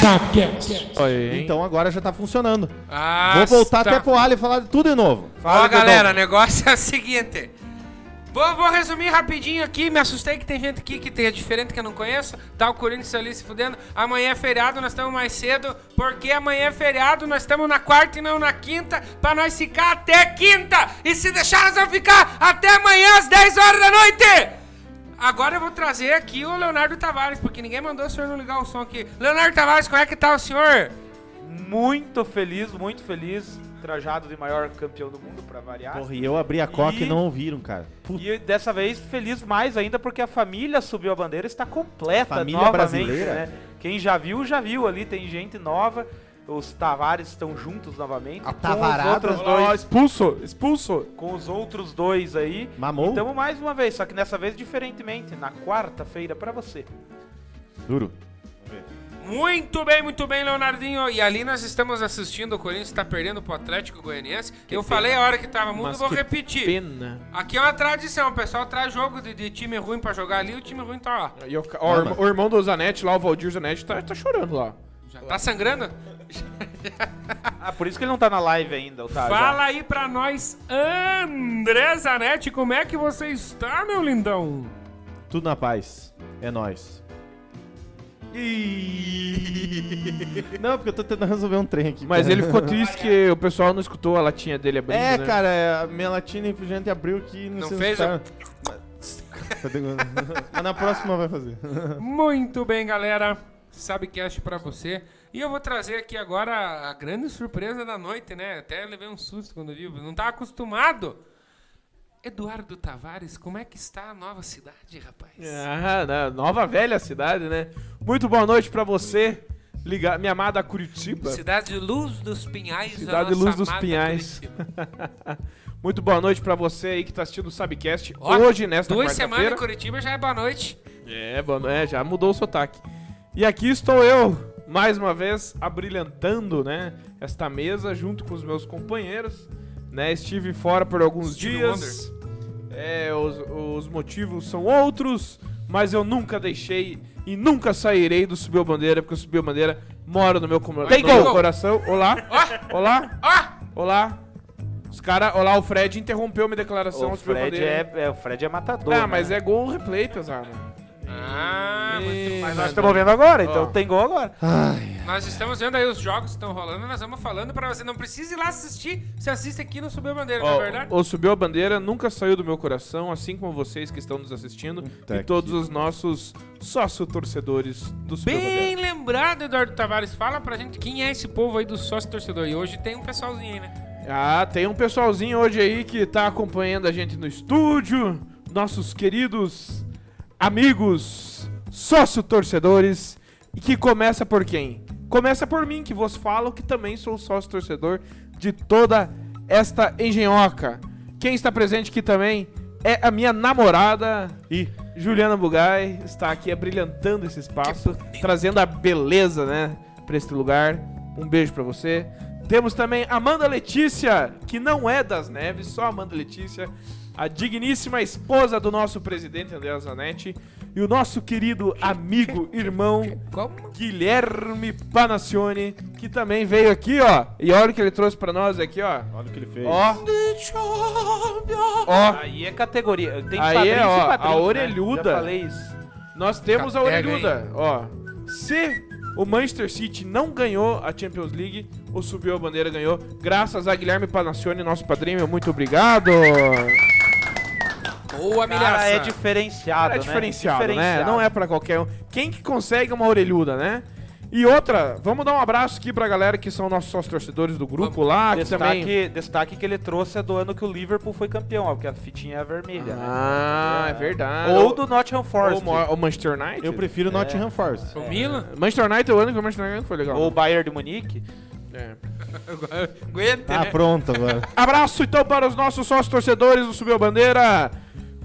Sapcast. Oi, hein? Então agora já tá funcionando. Ah, Vou voltar tá. até pro Ali e falar tudo de novo. Ó, Fala, Godão. galera, o né? negócio é o seguinte. Vou, vou resumir rapidinho aqui. Me assustei que tem gente aqui que tem é diferente que eu não conheço. Tá o Corinthians ali se fudendo. Amanhã é feriado, nós estamos mais cedo. Porque amanhã é feriado, nós estamos na quarta e não na quinta. Pra nós ficar até quinta. E se deixar, nós vamos ficar até amanhã às 10 horas da noite. Agora eu vou trazer aqui o Leonardo Tavares. Porque ninguém mandou o senhor não ligar o som aqui. Leonardo Tavares, como é que tá o senhor? Muito feliz, muito feliz. Trajado de maior campeão do mundo, pra variar. Porra, e eu abri a coca e, E- não ouviram, cara. Puta, E dessa vez feliz mais ainda porque a família subiu a bandeira, está completa Família novamente, brasileira? né? Quem já viu, já viu ali, tem gente nova. Os Tavares estão juntos novamente. A com tavarada. então os outros Ó, dois, expulso, expulso. com os outros dois aí. mamou? Estamos mais uma vez, só que nessa vez diferentemente, na quarta-feira pra você. Duro. Muito bem, muito bem, Leonardinho. E ali nós estamos assistindo, o Corinthians está perdendo pro Atlético Goianiense. eu falei a hora que tava mudo, Mas vou que repetir. Pena. Aqui é uma tradição, o pessoal traz jogo de, de time ruim pra jogar ali, o time ruim tá lá. E o, ca- ó, o irmão- o irmão do Zanetti lá, o Valdir Zanetti, tá, tá chorando lá. Já tá sangrando? Ah, por isso que ele não tá na live ainda, Otávio. Fala aí pra nós, André Zanetti, como é que você está, meu lindão? Tudo na paz. É nóis. Não, porque eu tô tentando resolver um trem aqui. Mas cara. ele ficou triste que o pessoal não escutou a latinha dele abrindo, É, né? cara, é, a melatina e refrigerante abriu aqui. Não, Não sei fez, se tá- Cadê o- Mas na próxima vai fazer. Muito bem, galera. Sabcast pra você. E eu vou trazer aqui agora a grande surpresa da noite, né? Até levei um susto quando vi, não tava acostumado. Eduardo Tavares, como é que está a nova cidade, rapaz? Ah, na nova velha cidade, né? Muito boa noite pra você, liga, minha amada Curitiba. Cidade de Luz dos Pinhais. a Cidade nossa Luz dos amada Pinhais. Curitiba. Muito boa noite pra você aí que tá assistindo o Sabcast Ó, hoje, nesta Duas semanas em quarta-feira. Curitiba já é boa noite. É, boa no- é, já mudou o sotaque. E aqui estou eu, mais uma vez, abrilhantando, né, esta mesa junto com os meus companheiros. Né, estive fora por alguns Steve dias. É, os, os motivos são outros, mas eu nunca deixei e nunca sairei do Subiu a Bandeira, porque o Subiu a Bandeira mora no meu, comor- Tem no meu gol! coração. Olá, então. Ó, olá, ó, olá. Os caras, olá, o Fred interrompeu minha declaração. o do Subiu a Fred Bandeira. é, é- o Fred é matador. Ah, né? mas é gol replay, pesado. Ah, muito Mas mais. é nós estamos vendo agora, então Ó. tem gol agora. Nós estamos vendo aí os jogos que estão rolando, nós vamos falando pra você. Não precisa ir lá assistir, você assiste aqui no Subiu a Bandeira, não é verdade? O Subiu a Bandeira nunca saiu do meu coração, assim como vocês que estão nos assistindo Puta e todos os nossos sócio-torcedores do Subiu a Bem Bandeira. lembrado, Eduardo Tavares. Fala pra gente quem é esse povo aí do sócio torcedor. E hoje tem um pessoalzinho aí, né? Ah, tem um pessoalzinho hoje aí que tá acompanhando a gente no estúdio, nossos queridos amigos sócio-torcedores, e que começa por quem? Começa por mim, que vos falo que também sou sócio-torcedor de toda esta engenhoca. Quem está presente aqui também é a minha namorada, E Juliana Bugai está aqui abrilhantando esse espaço, trazendo a beleza, né, pra este lugar. Um beijo pra você. Temos também Amanda Letícia, que não é das Neves, só Amanda Letícia, a digníssima esposa do nosso presidente André Zanetti e o nosso querido amigo, irmão Como? Guilherme Panacione, que também veio aqui, ó. E olha o que ele trouxe pra nós aqui, ó. olha o que ele fez. Ó. Ó. Aí é categoria. Tem Aí padrinhos é, e ó, padrinhos, a né? orelhuda. Já falei isso. Nós temos a Pega, orelhuda, ó. Se o Manchester City não ganhou a Champions League, o Subiu a Bandeira ganhou, graças a Guilherme Panacione, nosso padrinho. Muito obrigado! É Boa, milhaça. Cara, é diferenciado, É né? diferenciado, né? Não é pra qualquer um. Quem que consegue uma orelhuda, né? E outra, vamos dar um abraço aqui pra galera que são nossos sócios torcedores do grupo lá, que Destaque, também... destaque que ele trouxe é do ano que o Liverpool foi campeão, ó, porque a fitinha é vermelha, Ah, é verdade. né? Ou do Nottingham Ou Forest. Mo- ou Manchester United. Eu prefiro Nottingham Forest. O Milan? Manchester United, o ano que o Manchester United foi legal. Ou o Bayern de Munique. É. Aguenta, Ah, né? pronto agora. Abraço então para os nossos sócios torcedores do Subiu a Bandeira.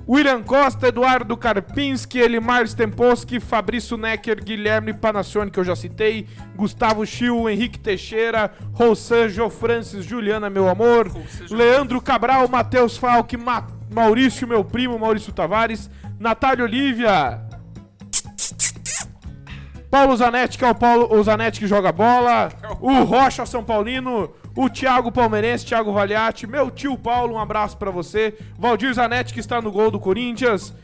William Costa, Eduardo Karpinski, Elimar Stemposki, Fabrício Necker, Guilherme Panacione, que eu já citei, Gustavo Chiu, Henrique Teixeira, Roussan, Jo Francis, Juliana, meu amor, Leandro Cabral, Matheus Falck, Ma- Maurício, meu primo, Maurício Tavares, Natália Olivia, Paulo Zanetti, que é o Paulo o Zanetti que joga bola. O Rocha São Paulino. O Thiago Palmeirense, Thiago Valiati. Meu tio Paulo, um abraço pra você. Valdir Zanetti, que está no gol do Corinthians.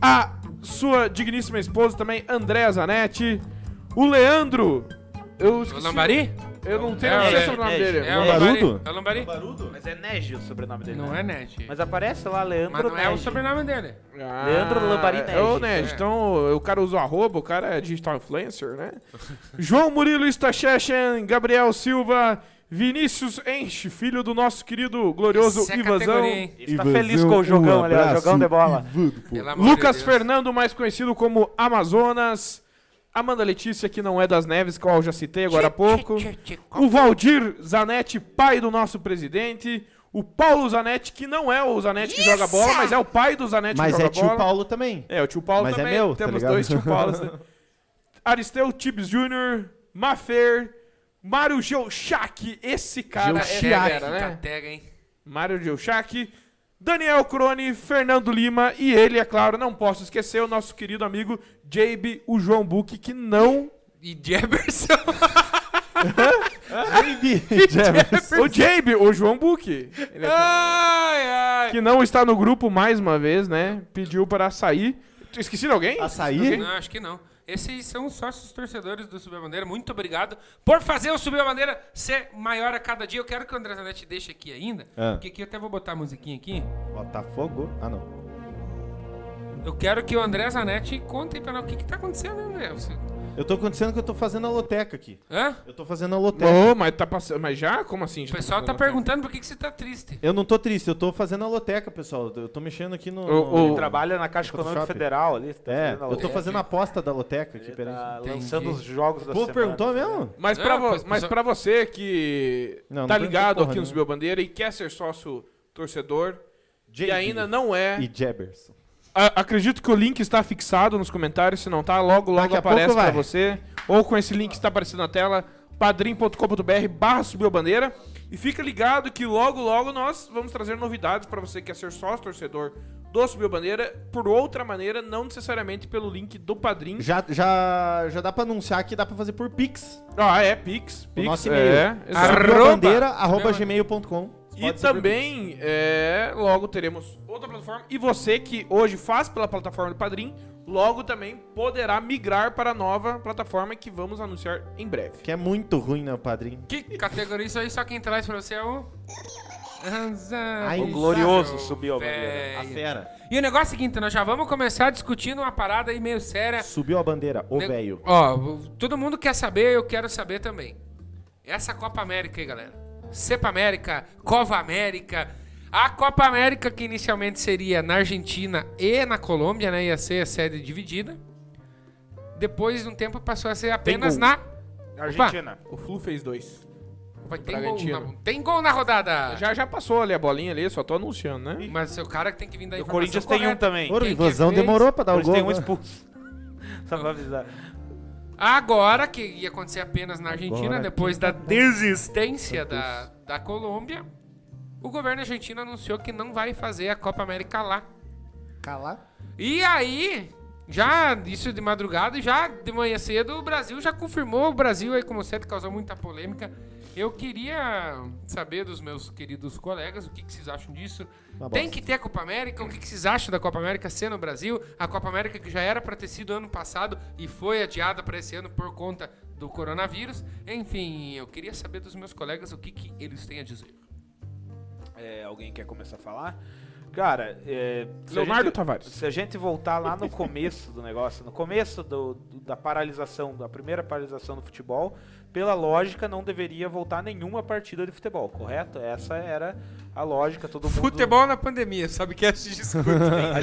A sua digníssima esposa também, Andréa Zanetti. O Leandro. Eu O esqueci- Lambari? Eu não tenho É, não sei é, sobre o nome é, dele. É o Lambari? Lombarudo? É o Lambari? Barudo? Mas é Négio o sobrenome dele. Não né? é Ned. Mas aparece lá Leandro Mas não é o Négio. sobrenome dele. Ah, Leandro Lambari É o Nege. Nege. É. Então, o cara usa o arroba, o cara é digital influencer, né? João Murilo Stachechen, Gabriel Silva, Vinícius Enche, filho do nosso querido glorioso Essa é a Ivanzão. categoria, hein? Está tá feliz um com o jogão ali, ó, jogão de bola. Pelo amor de Lucas Deus. Fernando, mais conhecido como Amazonas. Amanda Letícia, que não é das Neves, qual eu já citei agora há pouco. O Valdir Zanetti, pai do nosso presidente. O Paulo Zanetti, que não é o Zanetti que joga bola, mas é o pai do Zanetti que Mas joga é bola. tio Paulo também. É, o tio Paulo Mas é também. meu, tá Temos ligado? dois tio Paulos. Né? Aristeu Tibbs Jr., Mafer, Mário Geuchac, esse cara é Catega, fera, né? Catega, hein? Mário Geuchac, Daniel Crone, Fernando Lima e ele, é claro, não posso esquecer, o nosso querido amigo JB, o João Buque, que não... E Jefferson. É. é o JB, o João Buque, ele é- ai, ai. que não está no grupo mais uma vez, né? Pediu para sair. Esqueci de alguém? Açaí? Não, acho que não. Esses são os sócios torcedores do Subir a Bandeira. Muito obrigado por fazer o Subir a Bandeira ser maior a cada dia. Eu quero que o André Zanetti deixe aqui ainda, Ah. porque aqui eu até vou botar a musiquinha aqui. Botafogo? Ah, não. Eu quero que o André Zanetti conte para nós o que, que tá acontecendo, André. Você... Eu tô acontecendo que eu tô fazendo a loteca aqui. Hã? Eu tô fazendo a loteca. Ô, mas tá passando. Mas já? Como assim? O pessoal tá perguntando por que, que você tá triste. Eu não tô triste, eu tô fazendo a loteca, pessoal. Eu tô mexendo aqui no. Ô, no- ô. Trabalha na Caixa Econômica Photoshop. Federal ali. Tá É, fazendo a eu tô loteca. fazendo a aposta da loteca aqui, Ele peraí. Tá Entendi. lançando os jogos da O povo semana. perguntou mesmo? Mas, Não, pra, vo- pois- mas pra você que Não, não tá perguntou ligado porra aqui no nenhuma. Subiu a Bandeira e quer ser sócio torcedor e JB. ainda não é, E Jebberson. a- acredito que o link está fixado nos comentários. Se não tá, logo, logo Daqui a aparece pouco pra vai. você. Ou com esse link que está aparecendo na tela, padrim.com.br barra Subiu a Bandeira. E fica ligado que logo, logo nós vamos trazer novidades pra você que quer ser sócio torcedor do Subiu a Bandeira por outra maneira, não necessariamente pelo link do Padrim. Já, já, já dá pra anunciar que dá pra fazer por Pix. Ah, é, Pix. Pix nosso e-mail. é, exato. Arroba. Bandeira, arroba gmail.com. E também, é, logo teremos outra plataforma. E você que hoje faz pela plataforma do Padrim, logo também poderá migrar para a nova plataforma que vamos anunciar em breve. Que é muito ruim, né, padrinho? Que categoria isso aí? Só quem traz pra você é o... Ai, O glorioso subiu a bandeira. Velho. fera. E o negócio é o seguinte, nós já vamos começar discutindo uma parada aí meio séria. Subiu a bandeira, ô Ne- velho. Ó, todo mundo quer saber, eu quero saber também. Essa Copa América aí, galera. Cepa América, Cova América. A Copa América que inicialmente seria na Argentina e na Colômbia, né? Ia ser a sede dividida. Depois de um tempo passou a ser apenas gol. na. Argentina. O Flu fez dois. Opa, tem, gol Bragantino. na... tem gol na rodada! Ah. Já já passou ali a bolinha ali, só tô anunciando, né? Mas o cara que tem que vir daí. O Corinthians tem um também. Ouro, quem que invasão fez? demorou pra dar o Eles gol. têm um né? expulso. Só pra avisar. Agora, que ia acontecer apenas na Argentina, Agora depois da desistência da, da Colômbia, o governo argentino anunciou que não vai fazer a Copa América lá. Calar. E aí, já isso de madrugada, e já de manhã cedo, o Brasil já confirmou. O Brasil aí, como sempre, causou muita polêmica. Eu queria saber dos meus queridos colegas o que, que vocês acham disso. Uma Tem bosta. que ter a Copa América? O que, que vocês acham da Copa América ser no Brasil? A Copa América que já era para ter sido ano passado e foi adiada para esse ano por conta do coronavírus. Enfim, eu queria saber dos meus colegas o que, que eles têm a dizer. É, alguém quer começar a falar? Cara, é, se a Leonardo gente- Tavares. Se a gente voltar lá no começo do negócio, no começo do- do- da paralisação, da primeira paralisação do futebol, pela lógica não deveria voltar nenhuma partida de futebol, correto? Essa era a lógica, todo mundo... na pandemia, sabe que é esse discurso?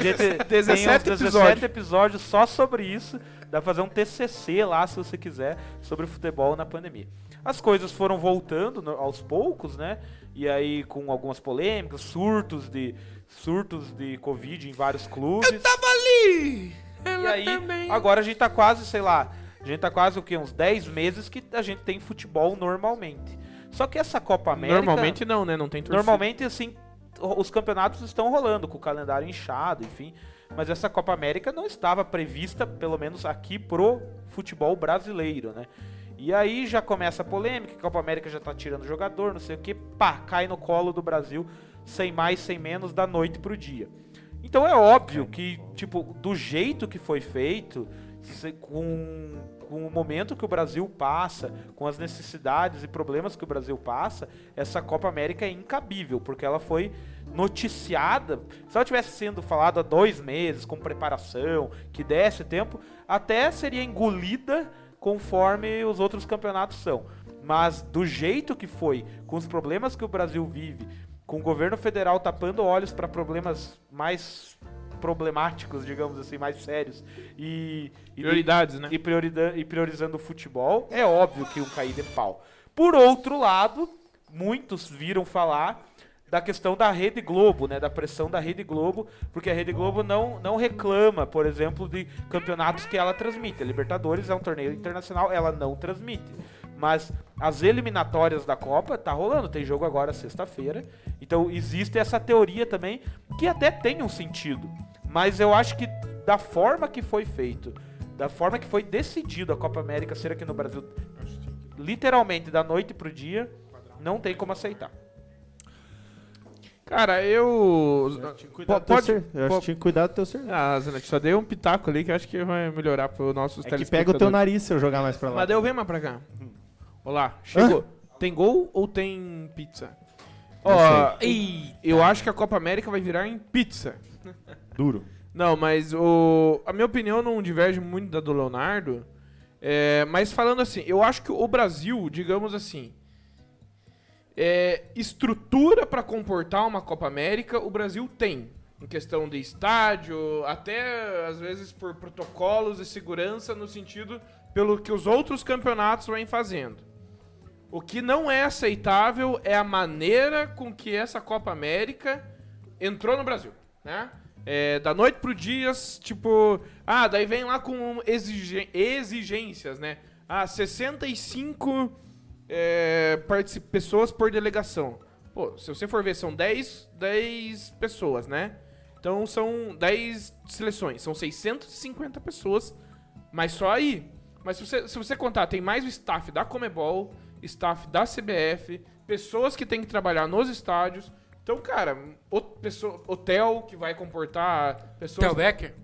A gente tem uns 17 17 episódios. episódios só sobre isso. Dá pra fazer um TCC lá, se você quiser, sobre o futebol na pandemia. As coisas foram voltando no- aos poucos, né? E aí com algumas polêmicas, surtos de surtos de Covid em vários clubes. ali! e aí, agora a gente tá quase, sei lá, a gente tá quase o quê? Uns 10 meses que a gente tem futebol normalmente. Só que essa Copa América Normalmente não, né? Não tem torcida. Normalmente, assim, o- os campeonatos estão rolando, com o calendário inchado, enfim. Mas essa Copa América não estava prevista, pelo menos aqui, pro futebol brasileiro, né? E aí já começa a polêmica, Copa América já tá tirando jogador, não sei o que, pá, cai no colo do Brasil, sem mais, sem menos, da noite pro dia. Então é óbvio que, tipo, do jeito que foi feito, se- com, com o momento que o Brasil passa, com as necessidades e problemas que o Brasil passa, essa Copa América é incabível, porque ela foi noticiada. Se ela tivesse sendo falada há dois meses, com preparação, que desse tempo, até seria engolida conforme os outros campeonatos são. Mas do jeito que foi, com os problemas que o Brasil vive, com o governo federal tapando olhos para problemas mais problemáticos, digamos assim, mais sérios, e, e Prioridades, né? e, priorida- e priorizando o futebol, é óbvio que um caído é pau. Por outro lado, muitos viram falar da questão da Rede Globo, né, da pressão da Rede Globo, porque a Rede Globo não, não reclama, por exemplo, de campeonatos que ela transmite. A Libertadores é um torneio internacional, ela não transmite. Mas as eliminatórias da Copa tá rolando, tem jogo agora sexta-feira. Então existe essa teoria também que até tem um sentido, mas eu acho que da forma que foi feito, da forma que foi decidido a Copa América ser aqui no Brasil, literalmente da noite pro dia, não tem como aceitar. Cara, eu. Cuidado do teu Pode. ser- Eu acho que tinha que cuidar do teu serviço. Ah, Zanetti, só dei um pitaco ali que eu acho que vai melhorar pro nosso É que pega o teu nariz se eu jogar mais pra lá. Mas deu vem mais pra cá. Olá, chegou. Tem gol ou tem pizza? Ó, Ei, eu acho que a Copa América vai virar em pizza. Duro. Não, mas o, a minha opinião não diverge muito da do Leonardo. É, mas falando assim, eu acho que o Brasil, digamos assim, é, estrutura para comportar uma Copa América, o Brasil tem. Em questão de estádio, até às vezes por protocolos de segurança, no sentido pelo que os outros campeonatos vêm fazendo. O que não é aceitável é a maneira com que essa Copa América entrou no Brasil, né? É, da noite pro dia, s- tipo, ah, daí vem lá com exige- exigências, né? Ah, 65 é, partici- pessoas por delegação. Pô, se você for ver, são 10, 10 pessoas, né? Então são 10 seleções, são 650 pessoas, mas só aí. Mas se você, se você contar, tem mais o staff da Comebol, staff da CBF, pessoas que tem que trabalhar nos estádios. Então, cara, o, pessoa, hotel que vai comportar pessoas Theo Becker.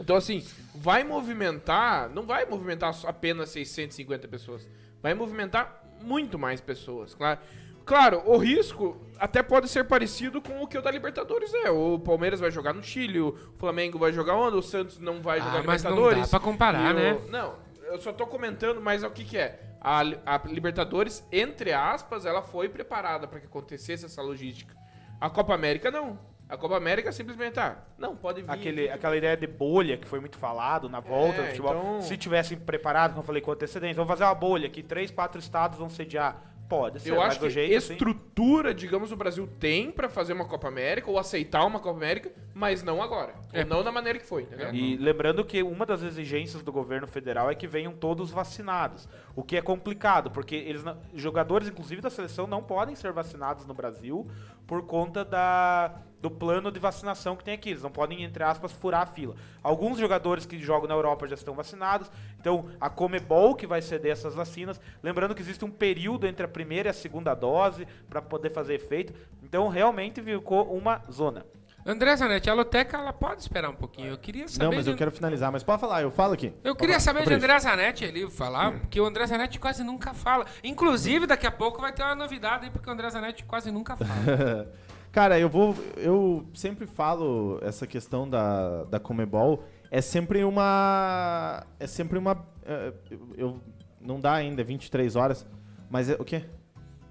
então, assim, vai movimentar, não vai movimentar só apenas 650 pessoas. Vai movimentar muito mais pessoas, claro. Claro, o risco até pode ser parecido com o que o da Libertadores é. O Palmeiras vai jogar no Chile, o Flamengo vai jogar onde, o Santos não vai jogar Ah, mas não Libertadores. dá pra comparar, E o- né? Não, eu só tô comentando, mas o que que é? A, Li- a Libertadores, entre aspas, ela foi preparada para que acontecesse essa logística. A Copa América, não. A Copa América simplesmente, ah, não, pode vir. Aquele, aquela ideia de bolha que foi muito falado na volta É, do futebol. então- Se tivessem preparado, como eu falei, com antecedência, vamos fazer uma bolha que três, quatro estados vão sediar. Pode ser, Eu mas acho do que jeito assim, estrutura, digamos, o Brasil tem pra fazer uma Copa América ou aceitar uma Copa América, mas não agora. É. Ou não da maneira que foi, entendeu? E lembrando que uma das exigências do governo federal é que venham todos vacinados, o que é complicado, porque eles não- jogadores, inclusive da seleção, não podem ser vacinados no Brasil por conta da, do plano de vacinação que tem aqui. Eles não podem, entre aspas, furar a fila. Alguns jogadores que jogam na Europa já estão vacinados, então a Comebol que vai ceder essas vacinas. Lembrando que existe um período entre a primeira e a segunda dose para poder fazer efeito. Então realmente ficou uma zona. André Zanetti, a Loteca, ela pode esperar um pouquinho. Eu queria saber... Não, mas de- eu quero finalizar. Mas pode falar, eu falo aqui. Eu Pode queria falar. Hum. saber de Capricho. André Zanetti ali falar, porque o André Zanetti quase nunca fala. Inclusive, daqui a pouco vai ter uma novidade aí, porque o André Zanetti quase nunca fala. Cara, eu vou. Eu sempre falo essa questão da, da Comebol. É sempre uma. É sempre uma. é, eu- Eu, não dá ainda, é 23 horas. Mas é, o quê?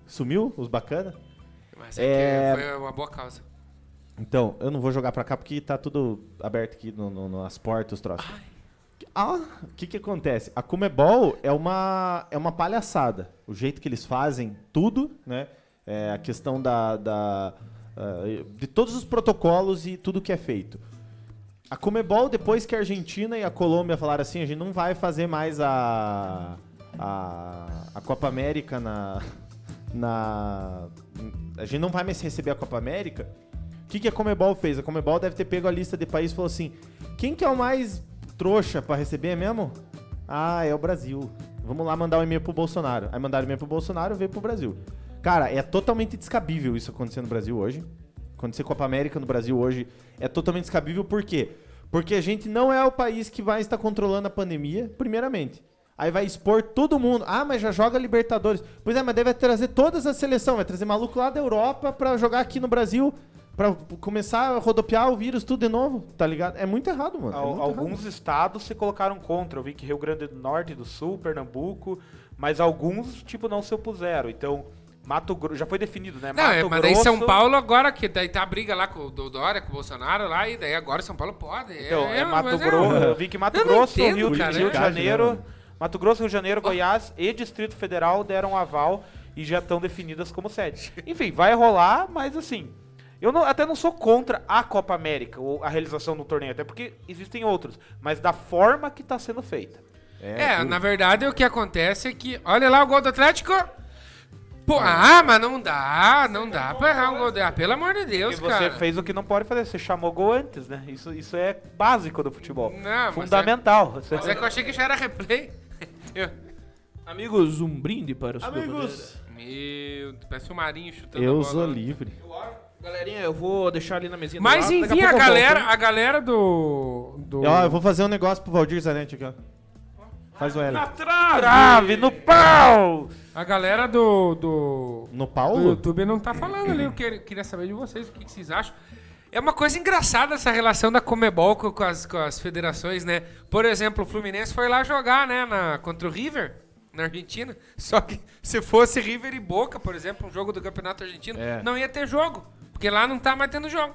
Sumiu? Os bacana? Mas é, que É. foi uma boa causa. Então, eu não vou jogar pra cá porque tá tudo aberto aqui no, no- nas portas, os troços. Ah, o que que acontece? A Comebol é uma, é uma palhaçada. O jeito que eles fazem tudo, né? É a questão da, da, ah, de todos os protocolos e tudo que é feito. A Comebol, depois que a Argentina e a Colômbia falaram assim, a gente não vai fazer mais a, a, a Copa América na, na... A gente não vai mais receber a Copa América. O que, que a Comebol fez? A Comebol deve ter pego a lista de países e falou assim, quem que é o mais trouxa pra receber mesmo? Ah, é o Brasil. Vamos lá mandar um e-mail pro Bolsonaro. Aí mandaram um e-mail pro Bolsonaro, veio pro Brasil. Cara, é totalmente descabível isso acontecer no Brasil hoje. Acontecer Copa América no Brasil hoje é totalmente descabível por quê? Porque a gente não é o país que vai estar controlando a pandemia, primeiramente. Aí vai expor todo mundo. Ah, mas já joga Libertadores. Pois é, mas deve trazer todas as seleções. Vai trazer maluco lá da Europa pra jogar aqui no Brasil. Pra começar a rodopiar o vírus tudo de novo, tá ligado? É muito errado, mano. É Al- muito errado. alguns estados se colocaram contra. Eu vi que Rio Grande do Norte, do Sul, Pernambuco, mas alguns, tipo, não se opuseram. Então, Mato Grosso. Já foi definido, né? Não, Mato é, mas daí São Paulo agora, que daí tá a briga lá com o do Dória, com o Bolsonaro lá, e daí agora São Paulo pode. Então, é, Mato mas um- Grosso. Eu vi que Mato Eu não Grosso, entendo, Rio, cara, Rio de né? Janeiro. Mano. Mato Grosso, Rio de Janeiro, Goiás e Distrito Federal deram aval e já estão definidas como sede. Enfim, vai rolar, mas assim. Eu não- até não sou contra a Copa América, ou a realização do torneio, até porque existem outros, mas da forma que está sendo feita. É, duro. na verdade o que acontece é que. Olha lá o gol do Atlético! Pô, ah, mas não dá, não dá pra errar um gol dele. Ah, pelo amor de Deus, Porque você cara. fez o que não pode fazer, você chamou gol antes, né? Isso, isso é básico do futebol. Não, mas é- Fundamental. Você- Mas é que eu achei que já era replay. Eu- Amigos, um brinde para os Amigos, Meu, parece o Marinho chutando. a eu né? Tá bola. né? sou livre. Galerinha, eu vou deixar ali na mesinha do Mas lado, daqui enfim, a pouco eu galera, volto, a galera do. do... Ó, eu vou fazer um negócio pro Valdir Zanetti aqui, ó. Faz o L. Trave no pau! A galera do. do... No O Paulo? YouTube não tá falando ali. Eu queria, queria saber de vocês o que, que vocês acham. É uma coisa engraçada essa relação da Comebol co- com, as, com as federações, né? Por exemplo, o Fluminense foi lá jogar, né? na- contra o River, na Argentina. Só que se fosse River e Boca, por exemplo, um jogo do Campeonato Argentino, É. não ia ter jogo. Porque lá não tá mais tendo jogo.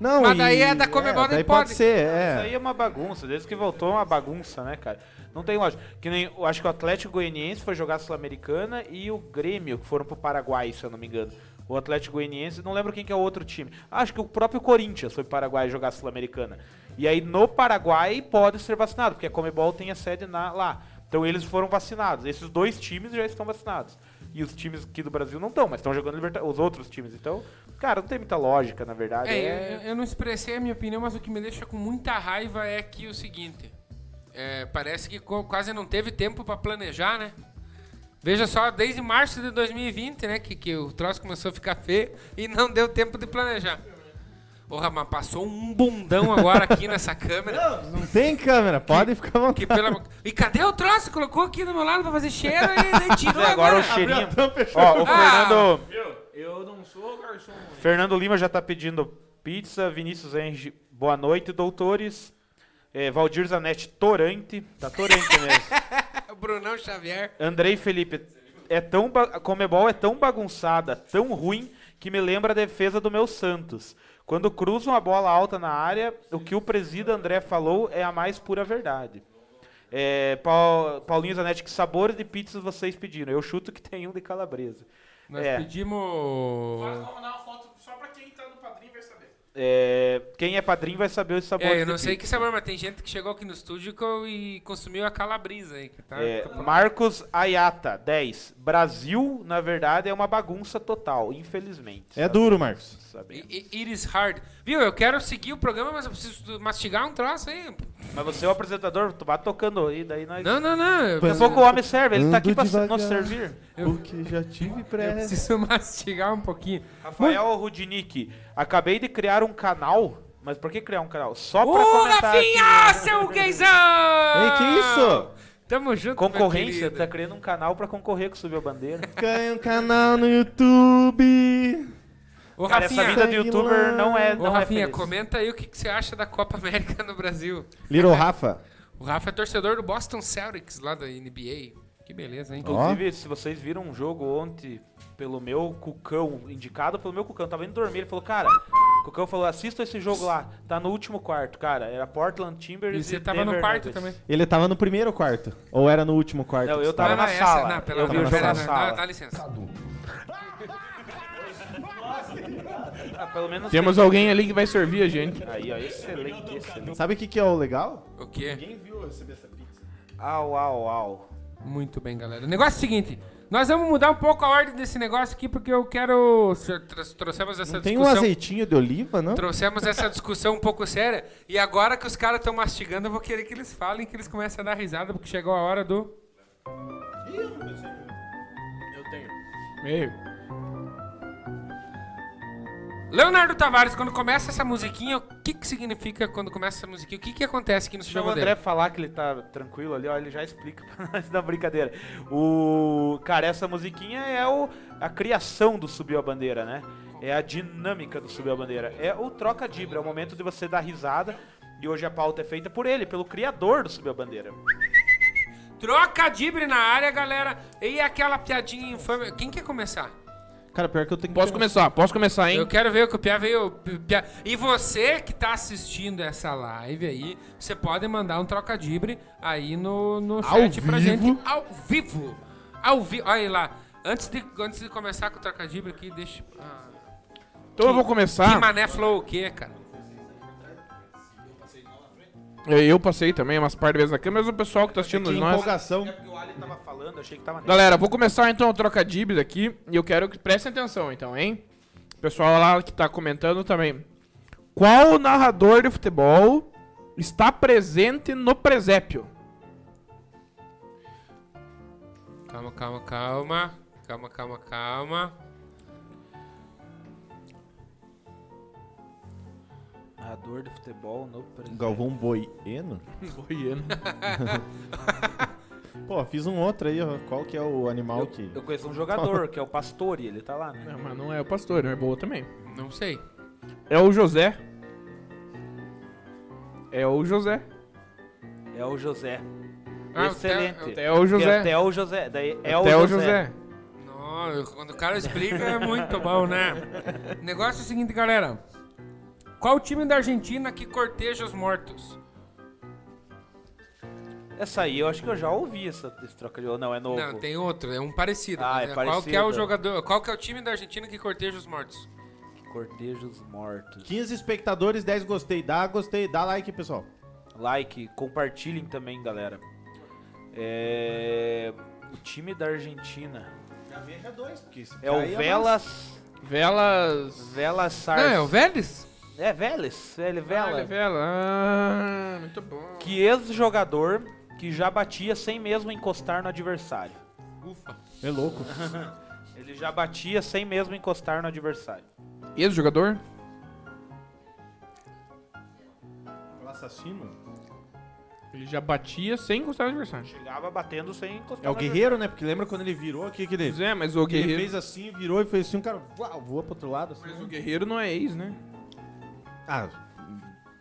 Não, Mas daí é da Comebol, é, nem daí pode. pode ser, Isso aí é. é uma bagunça, desde que voltou é uma bagunça, né, cara? Não tem lógica. Que nem, eu acho que o Atlético Goianiense foi jogar a Sul-Americana e o Grêmio, que foram pro Paraguai, se eu não me engano. O Atlético Goianiense, não lembro quem que é o outro time. Acho que o próprio Corinthians foi pro Paraguai jogar a Sul-Americana. E aí no Paraguai pode ser vacinado, porque a Comebol tem a sede na- lá. Então eles foram vacinados. Esses dois times já estão vacinados. E os times aqui do Brasil não estão, mas estão jogando liberta- os outros times. Então, cara, não tem muita lógica, na verdade. É, eu- eu não expressei a minha opinião, mas o que me deixa com muita raiva é que o seguinte. é, parece que co- quase não teve tempo pra planejar, né? Veja só, desde março de 2020, né? Que, que o troço começou a ficar feio e não deu tempo de planejar. Porra, mas passou um bundão agora aqui nessa câmera. Não tem câmera, pode ficar à vontade. Que pela... E cadê o troço? Colocou aqui do meu lado pra fazer cheiro e, e tirou Mas agora. agora o cheirinho. a tampa e fechou. Ó, o Ah! Fernando, Eu não sou garçom. Fernando Lima já tá pedindo pizza. Vinícius Enge, boa noite, doutores. É, Valdir Zanetti, torante. Tá torante mesmo. O Brunão Xavier. Andrei Felipe, é tão ba- a Comebol é tão bagunçada, tão ruim, que me lembra a defesa do meu Santos. Quando cruzam a bola alta na área, o que o presida André falou é a mais pura verdade. É, Pau- Paulinho Zanetti, que sabores de pizzas vocês pediram? Eu chuto que tem um de calabresa. Nós É. pedimos. mandar uma foto só pra quem tá no padrinho vai saber. É, quem é padrinho vai saber os sabores. É, eu de não sei pizza. que sabor, mas tem gente que chegou aqui no estúdio co- e consumiu a calabrisa aí. Que tá, É, tá pronto. Marcos Ayata, 10. Brasil, na verdade, é uma bagunça total, infelizmente. É duro, Marcos. Sabe? I- i- It is hard. Viu, eu quero seguir o programa, mas eu preciso do- mastigar um troço aí. Mas você é o apresentador, tu vai tocando aí, daí nós. Não, não, não. Eu, Daqui a preciso, pouco o homem serve, ele tá aqui Ando pra se- nos devagar. servir. Porque já tive é. eu pressa. preciso mastigar um pouquinho. Rafael Rudinick, acabei de criar um canal, mas por que criar um canal? Só pra Ô, comentar. aqui, Rafinha, né? seu gayzão! Ei, que isso? Tamo junto, Concorrência, meu tá querido. criando um canal pra concorrer com subir a bandeira. Ganha um canal no YouTube. Ô, Cara, Rafinha, essa vida de Segue youtuber lá. não é. ô, Não Rafinha, é feliz. comenta aí o que, que você acha da Copa América no Brasil. Little Rafa. O Rafa é torcedor do Boston Celtics lá da NBA. Que beleza, hein? Inclusive, se vocês viram um jogo ontem pelo meu Cucão, indicado pelo meu Cucão, tava indo dormir, ele falou, cara, o Cucão falou, assista esse jogo lá, tá no último quarto, cara, era Portland E Timbers você tava no Denver quarto Nuggets. também. Ele tava no primeiro quarto. Ou era no último quarto? Não, que eu você tava na essa- sala. não, pela- Eu vi pela- o jogo na pela- sala. Dá, dá licença. Ah, pelo menos Temos alguém ali que vai servir a gente. Aí, ó, excelente, excelente. Sabe o que, que é o legal? O quê? Quem viu receber essa pizza? Au, au, au. Muito bem, galera. O negócio é o seguinte: Nós vamos mudar um pouco a ordem desse negócio aqui, porque eu quero. tro- Trouxemos essa Não tem um discussão. azeitinho de oliva, não? Trouxemos essa discussão um pouco séria. E agora que os caras estão mastigando, eu vou querer que eles falem, que eles comecem a dar risada, porque chegou a hora do. Meio. Leonardo Tavares, quando começa essa musiquinha, o que, que significa quando começa essa musiquinha? O que, que acontece aqui no Deixa o cinema André dele? falar que ele tá tranquilo ali, ó, ele já explica pra nós da brincadeira. O cara, essa musiquinha é o, a criação do Subiu a Bandeira, né? É a dinâmica do Subiu a Bandeira. É o troca dibra, é o momento de você dar risada. E hoje a pauta é feita por ele, pelo criador do Subiu a Bandeira. Troca dibre na área, galera. E aquela piadinha infame. Quem quer começar? Cara, pior que eu tenho que. um- Posso começar, posso começar, hein? Eu quero ver o que o Pia veio. o Pia- E você que tá assistindo essa live aí, você pode mandar um trocadibre aí no, no chat pra gente. Ao vivo! Ao vivo! Olha aí lá. Antes de, antes de começar com o trocadibre aqui, deixa. Ah, Então eu vou Que começar. mané flow o quê, cara? Eu- É, Eu passei também umas par de vezes na câmera, mas o pessoal que tá assistindo Que nós. empolgação. O Ali tava falando, achei que tava Galera, vou começar então o trocadibres aqui e eu quero que prestem atenção então, hein? Pessoal lá que tá comentando também. Qual narrador de futebol está presente no presépio? Calma, calma, calma. Calma, calma, calma. Narrador de futebol no presente. Galvão Boieno? Pô, fiz um outro aí, ó. Qual que é o animal que. Eu conheço um jogador, que é o Pastore, ele tá lá, né? Não, mas não é o pastor, é boa também. Não sei. É o José. É o José. É o José. Ah, o Theo- Excelente. o É o José. É o José. Daí é, É o José. o José. Não, quando o cara explica é muito bom, né? O negócio é o seguinte, galera. Qual o time da Argentina que corteja os mortos? Essa aí eu acho que eu já ouvi essa esse troca de. Não, é novo. Não, tem outro, é um parecido. Ah, mas é Qual que é o parecido. jogador? Qual que é o time da Argentina que corteja os mortos? Cortejos mortos. 15 espectadores, 10 gostei. Dá gostei, dá like, pessoal. Like, compartilhem também, galera. É. O time da Argentina. Já veja dois, porque esse É o Velas. Velas. Velas Sars. Não, é o Vélez? É Vélez. Velho Olha, Vela. é Vela. Ah, muito bom. Que ex-jogador que já batia sem mesmo encostar no adversário. Ufa. É louco. Ele já batia sem mesmo encostar no adversário. Ex-jogador? O assassino? Ele já batia sem encostar no adversário. Chegava batendo sem encostar É o no guerreiro, né? Porque lembra quando ele virou aqui que ele. É, mas o que Ele Guerreiro. fez assim, virou e fez assim, o cara uau, voa pro outro lado. assim. Mas o Guerreiro não é ex, né? Ah,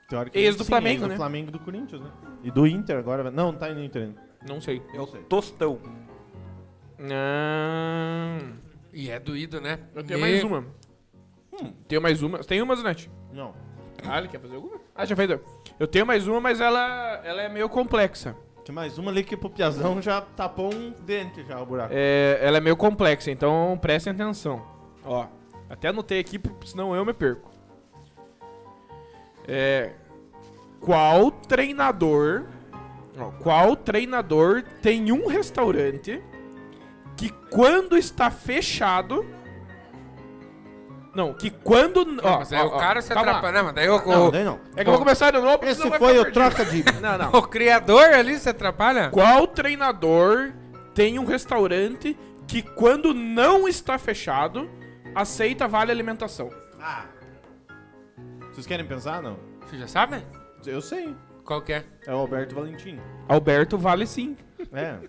teoricamente. Ex do sim, Flamengo, ex do né? Flamengo e do Corinthians, né? E do Inter agora. Não, não tá indo no Inter ainda. Não sei. Eu sei. Tostão. Não. E é doído, né? Ah, Eu tenho Me- mais uma. Tenho mais uma. Tem uma, Zanetti? Não. Hum. Ah, ele quer fazer alguma? Ah, já fez. Eu tenho mais uma, mas ela, ela é meio complexa. Tem mais uma ali que pro Piazão já tapou um dente já o buraco. É, ela é meio complexa, então prestem atenção. Ó, até anotei aqui, por- senão eu me perco. É, qual treinador... ó, qual treinador tem um restaurante que quando está fechado... Não, que quando... Ó, Mas aí ó, o ó, cara se calma lá. atrapalha. Não, mas daí o, Não, o- daí não. É que eu vou começar de novo, porque Esse senão vai foi ficar o troca de. perdido. Não, não. o criador ali se atrapalha? Qual treinador tem um restaurante que, quando não está fechado, aceita vale alimentação? Ah. Vocês querem pensar? Não. Você já sabe? Eu sei. Qual que é? É o Alberto Valentim. Alberto vale sim. É.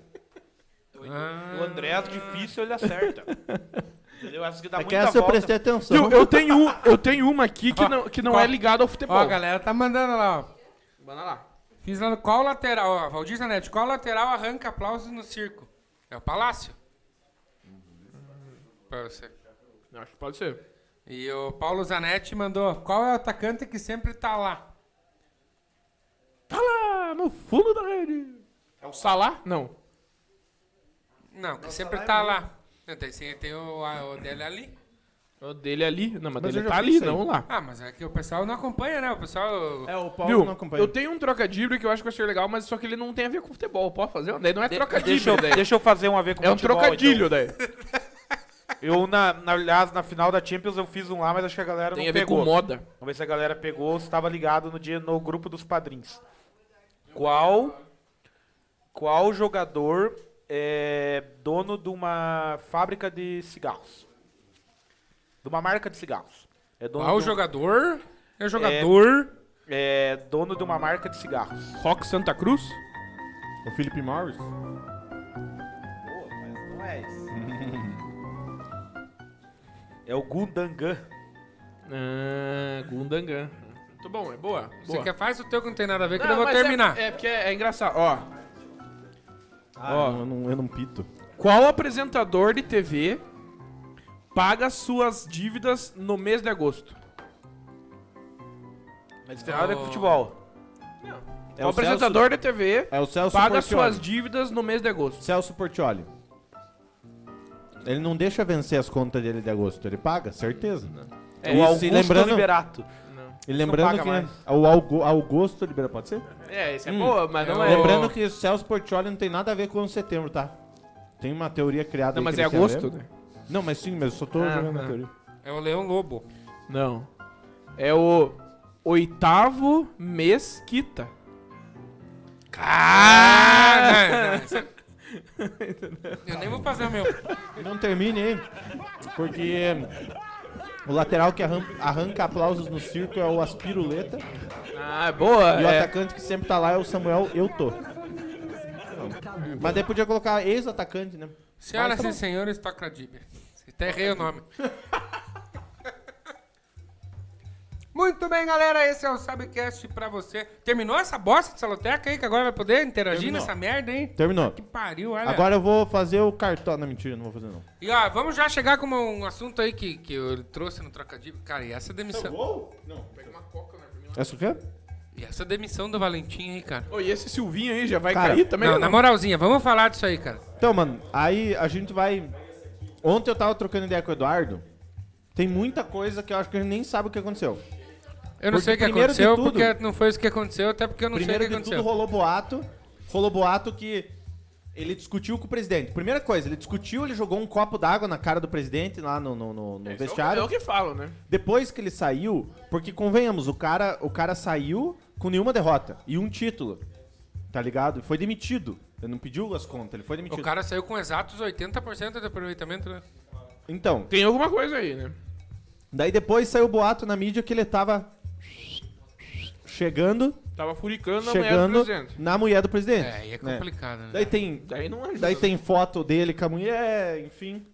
O André, as difícil, ele acerta. Entendeu? Essas Tá que dá É que muita essa eu volta. prestei atenção. Eu, eu tenho, um- eu tenho uma aqui que Ó, não, que não qual- é ligada ao futebol. Ó, a galera tá mandando lá, ó. Bana lá. Fiz lá no qual lateral, ó, Valdir Zanetti, qual lateral arranca aplausos no circo? É o Palácio. Pra você. Acho que pode ser. E o Paulo Zanetti mandou, qual é o atacante que sempre tá lá? Tá lá, no fundo da rede. É o Salá? Não. é Não, que sempre tá lá. Não, tem, tem o, a- o dele ali. O dele é ali. Não, mas, Mas eu já dele tá fiz ali, isso aí. não lá. Ah, mas é que o pessoal não acompanha, né? O pessoal. É, o Paulo Viu? não acompanha. Eu tenho um trocadilho que eu acho que vai ser legal, mas só que ele não tem a ver com futebol. Pode fazer? Daí não é De- deixa, trocadilho, eu, daí. deixa eu fazer uma vez com É um futebol, trocadilho, então. daí. Eu, na, na- aliás, na final da Champions eu fiz um lá, mas acho que a galera Tem a não ver pegou. com moda. Vamos ver se a galera pegou ou se estava ligado no dia no grupo dos padrinhos. Qual qual jogador é dono de uma fábrica de cigarros? De uma marca de cigarros. É dono Lá o de um- jogador. É o jogador. é dono de uma marca de cigarros. Rock Santa Cruz? O Felipe Morris? É o Gundangan. Ah, Gundangan. Muito bom, é boa. Você boa. quer faz o teu que não tem nada a ver, que Não, eu vou mas é- terminar. É, porque é, é engraçado. Ó, Ah, Ó. não, eu, não, eu não pito. qual apresentador de TV paga suas dívidas no mês de agosto? Mas tem nada a ver com Oh. futebol. É o apresentador de TV Celso, é o Celso paga Portiolli. suas dívidas no mês de agosto. Celso Portioli. Ele não deixa vencer as contas dele de agosto. Ele paga, certeza. É, Isso, o e Augusto lembrando- Liberato. E não lembrando paga que mais. o Augu- Augusto Libera, pode ser? É, isso é boa, mas não É, é. Hum. Lembrando que o Celso Portioli não tem nada a ver com o setembro, tá? Tem uma teoria criada aí Não, mas que é ele quer agosto, ver. né? Não, mas sim, mas eu só tô Ah, jogando tá. a teoria. É o Leão Lobo. Não. É o oitavo mês quita. Ah! não, não, isso- Eu nem vou fazer o meu. Não termine aí, porque o lateral que arran- arranca aplausos no circo é o Aspiruleta Ah, é boa. e o é. atacante que sempre tá lá é o Samuel Eu Tô. Mas daí podia colocar ex-atacante, né? Senhoras e senhores, toca a Dibia. Até errei o nome. Muito bem, galera. Esse é o Sabcast pra você. Terminou essa bosta de saloteca aí, que agora vai poder interagir Terminou. nessa merda, hein? Terminou. Que pariu, olha. Agora eu vou fazer o cartão. Não, mentira, não vou fazer não. E ó, vamos já chegar com um assunto aí que, que eu trouxe no trocadilho. Cara, e essa demissão. Gol? Não. né? Essa o quê? E essa demissão do Valentim aí, cara. Ô, e esse Silvinho aí já vai Cara, cair também? Não, na moralzinha, vamos falar disso aí, cara. Então, mano, aí a gente vai. Ontem eu tava trocando ideia com o Eduardo. Tem muita coisa que eu acho que a gente nem sabe o que aconteceu. Eu não Porque sei o que primeiro de aconteceu, tudo- porque não foi isso que aconteceu, até porque eu não Primeiro sei o de que aconteceu. tudo, rolou boato. Rolou boato que ele discutiu com o presidente. Primeira coisa, ele discutiu, ele jogou um copo d'água na cara do presidente lá no, no, no- no Isso é o- vestiário. É o que falam, né? Depois que ele saiu, porque convenhamos, o cara, o cara saiu com nenhuma derrota e um título. Tá ligado? Foi demitido. Ele não pediu as contas, ele foi demitido. O cara saiu com exatos 80% de aproveitamento, né? Então, Tem alguma coisa aí, né? daí depois saiu o boato na mídia que ele tava chegando, Tava furicando é na manhã do chegando presidente. na mulher do presidente. É, e é né? complicado, né? Daí tem Daí não ajuda. Daí tem foto dele com a mulher, enfim.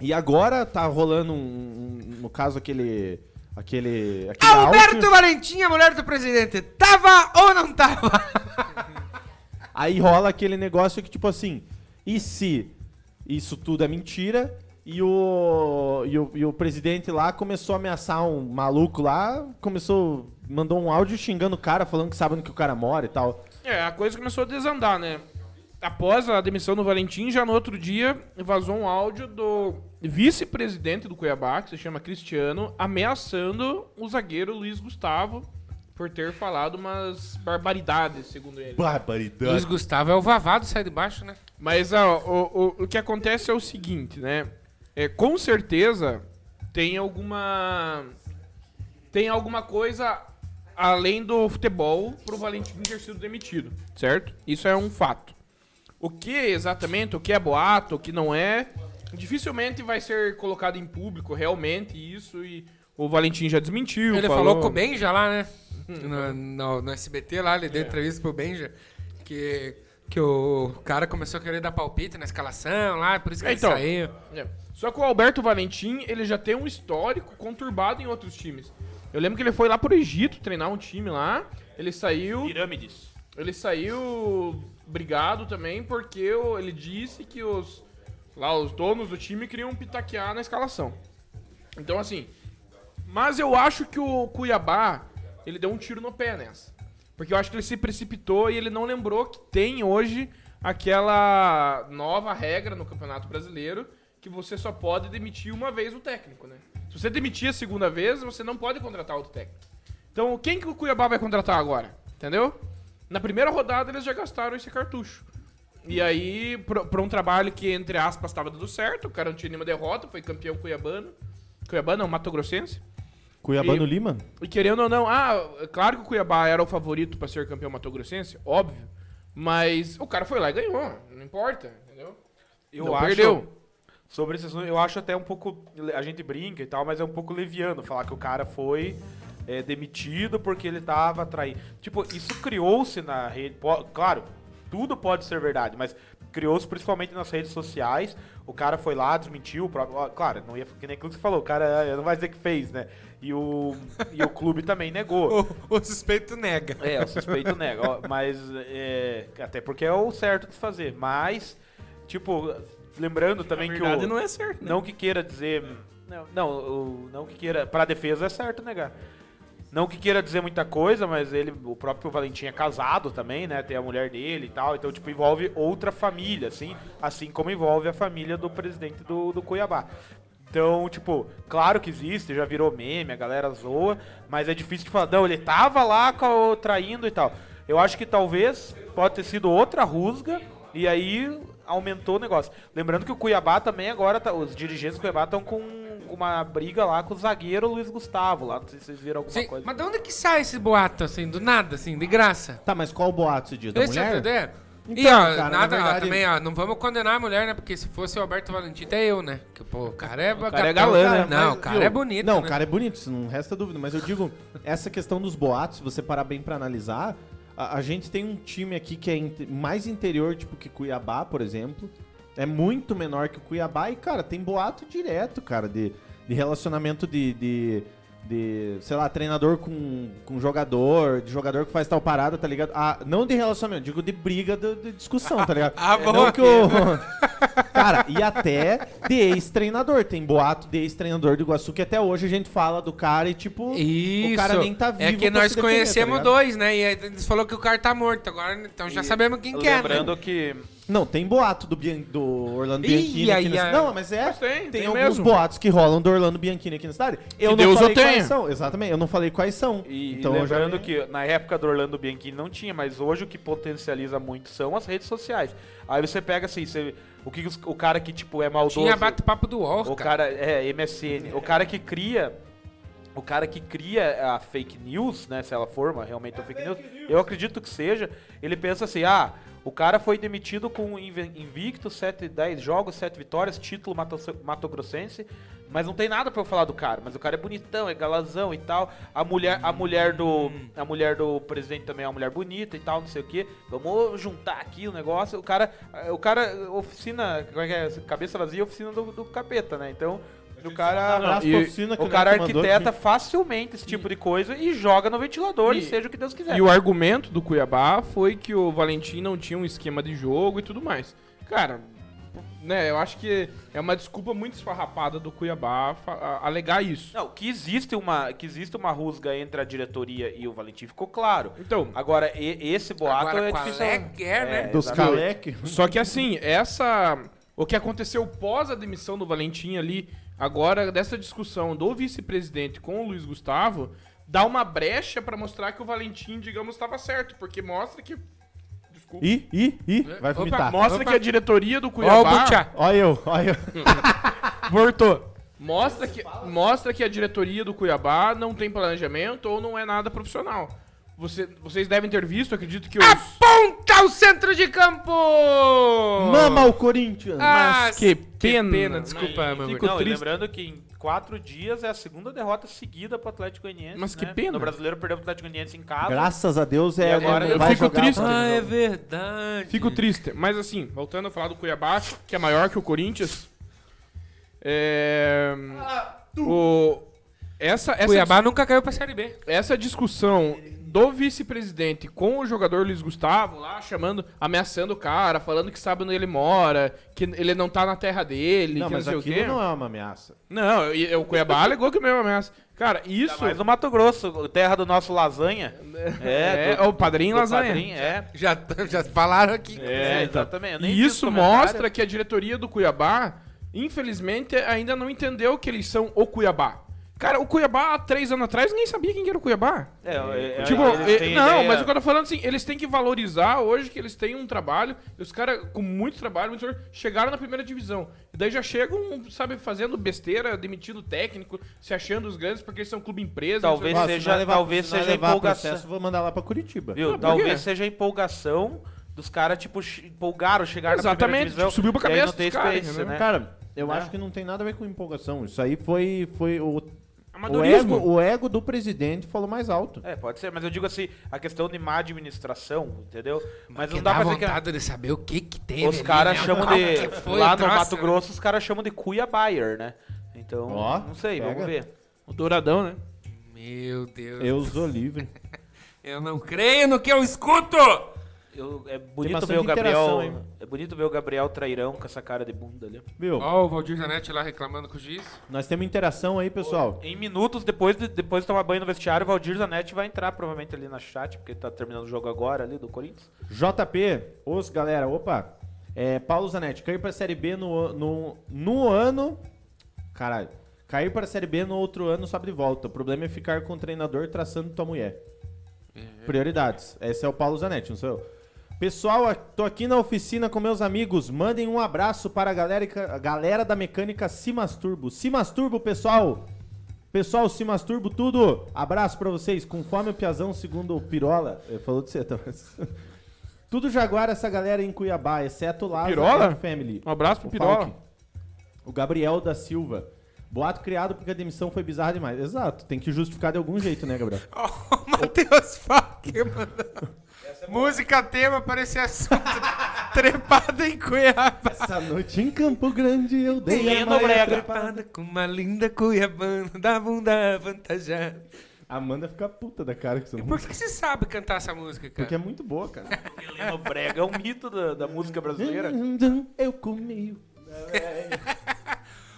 E agora tá rolando um, um- no caso aquele aquele aquele Ah, Alberto áudio. Valentim, a mulher do presidente, Tá, tava ou não tava? Aí rola aquele negócio que tipo assim, e se isso tudo é mentira? E o, e o, e o presidente lá começou a ameaçar um maluco lá, começou mandou um áudio xingando o cara, falando que sabe onde que o cara mora e tal. É, a coisa começou a desandar, né? Após a demissão do Valentim, já no outro dia vazou um áudio do vice-presidente do Cuiabá, que se chama Cristiano, ameaçando o zagueiro Luiz Gustavo por ter falado umas barbaridades, segundo ele. Luiz Barbaridade. Gustavo é o vavado, sai de baixo, né? Mas ó, o, o, o que acontece é o seguinte, né? É, com certeza tem alguma. Tem alguma coisa além do futebol pro Valentim ter sido demitido, certo? Isso é um fato. O que exatamente, o que é boato, o que não é, dificilmente vai ser colocado em público realmente isso e o Valentim já desmentiu. Ele falou com o Benja lá, né? É. No, no- no SBT lá, ele deu entrevista pro Benja, que, que o cara começou a querer dar palpite na escalação lá, por isso que Então. ele saiu. É. Só que o Alberto Valentim, ele já tem um histórico conturbado em outros times. Eu lembro que ele foi lá pro Egito treinar um time lá. Ele saiu. Pirâmides. Ele saiu brigado também, porque o- ele disse que os. Lá, os donos do time queriam pitaquear na escalação. Então, assim. Mas eu acho que o Cuiabá, ele deu um tiro no pé nessa. Porque eu acho que ele se precipitou e ele não lembrou que tem hoje aquela nova regra no Campeonato Brasileiro, que você só pode demitir uma vez o técnico, né? Se você demitir a segunda vez, você não pode contratar outro técnico. Então, quem que o Cuiabá vai contratar agora? Entendeu? Na primeira rodada, eles já gastaram esse cartucho. E aí, para um trabalho que, entre aspas, estava dando certo, o cara não tinha nenhuma derrota, foi campeão cuiabano. Cuiabano, não, Mato Grossense. Cuiabano E- Lima? E querendo ou não, ah, é claro que o Cuiabá era o favorito pra ser campeão mato-grossense, óbvio. Mas o cara foi lá e ganhou, não importa, entendeu? Eu não acho, perdeu. Sobre esse assunto, eu acho até um pouco. A gente brinca e tal, mas é um pouco leviano falar que o cara foi é, demitido porque ele tava traindo. Tipo, isso criou-se na rede. po- Claro, tudo pode ser verdade, mas criou-se principalmente nas redes sociais. O cara foi lá, desmentiu o próprio. ó, Claro, não ia. Que nem aquilo que você falou, o cara é, não vai dizer que fez, né? E o, e o clube também negou. O, o suspeito nega. É, o suspeito nega, ó, mas é, até porque é o certo de fazer. Mas, tipo, lembrando também que o é certo, não que queira dizer, não, não, o- não que queira para defesa é certo negar. Não que queira dizer muita coisa, mas ele, o próprio Valentim é casado também, né? Tem a mulher dele e tal, então tipo envolve outra família, assim, assim como envolve a família do presidente do, do Cuiabá. Então, tipo, claro que existe, já virou meme, a galera zoa, mas é difícil de falar, não, ele tava lá com o- traindo e tal. Eu acho que talvez pode ter sido outra rusga e aí aumentou o negócio. Lembrando que o Cuiabá também agora, tá- os dirigentes do Cuiabá estão com uma briga lá com o zagueiro Luiz Gustavo, lá, não sei se vocês viram alguma Sim, coisa. mas de onde que sai esse boato, assim, do nada, assim, de graça? Tá, mas qual o boato esse dia? Da Esse é o mulher? poder? e, ó, Então, cara, na nada, ó, verdade- também, ó, não vamos condenar a mulher, né? Porque se fosse o Alberto Valentim, até eu, né? Que, pô, o cara é... O é galã, né? Não, Mas, o cara viu? é bonito, Não, né? o cara é bonito, isso não resta dúvida. Mas eu digo, essa questão dos boatos, se você parar bem pra analisar, a, a gente tem um time aqui que é inte- mais interior, tipo que Cuiabá, por exemplo. É muito menor que o Cuiabá e, cara, tem boato direto, cara, de, de relacionamento de, de, de, sei lá, treinador com, com jogador, de jogador que faz tal parada, tá ligado? Ah, não de relacionamento, digo de briga, de, de discussão, tá ligado? Ah, bom. Não que o... Cara, e até de ex-treinador. Tem boato de ex-treinador do Iguaçu que até hoje a gente fala do cara e, tipo, Isso. o cara nem tá vivo. É que pra nós se defender, conhecemos tá ligado? dois, né? E aí eles falou que o cara tá morto agora, então já E sabemos quem que é, né? Lembrando que Não, tem boato do, Bian... do Orlando Ih, Bianchini aqui na ai, ai. Não, mas é. Mas tem, tem alguns mesmo. boatos que rolam do Orlando Bianchini aqui na cidade. Eu não Deus falei eu tenha. quais são. Exatamente, eu não falei quais são. E, e então eu já- lembrando que na época do Orlando Bianchini não tinha, mas hoje o que potencializa muito são as redes sociais. Aí você pega assim, você- o que os- o cara que tipo é maldoso, Tinha bate-papo do o UOL, cara. cara é MSN, o cara que cria o cara que cria a fake news, né, se ela for uma, realmente uma É fake news, eu acredito que seja, ele pensa assim, ah, o cara foi demitido com inve- invicto, 7, 10 jogos, 7 vitórias, título mato- mato-grossense, mas não tem nada pra eu falar do cara, mas o cara é bonitão, é galazão e tal, a mulher, a mulher do a mulher do presidente também é uma mulher bonita e tal, não sei o quê. Vamos juntar aqui o negócio. O cara, o cara oficina, como é que é? Cabeça vazia, oficina do, do capeta, né? Então, o cara um Abraço E pra oficina que o nós cara mandou arquiteta aqui. facilmente esse tipo de coisa e joga no ventilador e, E- seja o que Deus quiser. E o argumento do Cuiabá foi que o Valentim não tinha um esquema de jogo e tudo mais. Cara, né, eu acho que é uma desculpa muito esfarrapada do Cuiabá fa- a- alegar isso. Não, que existe uma que existe uma rusga entre a diretoria e o Valentim ficou claro. Então, Agora e- esse boato Agora, é qual difícil. é que é, né? Dos exatamente. Kalec. Só que assim, essa. O que aconteceu pós a demissão do Valentim ali, agora, dessa discussão do vice-presidente com o Luiz Gustavo, dá uma brecha pra mostrar que o Valentim, digamos, estava certo, porque mostra que. Desculpa. Ih, ih, ih, Opa, vai vomitar. Mostra Opa. que é a diretoria do Ó, o Cuiabá. Butchá. Olha eu, olha eu. Voltou. Mostra que, mostra que a diretoria do Cuiabá não tem planejamento ou não é nada profissional. Você- vocês devem ter visto, acredito que os. Ah! Aponta o centro de campo! Mama o Corinthians. Ah, Mas que pena. Desculpa, meu Fico- amor. Não, e triste. lembrando que em quatro dias é a segunda derrota seguida pro Atlético Goianiense. Mas que né? pena. No brasileiro perdeu pro Atlético Goianiense em casa. Graças a Deus Ah, E é. agora não eu vai fico jogar triste. pra- Ah, é verdade. Fico triste. Mas assim, voltando a falar do Cuiabá, que é maior que o Corinthians. É. O... Essa, essa, Cuiabá nunca caiu pra Série B. essa discussão do vice-presidente com o jogador Luiz Gustavo lá, chamando, ameaçando o cara, falando que sabe onde ele mora, que ele não tá na terra dele, Não, que não mas sei o quê. aquilo não é uma ameaça. Não, e- e o Cuiabá alegou que o meu ameaça. Cara, isso. Mas no Mato Grosso, terra do nosso lasanha. É, o padrinho do lasanha. padrinho, é. Já, já falaram aqui. É, exatamente. Eu nem E vi os isso comentários. mostra que a diretoria do Cuiabá infelizmente, ainda não entendeu que eles são o Cuiabá. Cara, o Cuiabá, há três anos atrás, ninguém sabia quem era o Cuiabá. É, é, é, Tipo, eles eh, têm não, ideia- mas o que eu tô falando assim, eles têm que valorizar hoje que eles têm um trabalho, e os caras com muito trabalho, muito trabalho, chegaram na primeira divisão. E daí já chegam, sabe, fazendo besteira, demitindo técnico, se achando os grandes porque eles são clube empresa. Talvez não sei Ó, o quê. seja- nós talvez se nós seja levar empolgação. processo, vou mandar lá pra Curitiba. Viu? Ah, por quê? Talvez seja a empolgação dos caras, tipo, che- empolgaram, chegaram na Exatamente, primeira divisão. tipo, subiu pra e aí cabeça não tem dos caras, experiência, entendeu? né? Cara, eu É. acho que não tem nada a ver com empolgação. Isso aí foi, foi o, o, ego, Amadorismo. o ego do presidente falou mais alto. É, pode ser, mas eu digo assim, a questão de má administração, entendeu? Mas que não dá dá pra dizer que a- vontade de saber o que que teve os ali, caras né? chamam Qual de. que foi lá o no troço, Mato né? Grosso, os caras chamam de Cuia Bayer, né? Então, Ó, não sei, vamos pega. ver. O Douradão, né? Meu Deus. Eu... Eu sou livre. não creio no que eu escuto! Eu- é bonito bastante ver o Gabriel. interação, hein? É bonito ver o Gabriel trairão com essa cara de bunda ali. Viu? Ó, o Valdir Zanetti lá reclamando com o juiz. Nós temos interação aí, pessoal. Em minutos, depois de, depois de tomar banho no vestiário, o Valdir Zanetti vai entrar provavelmente ali na chat, porque tá terminando o jogo agora ali do Corinthians. JP, os galera, opa. É, Paulo Zanetti, cair pra Série B no, no, no ano. Caralho. Cair pra Série B no outro ano sobe de volta. O problema é ficar com o treinador traçando tua mulher. Prioridades. Esse é o Paulo Zanetti, não sou eu. Pessoal, a- tô aqui na oficina com meus amigos. Mandem um abraço para a galera, a galera da mecânica Se Masturbo. Se Masturbo, pessoal! Pessoal, se masturbo tudo. Abraço pra vocês. Conforme o Piazão, segundo o Pirola. Ele falou de você, Thomas. Tudo Jaguar, essa galera em Cuiabá, exceto lá. Pirola? Family. Um abraço pro O Pirola. Falck. O Gabriel da Silva. Boato criado porque a demissão foi bizarra demais. Exato, tem que justificar de algum jeito, né, Gabriel? Ó, o Matheus Falque mandou. é Música tema para esse assunto. Trepada em Cuiabá. Essa noite em Campo Grande eu dei a Menino Maria brega. trepada. Trepada com uma linda cuiabana da bunda avantajada. Amanda fica puta da cara que você E não... por que que você sabe cantar essa música, cara? Porque é muito boa, cara. Heleno Brega é um mito da, da música brasileira. Eu comi.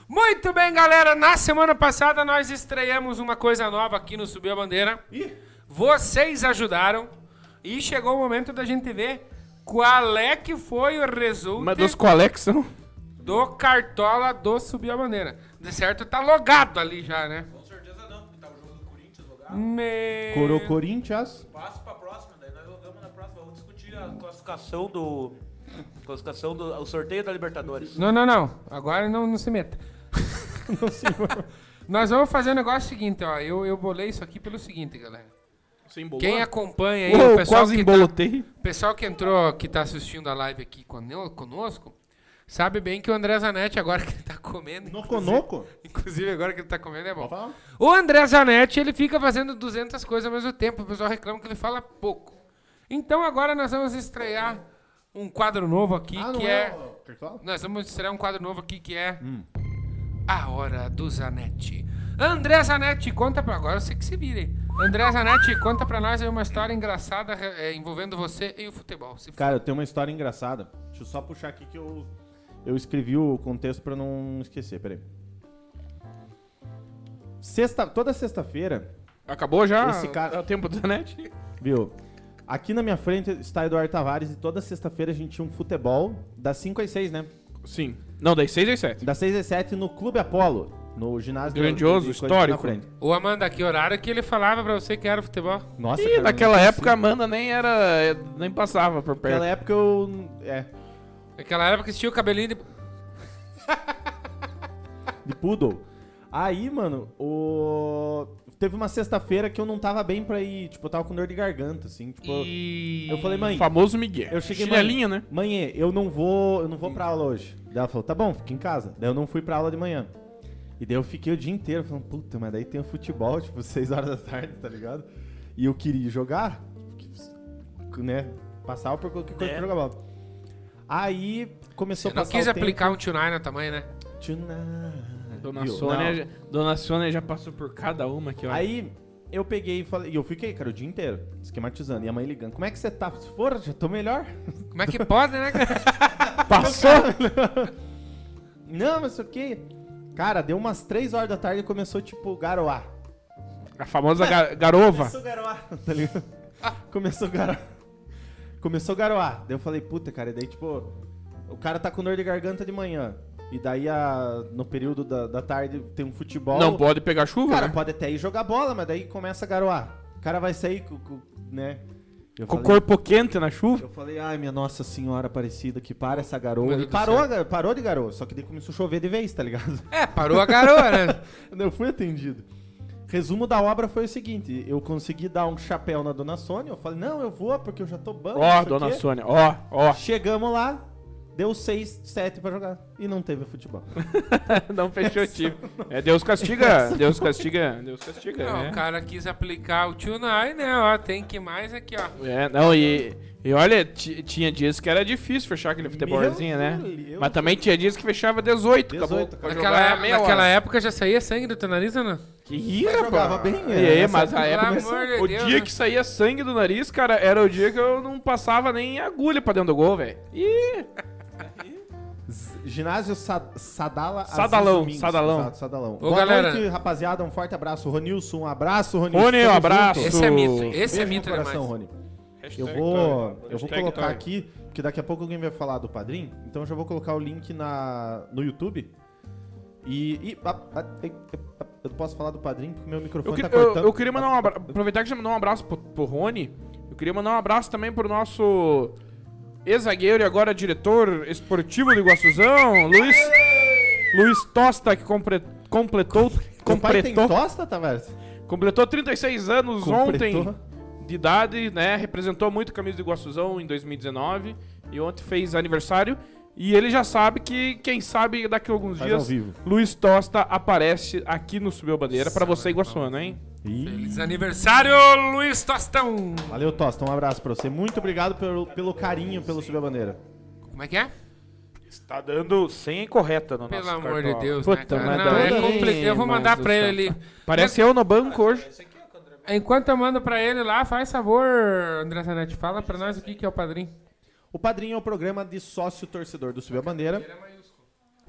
Muito bem, galera. Na semana passada nós estreamos uma coisa nova aqui no Subiu a Bandeira. Vocês ajudaram e chegou o momento da gente ver qual é que foi o resultado Mas dos coleques são. do Cartola do Subiu a Bandeira. De certo, tá logado ali já, né? Com certeza não, porque tá o jogo do Corinthians logado. Coro Corinthians. Passa pra próxima, daí nós jogamos na próxima. Vamos discutir a classificação do. Classificação do. O sorteio da Libertadores. Não, não, não. Agora não, não se meta. Nós vamos fazer o negócio seguinte, ó. Eu, eu bolei isso aqui pelo seguinte, galera. Quem acompanha aí o Uou, pessoal quase que tá embolotei. O pessoal que entrou, que tá assistindo a live aqui cono- conosco, sabe bem que o André Zanetti, agora que ele tá comendo. No inclusive- Conoco? Inclusive, agora que ele tá comendo é Pode bom. falar? O André Zanetti, ele fica fazendo 200 coisas ao mesmo tempo. O pessoal reclama que ele fala pouco. Então, agora nós vamos estrear um quadro novo aqui, Ah, não que é é... o Cartola? Nós vamos estrear um quadro novo aqui, que é... Hum. A Hora do Zanetti. André Zanetti, conta pra... Agora eu sei que se vire. André Zanetti, conta pra nós aí uma história engraçada eh, envolvendo você e o futebol. Se Cara, eu tenho uma história engraçada. Deixa eu só puxar aqui que eu, eu escrevi o contexto pra não esquecer. Peraí. Sexta, toda sexta-feira, Acabou já? Esse cara- É o tempo da net? viu? Aqui na minha frente está Eduardo Tavares e toda sexta-feira a gente tinha um futebol das 5 às 6, né? Sim. Não, das 6 às 7. Das 6 às 7 no Clube Apolo, no ginásio. Grandioso, de Corinthians histórico. Ô Amanda, que horário que ele falava pra você que era futebol? Nossa, Ih, cara, naquela não época a consigo. Amanda nem era. nem passava por perto. Naquela época eu. É, Aquela época que tinha o cabelinho de... de poodle. Aí, mano, o. Teve uma sexta-feira que eu não tava bem pra ir. Tipo, eu tava com dor de garganta, assim. Tipo, E... eu falei, mãe. Famoso Miguel. Eu cheguei, Chinelinha, né? Mãe, eu não vou, eu não vou pra aula hoje. Daí ela falou, tá bom, fica em casa. Daí eu não fui pra aula de manhã. E daí eu fiquei o dia inteiro falando, puta, mas daí tem o futebol, tipo, 6 horas da tarde, tá ligado? E eu queria jogar, que, né? Passava por qualquer coisa pra jogar bola. Aí começou É. Você a não passar quis o tempo. aplicar um tunai na tamanho, né? Tonight. Dona Viu? Sônia, Não. já- Dona Sônia já passou por cada uma aqui, ó. Aí eu peguei e falei, e eu fiquei, cara, o dia inteiro, esquematizando. E a mãe ligando, como é que você tá? Se for, já tô melhor. Como é que pode, né, cara? passou! Não, mas isso aqui. Cara, deu umas 3 horas da tarde e começou, tipo, garoar. A famosa ga- garova. Começou garoar, tá ligado? Começou garoar. Começou garoar. Daí eu falei, puta, cara, daí, tipo, o cara tá com dor de garganta de manhã. E daí, a- no período da, da tarde, tem um futebol. Não pode pegar O chuva, cara né? pode até ir jogar bola, mas daí começa a garoar. O cara vai sair com, com- né? Eu Com o falei- corpo quente na chuva. Eu falei, ai, minha Nossa Senhora Aparecida, que para essa garoa. Meu Deus E do parou, céu. a gar- parou de garoa, só que daí começou a chover de vez, tá ligado? É, parou a garoa, né? Eu fui atendido. Resumo da obra foi o seguinte: eu consegui dar um chapéu na dona Sônia. Eu falei, não, eu vou porque eu já tô bom. não Ó, sei o dona quê. Sônia, ó, ó. Chegamos lá, deu 6, 7 pra jogar. E não teve futebol. Não fechou o time. É Deus castiga, Deus castiga, Deus É. castiga. Não, né? o cara quis aplicar o Tunai, né? Ó, tem que mais aqui, ó. É, não, e, e olha, ti- tinha dias que era difícil fechar aquele Meu futebolzinho, né? Deus. Mas também tinha dias que fechava 18, 18, acabou. pra acabou. Naquela, jogar época, meia hora. naquela época já saía sangue do teu nariz ou não? Que ih, Mas rapaz. jogava bem, é, E era aí, nessa mas a época época. começou. de O dia né? que saía sangue do nariz, cara, era o dia que eu não passava nem agulha pra dentro do gol, velho. Ih, Ginásio Sa- Sadala Aziz Sadalão, Domingos. Sadalão. Exato, Sadalão. Boa galera. noite, rapaziada. Um forte abraço. Ronilson, um abraço. Ronilson, Rony, um tamo abraço. junto. Esse é mito, esse Beijo é no mito demais. coração, Rony. Eu vou, eu vou colocar aqui, porque daqui a pouco alguém vai falar do padrinho, então eu já vou colocar o link na, no YouTube. E. e- a- a- e- a- eu não posso falar do padrinho porque meu Eu, microfone que- tá eu- cortando. eu queria mandar um abraço. Aproveitar que já mandou um abraço pro, pro Rony. Eu queria mandar um abraço também pro nosso ex-zagueiro e agora diretor esportivo do Iguaçuzão, Luiz, Luiz Tosta, que compre- completou. Teu pai tem um Completou, tosta, Tavares? completou 36 anos Completou. ontem de idade, né? Representou muito a camisa do Iguaçuzão em 2019 e ontem fez aniversário. E ele já sabe que, quem sabe, daqui a alguns Faz ao dias, vivo. Luiz Tosta aparece aqui no Subiu a Bandeira pra você, Iguaçuano, hein? Ih. Feliz aniversário, Luiz Tostão! Valeu, Tosta. Um abraço pra você. Muito obrigado pelo, pelo carinho, pelo subir a bandeira. Como é que é? Está Tá dando senha incorreta no Pelo nosso amor de cartola. Deus, né, Puta, cara? mas Não, é daí- complicado. Eu vou mandar Mas pra os ele ali. Parece eu no banco hoje. Enquanto eu mando pra ele lá, faz favor, André Zanetti, fala pra nós o que, que é o padrinho. O padrinho é o programa de sócio torcedor do Subir a Bandeira. é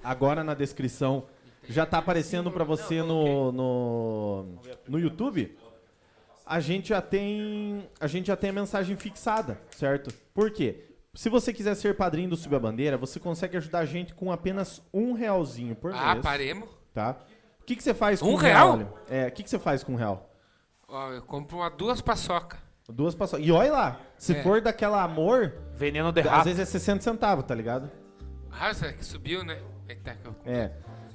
Agora na descrição já tá aparecendo pra você no, no no YouTube. A gente já tem a gente já tem a mensagem fixada, certo? Por quê? Se você quiser ser padrinho do Subir a Bandeira, você consegue ajudar a gente com apenas um realzinho por mês, Ah, paremos. tá? O que, que você faz com Um um real? real? Léo? É, o que, que você faz com um real? Ó, eu compro uma duas paçoca. Duas paçoca. E olha lá, se É. for daquela amor, Veneno de às rato. vezes é 60 centavos, tá ligado? Ah, você que subiu, né? Eita, que eu... É.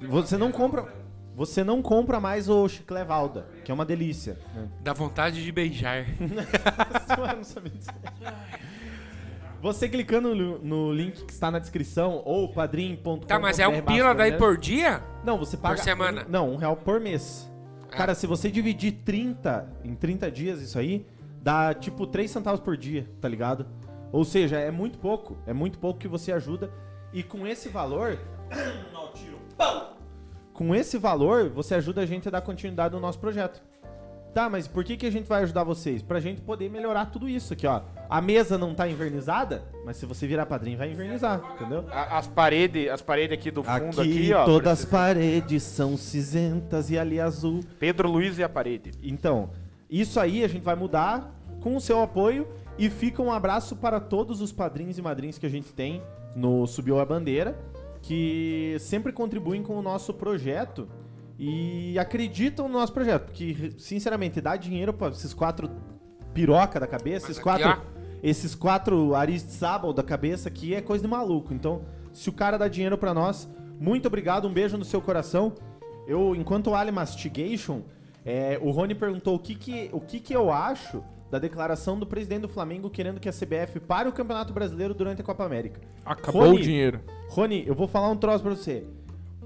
Você não compra. Você não compra mais o chiclé Valda, que é uma delícia. Dá vontade de beijar. Eu não sabia disso. Você clicando no, no link que está na descrição ou padrim.com. Tá, mas é um pila daí por dia? Não, você paga. semana. Ah. Não, um real por mês. Cara, se você dividir 30 em 30 dias isso aí, dá tipo 3 centavos por dia, tá ligado? Ou seja, é muito pouco. É muito pouco que você ajuda. E com esse valor. Não, tiro. Pau! Com esse valor, você ajuda a gente a dar continuidade no nosso projeto. Tá, mas por que, que a gente vai ajudar vocês? Pra gente poder melhorar tudo isso aqui, ó. A mesa não tá invernizada, mas se você virar padrinho, vai invernizar, entendeu? A- As paredes, as paredes aqui do fundo aqui, ó. todas as precisa- paredes são cinzentas e ali azul. Pedro Luiz e a parede. Então, isso aí a gente vai mudar com o seu apoio e fica um abraço para todos os padrinhos e madrinhas que a gente tem no Subiu a Bandeira, que sempre contribuem com o nosso projeto e acreditam no nosso projeto, porque sinceramente dá dinheiro para esses quatro piroca da cabeça, Mas esses aqui, quatro Tá. esses quatro Aristizábal da cabeça que é coisa de maluco. Então, se o cara dá dinheiro pra nós, muito obrigado, um beijo no seu coração. Eu, enquanto o Ali Mastigation, é, o Rony perguntou o que que, o que que eu acho da declaração do presidente do Flamengo querendo que a CBF pare o Campeonato Brasileiro durante a Copa América. Acabou Rony, o dinheiro. Rony, eu vou falar um troço pra você.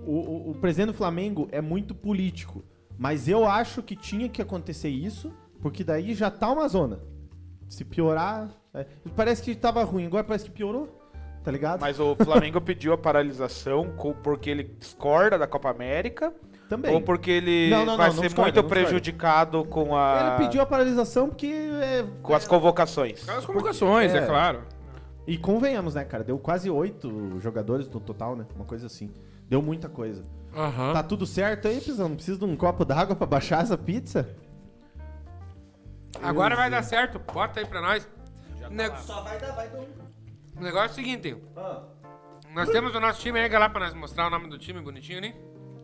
O, o- o presidente do Flamengo é muito político, mas eu acho que tinha que acontecer isso, porque daí já tá uma zona. Se piorar. é, parece que tava ruim, agora parece que piorou, tá ligado? Mas o Flamengo pediu a paralisação co- porque ele discorda da Copa América Também. ou porque ele Não, não, vai não, não ser discorda, muito não discorda. prejudicado com a Ele pediu a paralisação porque. é, com as convocações. As convocações, é, é claro. E convenhamos, né, cara? Deu quase oito jogadores no total, né? Uma coisa assim. Deu muita coisa. Aham. Tá tudo certo aí, Pisão? Não precisa de um copo d'água pra baixar essa pizza? Agora vai dar certo, bota aí pra nós. Só vai dar, vai dar. O negócio é o seguinte. Nós temos o nosso time aí, galera, pra nós mostrar o nome do time bonitinho, né?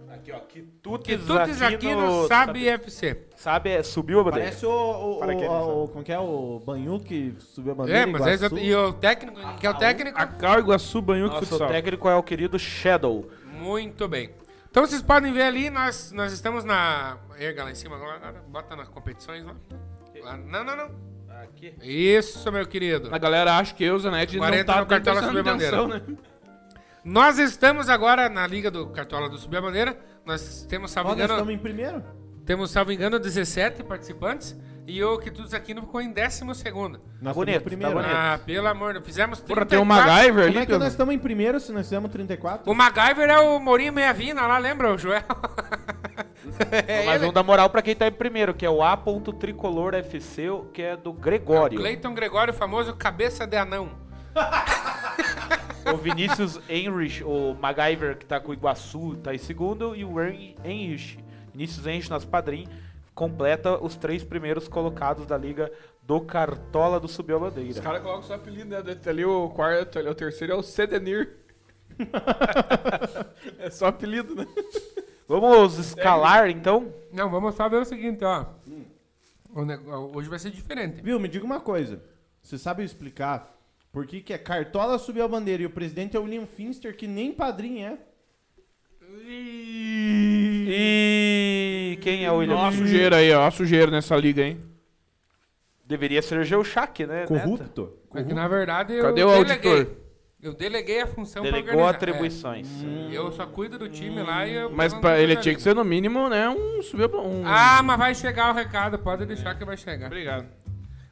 Aqui, ó. Que Que tudo tudo isso aqui não sabe FC. Sabe, é, subiu a bandeira. Parece o, o, Para quem o, não o- como que é? O Banhu que subiu a bandeira É, mas é Iguaçu. exato. E o técnico, que é o técnico? A cargo Iguaçu banhou que Nosso futsal. técnico é o querido Shadow. Muito bem. Então vocês podem ver ali, nós, nós estamos na. Erga lá em cima agora, bota nas competições lá. Lá- Não, não, não. Aqui. Isso, meu querido. A galera acha que eu, Zanetti, não 40 tá no cartola prestando sobre a atenção, bandeira. né? Nós estamos agora na Liga do Cartola do Subir a Bandeira. Nós temos, Ó, salvo nós engano, estamos em primeiro? temos, salvo engano, 17 participantes. E o que tudo aqui não ficou em 12 segundo. Nós bonito, estamos em primeiro. tá bonito. Ah, pelo amor, de Deus, fizemos 34. Porra, tem o MacGyver Como ali, é que Pedro? nós estamos em primeiro se nós fizemos 34? O MacGyver é o Mourinho Meia Vina lá, lembra o Joel? é Mas ele. vamos dar moral pra quem tá em primeiro, que é o A.Tricolor FC, que é do Gregório. Cleiton Gregório, o famoso cabeça de anão. O Vinícius Henrich, o MacGyver que tá com o Iguaçu, tá em segundo, e o Hen- Henrich, Vinícius Henrich, nosso padrinho, completa os três primeiros colocados da liga do Cartola do Subiu a Os Bandeira. caras colocam só apelido, né? Daí tá Ali o quarto, ali o terceiro é o Sedenir. é só apelido, né? Vamos escalar então? Não, vamos só ver o seguinte, ó. O nego- Hoje vai ser diferente. Viu, me diga uma coisa. Você sabe explicar por que, que é Cartola subiu a bandeira e o presidente é o William Finster, que nem padrinho é? E quem é o William? Ó a sujeira aí, ó. A sujeira nessa liga, hein? Deveria ser Geuchac, né? Neto? Corrupto. É que na verdade Uhum. Cadê eu o deleguei. auditor? Eu deleguei a função pra Delegou organizar. atribuições. um É, eu só cuido do time lá e eu. Mas eu pra não ele organizo. tinha que ser, no mínimo, né? Um subiu pra um. Ah, mas vai chegar o recado, pode deixar que vai chegar. Obrigado.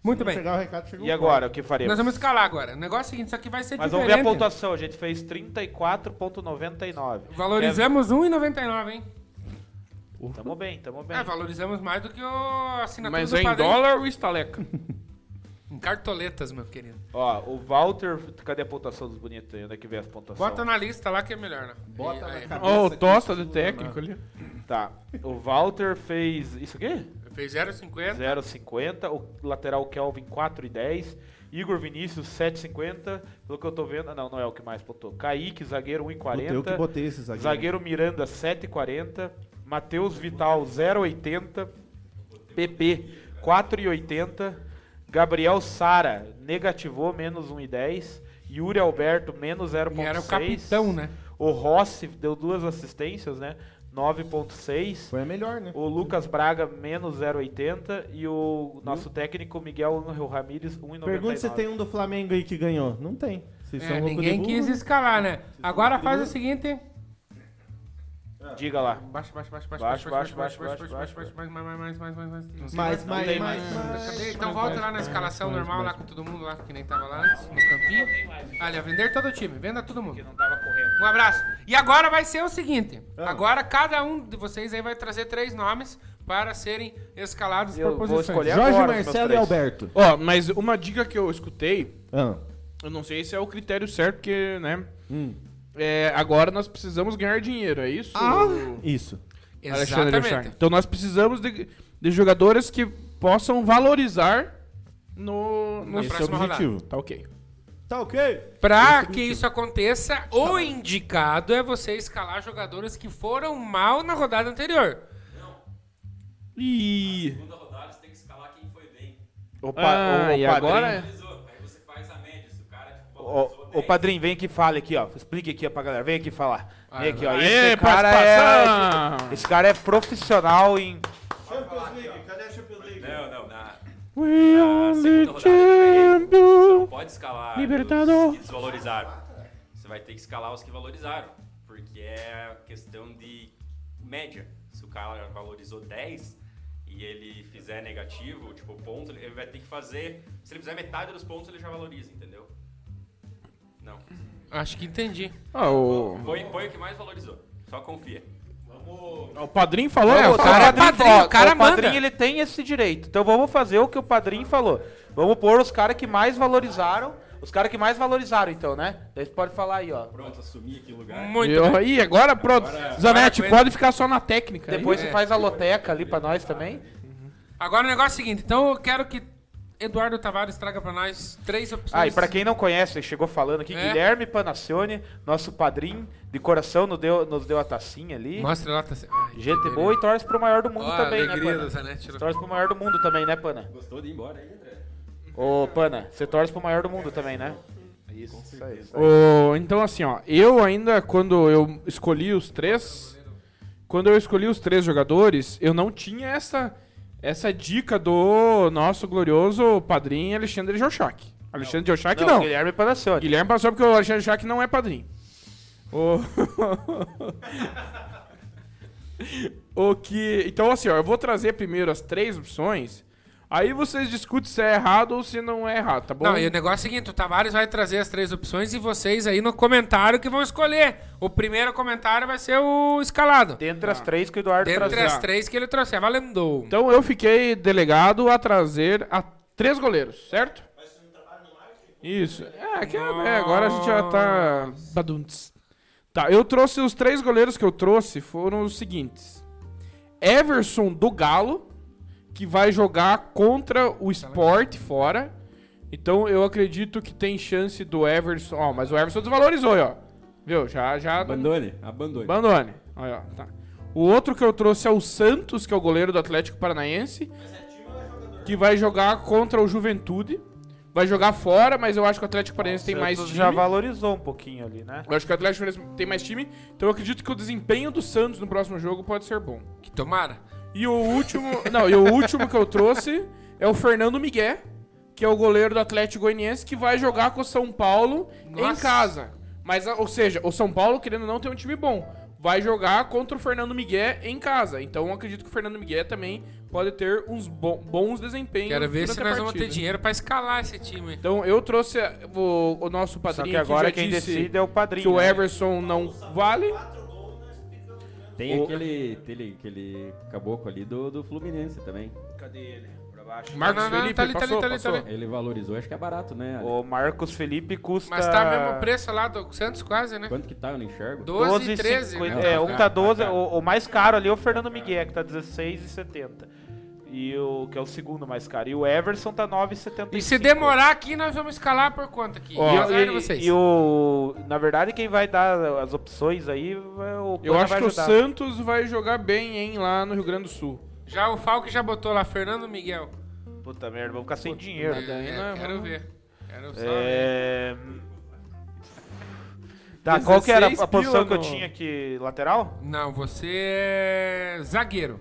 Muito bem. Chegar o recado, chegou E agora, o que faremos? um Nós vamos escalar agora. O negócio é o seguinte, isso aqui vai ser Mas vamos diferente. ver a pontuação, a gente fez 34,99. Valorizamos 1,99, hein? É, tamo bem, tamo bem. É, valorizamos mais do que o assinatura Mas do é em padrinho. dólar ou estaleca? Em cartoletas, meu querido. Ó, o Walter. Cadê a pontuação dos bonitos aí? Onde é que vem as pontuações? Bota na lista lá que é melhor, né? Bota na aí, cabeça. Ó, o que é Tosta do técnico ali. Tá. O Walter fez. Isso aqui? Fez 0,50. 0,50. O lateral Kelvin 4,10. Igor Vinícius 7,50. Pelo que eu tô vendo. ah, Não, não é o que mais pontou. Kaique, zagueiro Puta, eu que 1,40. botei esse zagueiro. Zagueiro Miranda 7,40. Matheus Vital 0,80. PP 4,80. Gabriel Sara negativou menos 1,10. Yuri Alberto menos 0,6. E era o capitão, né? O Rossi deu duas assistências, né? 9.6. Foi a melhor, né? O Lucas Braga, menos 0,80. E o nosso técnico, Miguel Angel Ramírez, 1,99. Pergunta se tem um do Flamengo aí que ganhou. Não tem. Vocês são É, louco de ninguém burro, quis né? escalar, né? Agora faz o seguinte. Diga lá. Baixa, baixa, baixa, baixa, Baixo, baixa, baixo, baixo, baixa, baixa, baixo, baixa, baixa, mais, mais, mais, mais, mais, mais. Não sei Mais, não. mais, tem mais, mais. mais. Cadê? Então volta lá na escalação normal, lá com todo mundo lá, que nem tava lá antes, no campinho. Ali, ó, vender todo o time, venda todo mundo. Não tava correndo. Um abraço. E agora vai ser o seguinte. Ah. Agora cada um de vocês aí vai trazer três nomes para serem escalados por Eu vou posições. escolher. Jorge agora, meus Marcelo e três. Alberto. Ó, mas uma dica que eu escutei, Ah, eu não sei se é o critério certo, porque, né? hum. É, agora nós precisamos ganhar dinheiro, é isso? Isso. Alexandre Charme. Exatamente. Então nós precisamos de, de jogadores que possam valorizar no. no... Na Esse é o próxima rodada. objetivo. Tá ok. Tá ok. Pra que isso aconteça, o indicado é você escalar jogadores que foram mal na rodada anterior. E. segunda rodada você tem que escalar quem foi bem. Opa, Ah, e agora? Valorizou. Aí você faz a média. Se o cara tipo, valorizou Ô, ô, 10, padrinho, vem aqui e fala aqui, ó. Explique aqui ó, pra galera. Vem aqui falar. Vem aqui, ó. Esse Aê, cara participação! é. Esse cara é profissional em. Champions League, cadê a Champions League? Não, não, na, é We Ah, na segunda are the rodada. você champions! Não pode escalar Libertador. os que desvalorizaram. Você vai ter que escalar os que valorizaram. Porque é questão de média. Se o cara valorizou 10 e ele fizer negativo, tipo, ponto, ele vai ter que fazer. Se ele fizer metade dos pontos, ele já valoriza, entendeu? Não. Acho que entendi. Ah, o... Põe, põe o que mais valorizou. Só confia. o padrinho falou, É, né? o cara é padrinho, falou, o cara o padrinho manda. ele tem esse direito. Então vamos fazer o que o padrinho falou. Vamos pôr os caras que mais valorizaram. Os caras que mais valorizaram, então, né? Daí você pode falar aí, ó. Pronto, assumi aqui o lugar. Muito Eu- bem. Ih, agora pronto. Zanetti, Agora- pode ficar só na técnica. aí. Depois você É. faz a loteca ali pra nós também. Agora o negócio é o seguinte, então eu quero que Eduardo Tavares traga pra nós três opções. Ah, e pra quem não conhece, ele chegou falando aqui, É. Guilherme Panacione, nosso padrinho de coração, nos deu, nos deu a tacinha ali. Mostra lá, tá... Ai, Gente que boa e torce pro maior do mundo Ó, a também, né, alegria Pana? do Zanetti, né? Torce pro maior do mundo também, né, Pana? Gostou de ir embora aí, André? Ô, Pana, você torce pro maior do mundo também, né? Isso, isso aí. isso aí. Ô, então, assim, ó, eu ainda, quando eu escolhi os três. Quando eu escolhi os três jogadores, eu não tinha essa, essa dica do nosso glorioso padrinho Alexandre Joshak. Alexandre Joshak não. Guilherme Guilherme. assim, Panacione. passou porque o Alexandre Joshak não é padrinho. O... o que. Então, assim, ó, eu vou trazer primeiro as três opções. Aí vocês discutem se é errado ou se não é errado, tá bom? Não, e o negócio é o seguinte, o Tavares vai trazer as três opções e vocês aí no comentário que vão escolher. O primeiro comentário vai ser o escalado. Dentre as três que o Eduardo Dentre trazia. as três que ele É trouxer, valendo. Então eu fiquei delegado a trazer a três goleiros, certo? Isso. É, que é, é, agora a gente já tá. Baduntz. Tá, eu trouxe os três goleiros que eu trouxe foram os seguintes: Everson do Galo, que vai jogar contra o Sport fora. Então eu acredito que tem chance do Everson. Ó, mas o Everson desvalorizou, aí, ó. Viu? Já, já. Abandone, abandone. Bandone. Aí, ó, tá. O outro que eu trouxe é o Santos, que é o goleiro do Atlético Paranaense. Que vai jogar contra o Juventude. Vai jogar fora, mas eu acho que o Atlético Paranaense tem mais Santos time. já valorizou um pouquinho ali, né? Eu acho que o Atlético Paranaense tem mais time. Então eu acredito que o desempenho do Santos no próximo jogo pode ser bom. Que tomara. E o último. não, e o último que eu trouxe é o Fernando Miguel, que é o goleiro do Atlético Goianiense, que vai jogar com o São Paulo em Nossa. casa. Mas, ou seja, o São Paulo, querendo ou não, tem um time bom. Vai jogar contra o Fernando Miguel em casa. Então eu acredito que o Fernando Miguel também pode ter uns bo- bons desempenhos. Quero ver se durante a nós vamos ter partida. dinheiro pra escalar esse time. Então eu trouxe a- o, o nosso Só padrinho que agora já quem disse decide é o padrinho. que o né? Everson não vale. Tem O- aquele, aquele, aquele caboclo ali do, do Fluminense também. Marcos Não, não, não, Felipe tá ali, tá ali, passou, tá ali, tá passou. ali. Ele valorizou, acho que é barato, né? Ale? O Marcos Felipe custa... Mas tá mesmo preço lá do Santos quase, né? Quanto que tá? Eu não enxergo. 12 e 13. 12,50. né? É, um tá 12, Tá caro. o, o mais caro ali é o Fernando Miguel, que tá 16,70. E o que é o segundo mais caro. E o Everson tá 9,75. E se demorar aqui, nós vamos escalar por conta aqui. Ó, e, E, azar de o- vocês. e o na verdade quem vai dar as opções aí é o Eu Pana acho vai que o ajudar. Santos vai jogar bem, hein, lá no Rio Grande do Sul. Já o Falco já botou lá, Fernando Miguel. Puta merda, vou ficar sem dinheiro. Tá, daí É, nós quero vamos- ver. Quero só ver. É... Tá, qual que era 16 a posição pila que eu no- tinha aqui? Lateral? Não, você é zagueiro.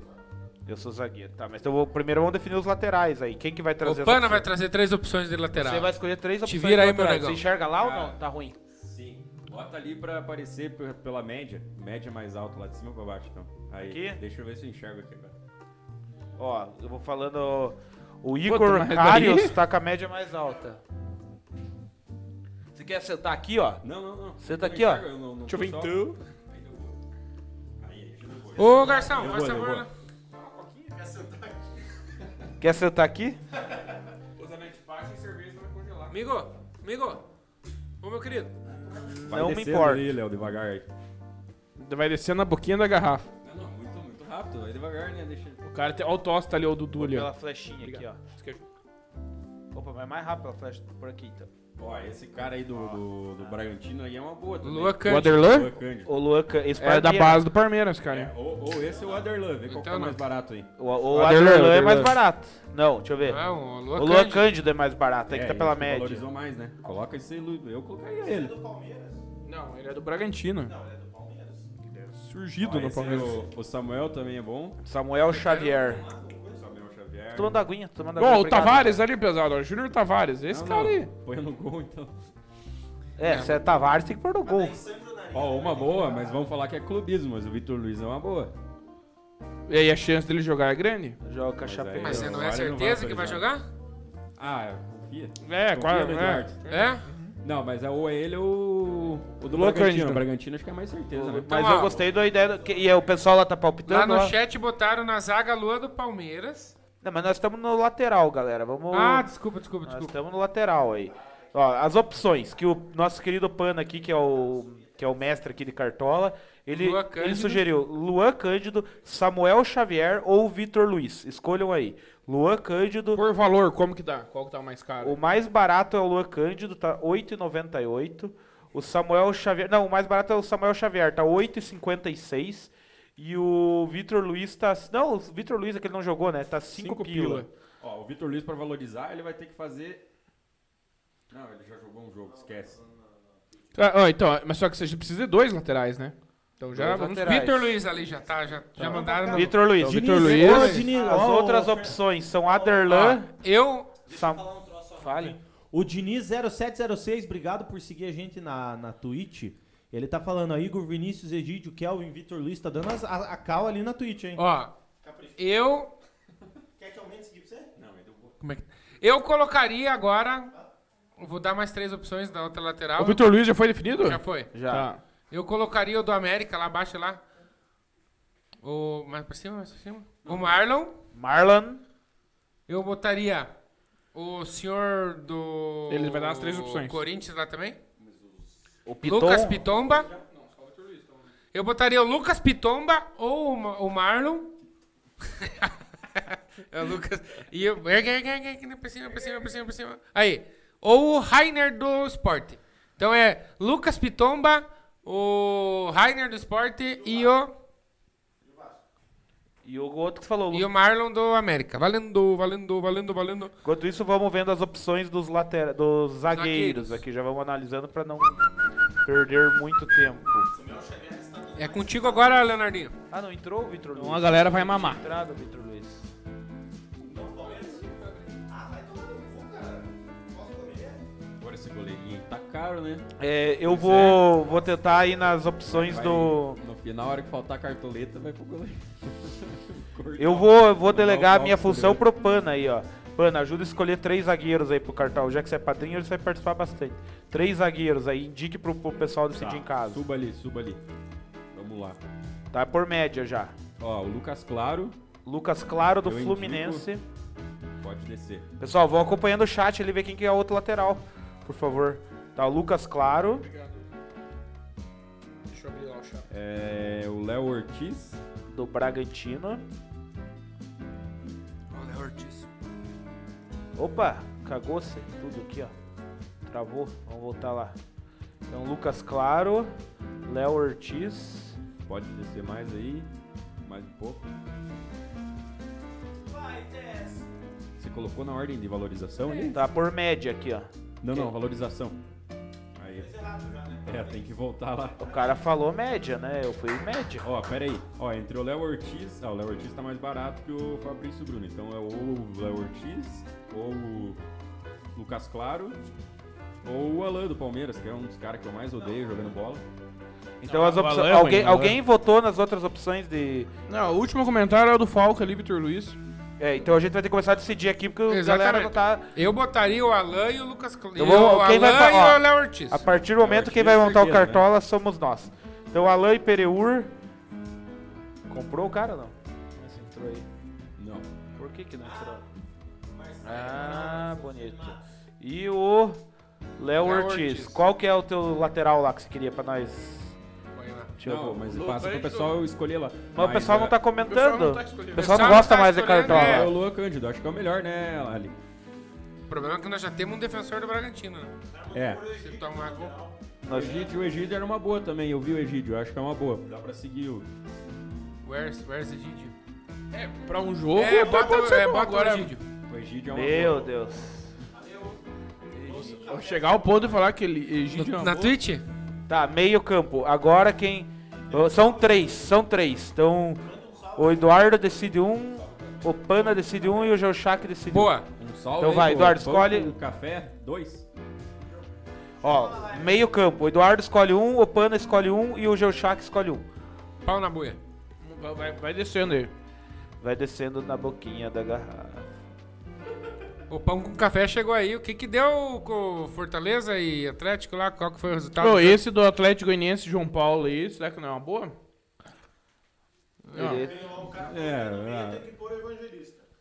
Eu sou zagueiro. Tá, mas então eu vou- primeiro vamos definir os laterais aí. Quem que vai trazer O as Pana opções? vai trazer três opções de lateral. Você vai escolher três opções. vira de aí, meu laterais. negão. Ah. Você enxerga lá ou não? Tá ruim. Sim. Bota ali pra aparecer pe- pela média. Média mais alta, lá de cima pra baixo, então. Aí, Aqui? deixa eu ver se eu enxergo aqui agora. Ó, eu vou falando. O Puta, Igor mas daí- Karius tá com a média mais alta. Você quer sentar aqui, ó? Não, não, não. Você tá Eu não aqui, ó. enxergo, eu não- não Deixa tô eu ver só- então. Ainda vou. Aí, deixa eu ver. Ô, garçom, Eu faz vou, eu favor. vou. né? Quer sentar aqui? Amigo, amigo. Ô, meu querido. Vai Não me descendo importa. Aí, Léo, devagar aí. Vai descendo na boquinha da garrafa. Não, não, muito, muito rápido. Vai devagar, né? Deixa... O cara tem. Olha o Tosta ali, ó, o Dudu ali, ó. Pela flechinha aqui, ó. Opa, mas é mais rápido a flecha por aqui, então. Ó, esse cara aí do, do, do Bragantino aí é uma boa também. Lua O Cândido. Aderlan? Lua Cândido. O Luan, Can- esse É da Parmeira. base do Palmeiras, É, cara. ou, ou esse ou o Aderlan, vê qual que Então tá não. mais barato aí. O, o Aderlan, Aderlan é Aderlan. mais barato. Não, deixa eu ver. Não, Ah, o Lua o Luan Cândido. Cândido é mais barato, é, que tá e pela acho média. Valorizou mais, né? Coloca esse Lu- Eu colocaria ele. Não, ele é do Bragantino. Não, ele é do Palmeiras. Surgido Ó, no esse é Palmeiras. o, o Samuel também é bom. Samuel Xavier. Samuel Xavier. Tomando aguinha, tomando aguinha. Ó, o obrigado. Tavares ali, pesado, ó. Júnior Tavares, esse Não, cara não, aí. Põe no gol, então. É, se é Tavares, tem que pôr no gol. Ó, uma boa, mas vamos falar que é clubismo, mas o Vitor Luiz é uma boa. E aí a chance dele jogar é grande? Joga com a Mas chapéu. aí- Mas você Olha, não é não vai certeza que vai autorizar. jogar? Ah, confia. É, Confia claro. no É. Eduardo. É? Não, mas é ou é ele ou o do Lua Bragantino. Cândido. O Bragantino acho que é mais certeza, né? Mas Então, ó, eu gostei da ideia. do- que- E aí, o pessoal lá tá palpitando. Lá no ó. chat botaram na zaga a Lua do Palmeiras. Não, mas nós estamos no lateral, galera. Vamos. Ah, desculpa, desculpa, nós desculpa. estamos no lateral aí. Ó, as opções que o nosso querido Pana aqui, que é o que é o mestre aqui de Cartola, ele, Luan ele Cândido. sugeriu Luan Cândido, Samuel Xavier ou Vitor Luiz. Escolham aí. Luan Cândido, Por valor, como que dá? Qual que tá o mais caro? o mais barato é o Luan Cândido, tá 8,98. O Samuel Xavier. Não, o mais barato é o Samuel Xavier, tá 8,56. E o Vitor Luiz tá. Não, o Vitor Luiz é que ele não jogou, né? Tá 5 Cinco pila. Ó, o Vitor Luiz, pra valorizar, ele vai ter que fazer. Não, ele já jogou um jogo, esquece. Ah, ah, então, mas só que você precisa de dois laterais, né? Então já Dois vamos. laterais. Vitor Luiz ali já tá, já, já mandaram. no- Vitor Luiz. Então, Vitor Luiz. ô, Diniz, As ó, outras ó, opções são Ó, Ah. Aderlan. eu. Sam... Fale. O Diniz0706, obrigado por seguir a gente na, na Twitch. Ele tá falando aí, Igor Vinícius, Egídio, Kelvin, Vitor Luiz, tá dando as- a, a cal ali na Twitch, hein? Ó, eu. Quer que aumente esse aqui pra você? Não, ele derrubou. Como é que. Eu colocaria agora. Vou dar mais três opções da outra lateral. O Vitor Luiz já foi definido? Já foi. Já. Tá. Eu colocaria o do América lá abaixo lá. O. Mais pra cima, mais pra cima. O Marlon. Marlon. Eu botaria o senhor do. Ele vai dar as três opções. Corinthians lá também. O Piton. Lucas Pitomba. Eu botaria o Lucas Pitomba ou o Ma- o Marlon. é o Lucas. E eu. É, Ergue, ergue, ergue, ergue, pra cima, pra cima, pra cima, pra cima. Aí. Ou o Rainer do Sport. Então é Lucas Pitomba, o Rainer do Sport e o, E o outro que falou. e o Marlon do América. Valendo, valendo, valendo, valendo. Enquanto isso, vamos vendo as opções dos, later... dos zagueiros. Zagueiros. aqui. Já vamos analisando pra não perder muito tempo. É contigo agora, Leonardinho. Ah, não entrou o Vitor Luiz? Então a galera vai mamar. Entrada, Vitor Luiz. Agora esse goleirinho aí tá caro, né? É, eu vou, vou tentar ir nas opções Vai- do... No final, na hora que faltar a cartoleta, vai pro goleiro. Cortar. Eu vou, eu vou Não, delegar a não, minha não, função não. pro Pana aí, ó. Pana, ajuda a escolher três zagueiros aí pro cartão. Já que você é padrinho, ele vai participar bastante. Três zagueiros aí, indique pro, pro pessoal Tá, decidir em casa. Suba ali, suba ali. Vamos lá. Tá por média já. Ó, o Lucas Claro Lucas Claro do Eu indico. Fluminense. pode descer. Pessoal, vão acompanhando o chat ali, ver quem que é o outro lateral, por favor. Tá, o Lucas Claro. Deixa eu abrir lá o chá. É, o Léo Ortiz. do Bragantino. Olha, é Ortiz. Opa, cagou-se tudo aqui, ó. Travou, vamos voltar lá. Então, Lucas Claro, Léo Ortiz. Pode descer mais aí. Mais um pouco. Você colocou na ordem de valorização ali? Tá por média aqui, ó. Não, não, valorização. Aí. É, tem que voltar lá. O cara falou média, né? Eu fui média. Ó, pera aí. Ó, entre o Léo Ortiz. Ah, o Léo Ortiz tá mais barato que o Fabrício Bruno. Então é ou o Léo Ortiz, ou o Lucas Claro, ou o Alan do Palmeiras, que é um dos caras que eu mais odeio jogando bola. Então, as o opções. Alan é alguém, ruim, o Alan. alguém votou nas outras opções de. Não, o último comentário é o do Falco ali, Vitor Luiz. É, então a gente vai ter que começar a decidir aqui, porque o galera Exatamente. não tá. Eu botaria o Alan e o Lucas Cl... Então e vamos- o quem vai Alan falar? e o Léo Ortiz. A partir do momento, Ortiz, quem vai montar o certeza, né? cartola somos nós. Então, Alain Pereur. Comprou o cara ou não? Mas entrou aí. Não. Por que que não entrou? Ah, bonito. E o Léo Léo Ortiz. Ortiz. Qual que é o teu lateral lá que você queria pra nós? Vai lá. Deixa eu Não, é ver. mas é- passa pro pessoal escolher lá. Mas o pessoal não tá comentando. O pessoal não Pessoal não gosta tá mais de escolhendo, cartola. É, É. o Luan Cândido, acho que é o melhor, né, Ali? O problema é que nós já temos um defensor do Bragantino, né? É. Se tomar gol. O Nós- Egídio, o Egídio era uma boa também, eu vi o Egídio, eu acho que é uma boa. Dá pra seguir o. Where's, where's the Gigi? Pra um jogo, é, tá bota, acontecendo é, bota agora. o Gigi. O Egídio é uma Meu boa. Deus. Chegar ao ponto de falar que ele Egídio é No- uma Na boa. Twitch? Tá, meio campo. Agora quem... oh, São três, são três. Então, o Eduardo decide um, o Pana decide um e o Geuchac decide um. Boa. Um salve Então aí vai, pro Eduardo, Pão escolhe. com Café, dois. Ó, meio campo. O Eduardo escolhe um, o Pana escolhe um e o Geuchac escolhe um. Pau na buia. Vai- Vai, vai descendo aí. Vai descendo na boquinha da garrafa. O pão com café chegou aí. O que que deu com o Fortaleza e Atlético lá? Qual que foi o resultado? Pô, esse do Atlético Goianiense João Paulo aí, será que não é uma boa? Não. Ele- É, é.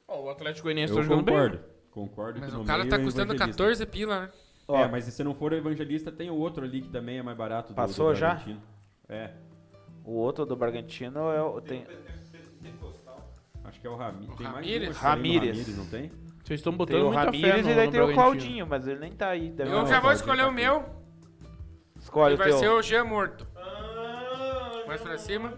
Ó, o Atlético Goianiense tá Eu jogando concordo. bem. Concordo Mas que o no cara meio tá é custando evangelista. 14 pila, né? Ó, é, mas se você não for evangelista, tem o outro ali que também é mais barato. do- Passou do já? Bragantino. É, O outro do Bragantino é o. Tem... acho que é o Rami- O tem mais Ramírez? um, acho que é o Ramírez. Ramírez, não tem? Vocês estão Tem botando o muita fé Ramires no, e daí no tem o Bragantino. Claudinho, mas ele nem tá aí. deve- Eu Não, já vou Claudinho escolher tá o meu, Escolhe que o vai teu. ser o Jean Morto. Mais pra cima.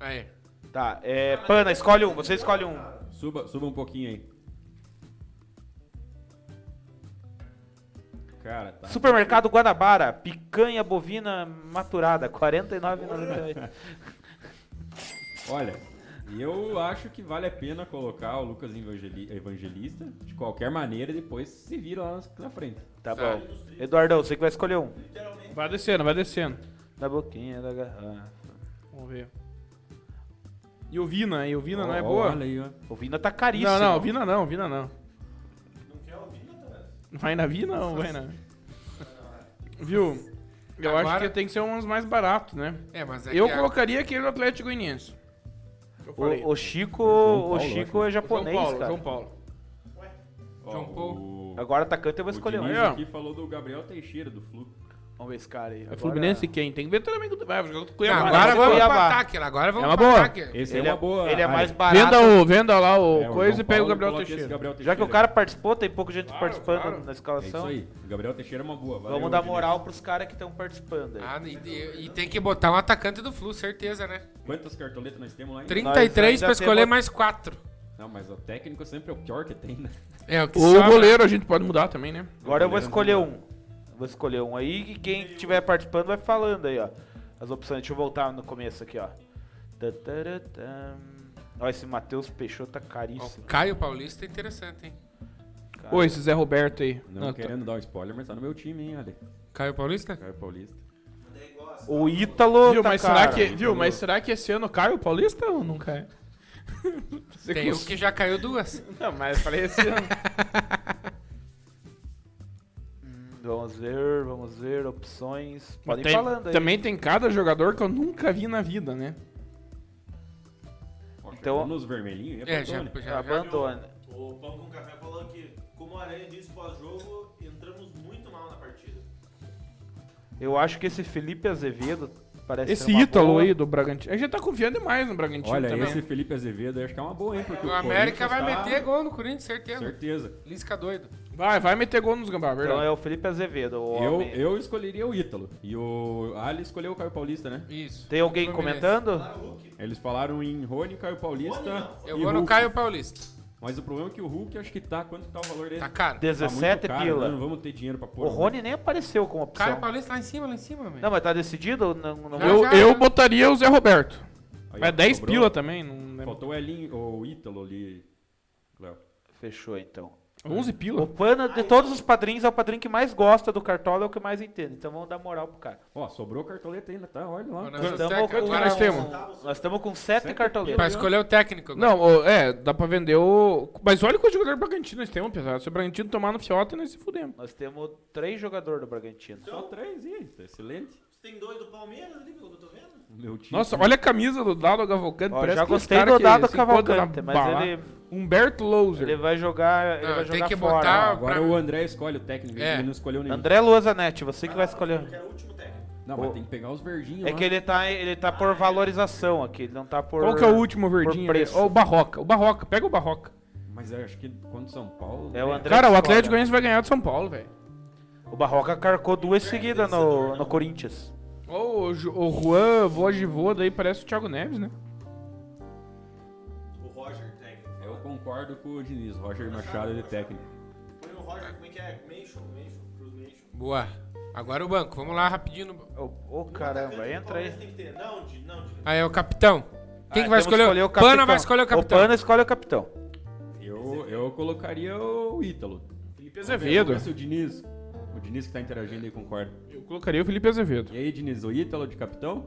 Aí. Tá, é. Pana, escolhe um, você escolhe um. Suba, suba um pouquinho aí. Cara, tá. Supermercado Guanabara, picanha bovina maturada, R$ 49,98. Olha, eu acho que vale a pena colocar o Lucas Evangeli- Evangelista. De qualquer maneira, depois se vira lá na- na frente. Tá Tá. bom. Eduardão, você que vai escolher um. Vai descendo, vai descendo. Da boquinha, da garrafa. Vamos ver. E o Vina, e o Vina não é Ó, boa? Olha aí, ó. O Vina tá caríssimo. Não, não, Vina não, Vina não. Não quer o Vina, Vai na Vina ou vai na... Viu? Eu acho Agora- que tem que ser uns mais baratos, né? É, mas é eu que é- colocaria aquele do Atlético Goianiense. Eu falei. O, o Chico, João o Paulo, Chico é João japonês, Paulo, cara. João Paulo. Ó, João Paul. o- Agora atacante eu vou escolher o um. Diniz Aí, ó. aqui falou do Gabriel Teixeira, do Flu. Vamos ver esse cara aí. É Fluminense quem? Tem que ver também quando vai. vai jogar contra Não, o Cuiabá. Ah, agora Agora vamos Cuiabá. pro ataque. Agora vamos É uma pro boa. ataque. Esse Ele é uma boa. ele é área. mais Venda, barato. o, venda lá o É, coisa João e pega o Paulo Gabriel coloca esse Teixeira. Gabriel Já que o Teixeira. cara participou, tem pouca gente participando claro. na É isso escalação. aí. O Gabriel Teixeira é uma boa. valeu, Vamos dar Diniz. moral pros caras que estão participando. aí. Ah, e, e- e tem que botar um atacante do Flu, certeza, né? Quantas cartoletas nós temos lá ainda? 33 ainda pra escolher temos- mais 4. Não, mas o técnico sempre é o pior que tem, né? É, o que Ou o sobra. goleiro a gente pode mudar também, né? Agora eu vou escolher um. Vou escolher um aí e quem estiver participando vai falando aí, ó. As opções. Deixa eu voltar no começo aqui, ó. Tataratã. Ó, esse Matheus Peixoto tá Ó, caríssimo. Caio Paulista é interessante, hein? cara. Ou esse Zé Roberto aí. Não, Não, tá- querendo dar um spoiler, mas tá no meu time, hein, olha. Caio Paulista? Caio Paulista. O Ítalo. Viu, tá mas caro. será que, viu, mas será que esse ano cai o Paulista ou não cai? Você Tem um cons- que já caiu duas. Não, mas eu falei esse ano. Vamos ver, vamos ver. Opções. Podem Tem- falando aí. Também tem cada jogador que eu nunca vi na vida, né? Ó, Então- chegou nos vermelhinhos, é, É, já, Tony. já, já. Abandona. O Pão com Café falou que, como o Aranha disse pós-jogo, entramos muito mal na partida. Eu acho que esse Felipe Azevedo parece ser Esse é uma Ítalo boa. Então aí do Bragantino. A gente tá confiando demais no Bragantino Olha, também. esse Felipe Azevedo, eu acho que é uma boa, hein? Porque o, O América Corinthians vai tá- meter gol no Corinthians, certeza. Certeza. Lisca doido. Vai, vai meter gol nos gambá, Então verdade. é o Felipe Azevedo. o Eu, homem. eu escolheria o Ítalo. E o Ali escolheu o Caio Paulista, né? Isso. Tem alguém Fluminense. Tá comentando? Eles falaram em Rony, Caio Paulista. Eu e vou no Hulk. Caio Paulista. Mas o problema é que o Hulk acho que tá. Quanto que tá o valor dele? Tá caro. Tá muito 17 caro, né? Não pila. vamos ter dinheiro pra pôr. O um Rony nem apareceu como opção. Caio Paulista lá em cima, lá em cima, Não, velho. mas tá decidido? Não, não... Já, eu, já, eu já. botaria o Zé Roberto. Aí, Mas ó, 10 sobrou. pila também, não lembro. Faltou o Elinho, o Ítalo ali. Léo. Fechou então. 11 O pila. Pana, de todos os padrinhos, é o padrinho que mais gosta do Cartola, é o que mais entende. Então vamos dar moral pro cara. Ó, sobrou cartoleta ainda, tá? Olha lá. Olha, Nós Azteca, estamos com, nós temos? nós estamos com sete Sete Pra cartoletas. escolher o técnico. agora. Não, ô, é, dá pra vender o. Mas olha quanto jogador Bragantino nós temos, pessoal. Se o Bragantino tomar no fiote, nós se fudemos. Nós temos três jogadores do Bragantino. Só três, e tá excelente. Tem dois do Palmeiras ali, pelo que eu tô vendo? Meu time. Nossa, olha a camisa do Dado Cavalcante. Ó, parece já que os gostei cara do que Dado se encontra na Cavalcante, mas bala. ele, Humberto ele é Louser. vai jogar, ele Não, vai tem jogar que fora. botar- Agora pra- o André escolhe o técnico, É. ele não escolheu nenhum. André Luazanetti, você que vai escolher. Era o último técnico. Não, mas O- tem que pegar os verdinhos É lá. que ele tá, ele tá por valorização aqui, ele não tá por... Qual que é o último verdinho? ali? preço. Ó, o Barroca. O Barroca. Pega o Barroca. Mas eu acho que contra o São Paulo... É o né? André Cara, o escolhe. Atlético Goianiense vai ganhar de São Paulo, velho. O Barroca carcou duas seguidas no, no Corinthians. Ó, O, Ju- o Juan, Vojivô, daí parece o Thiago Neves, né? O Roger, técnico. Eu concordo com o Diniz, Roger Machado de técnico. Põe o Roger, como é que é? Mansion, Mansion, Cruz Mansion. Boa. Agora o banco. Vamos lá rapidinho. No... Ô ô, caramba, entra aí. Palmeiras tem que ter. Não, de, não, de. Aí é o capitão. Quem que vai Ah, Temos que escolher? o Pana capitão. vai escolher o capitão. O Pana escolhe o capitão. Eu, eu colocaria o Ítalo. Felipe Vamos Azevedo. ver se o Diniz... O Diniz que tá interagindo aí concorda. Eu colocaria o Felipe Azevedo. E aí, Diniz, o Ítalo de capitão?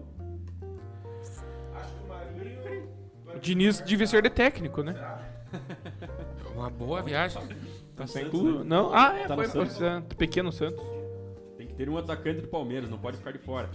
O Diniz devia ser de técnico, né? Uma boa viagem. Tá sem clube. Não? Ah, é, Tá foi no pro Santos. Santos. Pequeno Santos. Tem que ter um atacante do Palmeiras, não pode ficar de fora.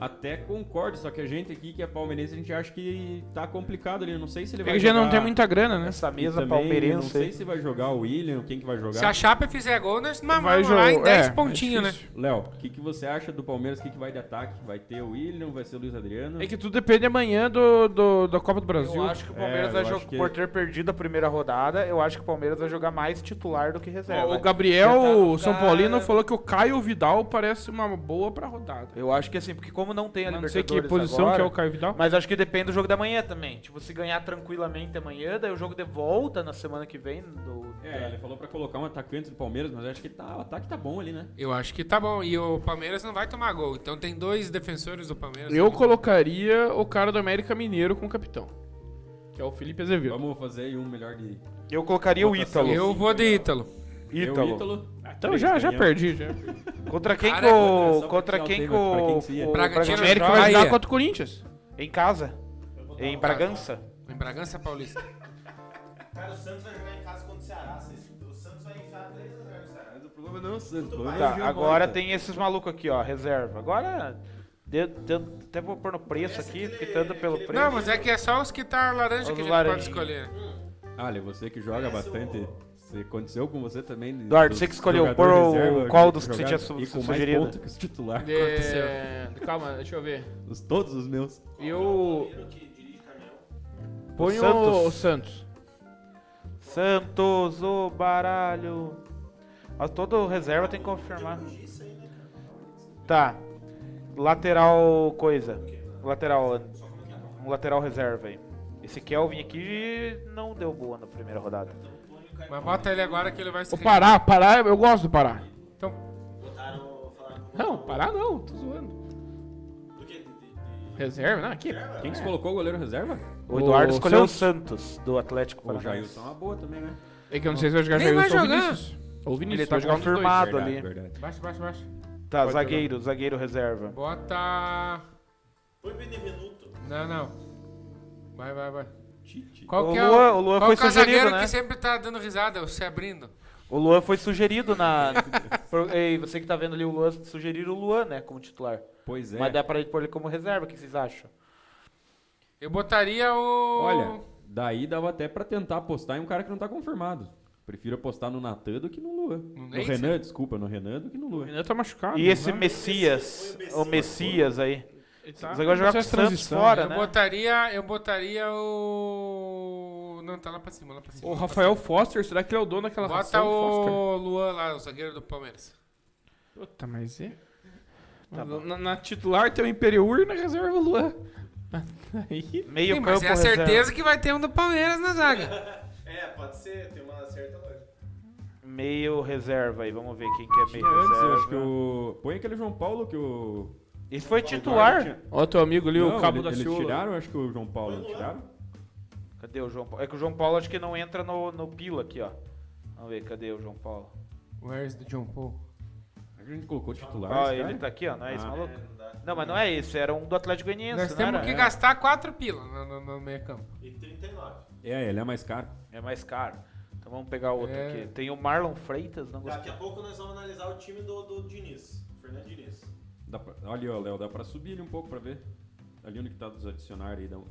Até concordo, só que a gente aqui que é palmeirense, a gente acha que tá complicado ali. Eu não sei se ele vai Porque É já jogar... não tem muita grana, né? Essa E mesa também, eu Não palmeirense sei aí. se vai jogar o William, quem que vai jogar. Se a Chapa fizer gol, nós Vai mamamos lá jogar- em 10 é, pontinhos, é né? difícil. Léo, o que, que você acha do Palmeiras? O que, que vai de ataque? Vai ter o William, vai ser o Luiz Adriano? É que tudo depende amanhã do, do- da Copa do Brasil. Eu acho que o Palmeiras É, vai eu jogar. acho que- Por ter perdido a primeira rodada, eu acho que o Palmeiras vai jogar mais titular do que reserva. Ó, o Gabriel Tentar São ficar- Paulino falou que o Caio Vidal parece uma boa pra rodada. Eu acho que assim, porque como não tem a Mas não sei Libertadores que posição agora, que é o Caio Vidal. Mas acho que depende do jogo da manhã também. Tipo, se ganhar tranquilamente amanhã, daí o jogo de volta na semana que vem. Do, É, ele falou pra colocar um atacante do Palmeiras, mas eu acho que tá, o ataque tá bom ali, né? Eu acho que tá bom. E o Palmeiras não vai tomar gol. Então tem dois defensores do Palmeiras. Eu colocaria o cara do América Mineiro com o capitão. Que é o Felipe Azevedo. Vamos fazer aí um melhor de... Eu colocaria o Votação. Ítalo. Eu vou de Ítalo. Eu, Ítalo. Ítalo. Ah, Então três, já, já ganhamos. perdi, já. Contra quem Cara, que só o. pra é Contra tirar o quem que tema, pra quem o. que ia. o Bragantino O América vai Bahia. jogar contra o Corinthians. Em casa. Em Bragança. Em Bragança Paulista. Cara, o Santos vai jogar em casa contra o Ceará. vocês- O Santos vai enfiar 3x0 no Ceará. Mas o problema não é o Santos. o problema é o Tá, Gil agora então. Volta. tem esses malucos aqui, ó. Reserva. Agora. de- de- até vou pôr no preço aqui, porque tanto pelo preço. Não, mas é que é só os que tá laranja Os que a gente pode laranjinha. escolher. Ale, você que joga bastante... Se aconteceu com você também... de- Eduardo, dos você que escolheu, jogadores pôr o- reserva qual dos que você jogar- tinha su- E com mais sugerido? ponto que os titular, É. Aconteceu. Calma, deixa eu ver. os, todos os meus. Eu ponho Santos. o Santos. Santos, o baralho. Mas todo reserva tem que confirmar. um né, Tá. Lateral coisa. Lateral. Um lateral reserva aí. Esse Kelvin aqui não deu boa na primeira rodada. Mas bota ele agora que ele vai se O Pará, Pará, eu gosto do Pará. Então, Botaram, falaram com Não, Pará não, tô zoando. do que? De, de, de... Reserva, não, aqui. Quem que colocou o goleiro reserva? O Eduardo O escolheu o Santos, do Atlético O Paranaense. Jailson é uma boa também, né? É que eu não sei se vai jogar Nem vai Jailson ou jogar. Vinícius. Ou Vinícius, Ele tá vai jogar um dos dois. confirmado. Errado verdade, ali. verdade. baixa, baixa, baixa. Tá, Pode zagueiro, zagueiro reserva. Bota. Foi Benevenuto. Não, não. Vai, vai, vai. Tite. Qual O que é Luan- o, o Luan qual foi que é o sugerido, zagueiro né? que sempre tá dando risada, se abrindo? O Luan foi sugerido na. Por- Ei, você que tá vendo ali o Luan, sugeriram o Luan, né, como titular. Pois é. Mas dá pra ele pôr ele como reserva, o que vocês acham? Eu botaria o. Olha, daí dava até pra tentar apostar em um cara que não tá confirmado. Prefiro apostar no Natan do que no Luan. No, Ney, Renan, desculpa, no Renan do que no O Luan. Renan tá Ah, machucado. E é esse né? Messias, o Messias aí. Ele tá- Você vai jogar com o Processo de Santos transição, fora, eu né? botaria. Eu botaria o. Não, tá lá pra cima, lá pra cima. O lá pra Rafael Foster, será que ele é o dono daquela cima. Bota ração do Foster? o Luan lá, o zagueiro do Palmeiras. Puta, mas é? Tá bom. na, na titular tem o Imperiur e na reserva o Luan. Aí... Meio Sim, campo mas é a reserva. certeza que vai ter um do Palmeiras na zaga. É, pode ser, tem uma certa lógica. Meio reserva aí, vamos ver quem que é meio Antes, eu reserva. acho que o... Põe aquele João Paulo que o... Esse foi Eduardo titular. tinha- Ó, teu amigo ali, Não, o Cabo ele- da eles Ciúla. tiraram, acho que o João Paulo não tiraram. Cadê o João Paulo? É que o João Paulo acho que não entra no, no pila aqui, ó. Vamos ver, cadê o João Paulo? Where's the John Paul? A gente colocou titular. Ó, esse ele cara. tá aqui, ó, não é esse Ah. maluco? Não, mas não é esse, era um do Atlético Nós Goianiense, não temos era? É. que gastar quatro pila no, no- no meio campo. E 39. É, ele é mais caro. É mais caro. Então vamos pegar outro É. aqui. Tem o Marlon Freitas, não gostei. Daqui a pouco nós vamos analisar o time do, do Diniz. Fernando Diniz. Dá pra... Olha, ó, Léo, dá pra subir ele um pouco pra ver. Ali onde que tá dos adicionários aí. Dá um...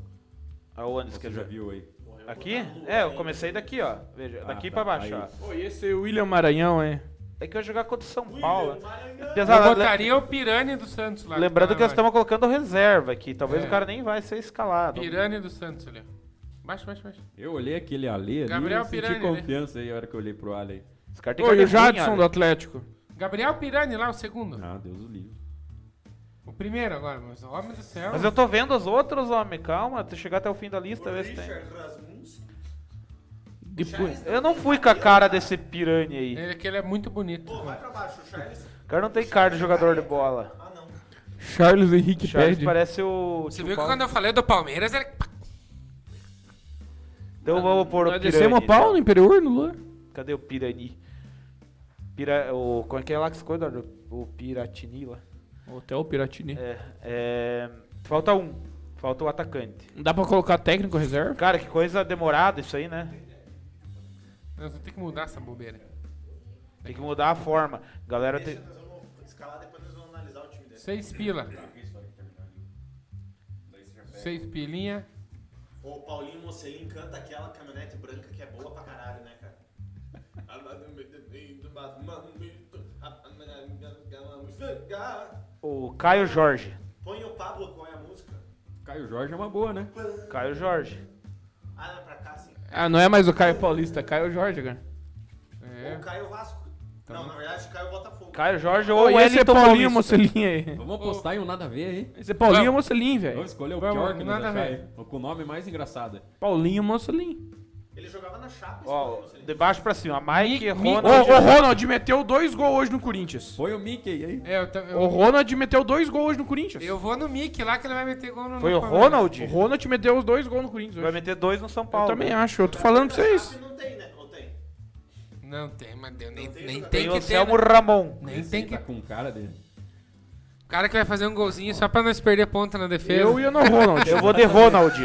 Aonde Você que é já já vi? viu aí. Morreu Aqui? com o Lula, É, eu hein? comecei daqui, ó. Veja, Ah, é daqui tá, pra baixo, aí. ó. Pô, e esse William Maranhão, hein? É que eu ia jogar contra o São William Paulo. né? Maranhão. Apesar- Eu le- botaria o Pirani do Santos lá. Lembrando que nós nós estamos colocando reserva aqui. Talvez É. o cara nem vai ser escalado. Pirani do Santos ali. ó. Baixa, baixa, baixa. Eu olhei aquele Ale ali Gabriel eu senti Pirani, confiança aí a hora que eu olhei pro Ale. aí. Esse cara tem Ô, e o cabecinha, né? Jadson do olha. Atlético. Gabriel Pirani lá, o segundo. Ah, Deus o livre. O primeiro agora, mas homem do céu. Mas eu tô vendo os outros, homem. Calma, até chegar até o fim da lista, ver se tem. Richard Rasmussen. Depois... Eu não fui com a cara desse piranha aí. Ele, que ele é muito bonito. Pô, vai pra baixo, o Charles. O cara não tem cara de jogador de bola. Ah, não. Charles O Henrique Charles perde. parece o. Você tio viu que Paulo. quando eu falei do Palmeiras, ele. Então vamos pôr o Nós descemos piranha. o pau no Imperiur, no Luan. Cadê o pirani? Pira... O... Como é que é lá que ficou, Eduardo? O Piratini lá. Hotel Piratini. É, é, Falta um. Falta o atacante. Dá pra colocar técnico reserva? Cara, que coisa demorada isso aí, né? Nós vamos ter que mudar essa bobeira. Tem que mudar a forma. Galera tem. Deixa, nós vamos escalar, depois nós vamos analisar o time dele. Seis pila. Seis pilinha. O Paulinho Mocelin canta aquela caminhonete branca que é boa pra caralho, né, cara? O Caio Jorge. Põe o Pablo, qual é a música? Caio Jorge é uma boa, né? Caio Jorge. Ah, não, é pra cá, sim. Ah, não é mais o Caio Paulista, é Caio Jorge, cara. É. Ou Caio Vasco. Tá Não, na verdade, Caio Botafogo. Caio Jorge ou Ô, e esse é Wellington Paulinho Paulista. Mocelin aí. Vamos apostar em um nada a ver aí. Esse é Paulinho Vamos. Mocelin, velho. Vamos escolher o Vamos, pior que nos nada a achar ver. aí. O com o nome mais engraçado. Paulinho Mocelin. Ele jogava na chapa, esse Ó, Paulinho Mocelin. de baixo pra cima. Mike, Ô, Ronald. ô, Ronald meteu dois gols hoje no Corinthians. Foi o Mickey aí. É, Eu, ta- eu, O Ronald meteu dois gols hoje no Corinthians. eu vou no Mickey lá que ele vai meter gol no Foi no o Palmeiras. Ronald? O Ronald meteu os dois gols no Corinthians Vai hoje. meter dois no São Eu Paulo. também acho, eu tô falando pra vocês. Chape não tem, né? Ou tem? Não tem, mas Deus, nem, Não tem nem jogador. tem Tem o que ter. Selmo né? Ramon. Nem tem que. Tá com cara dele. O cara que vai fazer um golzinho só pra nós perder ponta na defesa. Eu ia no Ronald. Eu vou de Ronald.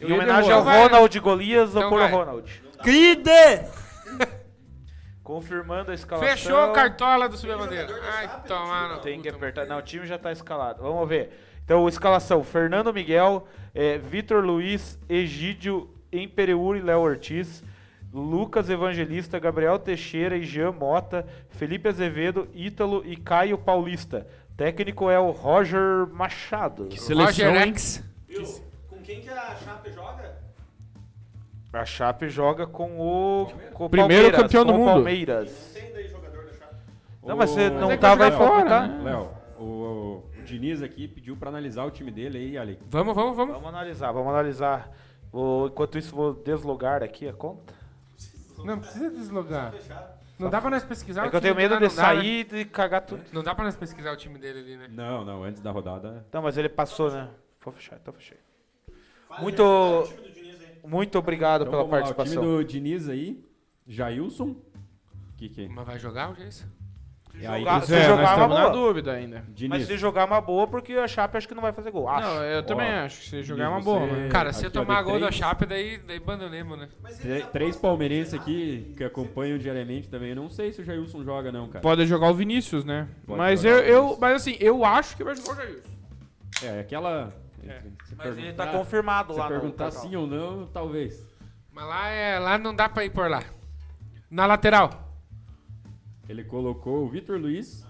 em ia homenagem de ao Ronald. Ronald Golias, Então eu por vai. Ronald. Cride! Confirmando a escalação. Fechou o cartola do Subir jogador Bandeira. da Ai, Chape, tomaram. Tem que apertar. Não, o time já tá escalado. Vamos ver. Então, escalação: Fernando Miguel, eh, Vitor Luiz, Egídio, Emperiuri, Léo Ortiz, Lucas Evangelista, Gabriel Teixeira e Jean Mota, Felipe Azevedo, Ítalo e Caio Paulista. Técnico é o Roger Machado. Seleção, Roger hein? X. Viu? Com quem que a Chape joga? A Chape joga com o, com o Primeiro Palmeiras, campeão do com o mundo. Não Palmeiras. tem daí jogador da Chape. Não, mas você não é que tá, vai vai jogar fora, focar. né? Léo, o, o Diniz aqui pediu pra analisar o time dele aí, Ali. Vamos, vamos, vamos. Vamos analisar, vamos analisar. Vou- enquanto isso, vou deslogar aqui a conta. Não precisa deslogar. Fechado. Não dá pra nós pesquisar É o que eu time tenho medo dele, de não dá, né? sair e cagar tudo. Não dá pra nós pesquisar o time dele ali, né? Não, não, antes da rodada. Não, mas ele passou, né? Vou fechar, então fechei. Fala, Muito- gente, fala do time do Diniz aí. Muito obrigado Então, pela vamos lá, participação. o time do Diniz aí, Jailson. Que que Mas vai jogar um o Jason? é? aí, jogar- Se o- jogar, nós é uma estamos na boa. dúvida ainda. Mas Diniz. se jogar é uma boa, porque a Chape acho que não vai fazer gol. Acho. é, Não, eu também Ó, acho. que Se jogar é uma você- boa, mano. Cara, se eu Aqui, ó, tomar de gol da três- Chape, daí, daí abandonemos, né? Mas eles Tre- apostam Três é no palmeirenses Renato. aqui que acompanham diariamente também. Eu não sei se o Jailson joga, não, cara. Pode jogar o Vinícius, né? Pode mas jogar eu, o eu- Vinícius. mas assim, eu acho que vai jogar o Jailson. É, aquela. É. Se mas ele perguntar- tá confirmado Se lá no perguntar portal. sim ou não, talvez. Mas lá, é, lá não dá pra ir por lá. Na lateral. Ele colocou o Vitor Luiz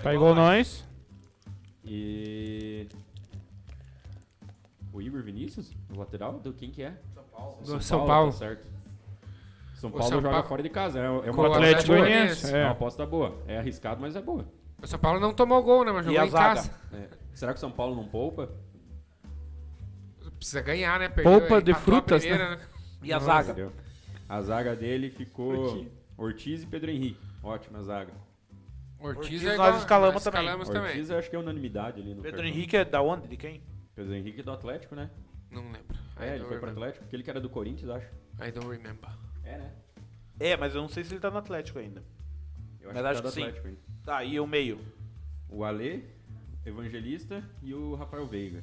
Tá igual nós. e. O Igor Vinícius? O lateral? Do quem que é? Do São Paulo. tá certo. São O Paulo São joga Paulo- fora de casa. É, é Com uma o aposta Atlético Atlético boa. Goianiense. Goianiense. É uma É. aposta boa. É arriscado, mas é boa. O São Paulo não tomou gol, né? Mas E a jogou em zaga? casa. É. Será que o São Paulo não poupa? Precisa ganhar, né? Perdeu, Polpa de empatou a frutas, primeira, né? E a zaga? Entendeu? A zaga dele ficou Ortiz e Pedro Henrique. Ótima zaga. Ortiz, Ortiz é nós igual- escalamos nós também. escalamos também. Ortiz eu acho que é unanimidade ali no Pedro cartão. Henrique é da onde? De quem? Pedro Henrique do Atlético, né? Não lembro. É, I ele don't foi pro remember. Atlético. Aquele que era do Corinthians, acho. I don't remember. É, né? É, mas eu não sei se ele tá no Atlético ainda. Eu Mas acho tá do que sim. Atlético ainda. Tá, e o meio. O Ale, Evangelista e o Rafael Veiga.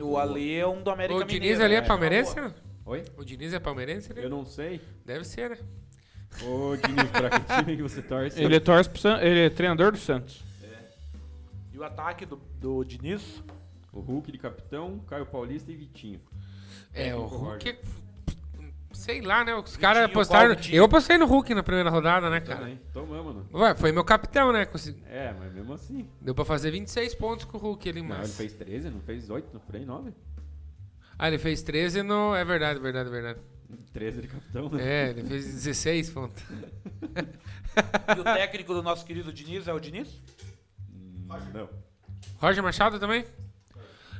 O Ale é um do América O Mineiro. Diniz ali é né? palmeirense? né? Oi? O Diniz é palmeirense? né? Eu não sei. Deve ser, né? Ô, Diniz, pra que time que você torce? é. Ele torce pro San... Ele é treinador do Santos. E o ataque do, do Diniz? O Hulk de capitão, Caio Paulista e Vitinho. É, o Hulk Hulk. Sei lá, né? Os caras qual postaram. Vitinho? Eu postei no Hulk na primeira rodada, né, cara? Também. Tomamos, mano. Ué, foi meu capitão, né? Consegui- É, mas mesmo assim. Deu pra fazer 26 pontos com o Hulk ali, Não, ele mas. fez 13, não fez 8, não fez 9? Ah, ele fez 13 no. É verdade, verdade, verdade. 13 de capitão, né? É, ele fez 16 pontos. E o técnico do nosso querido Diniz é o Diniz? Hum, Não. Roger Machado também?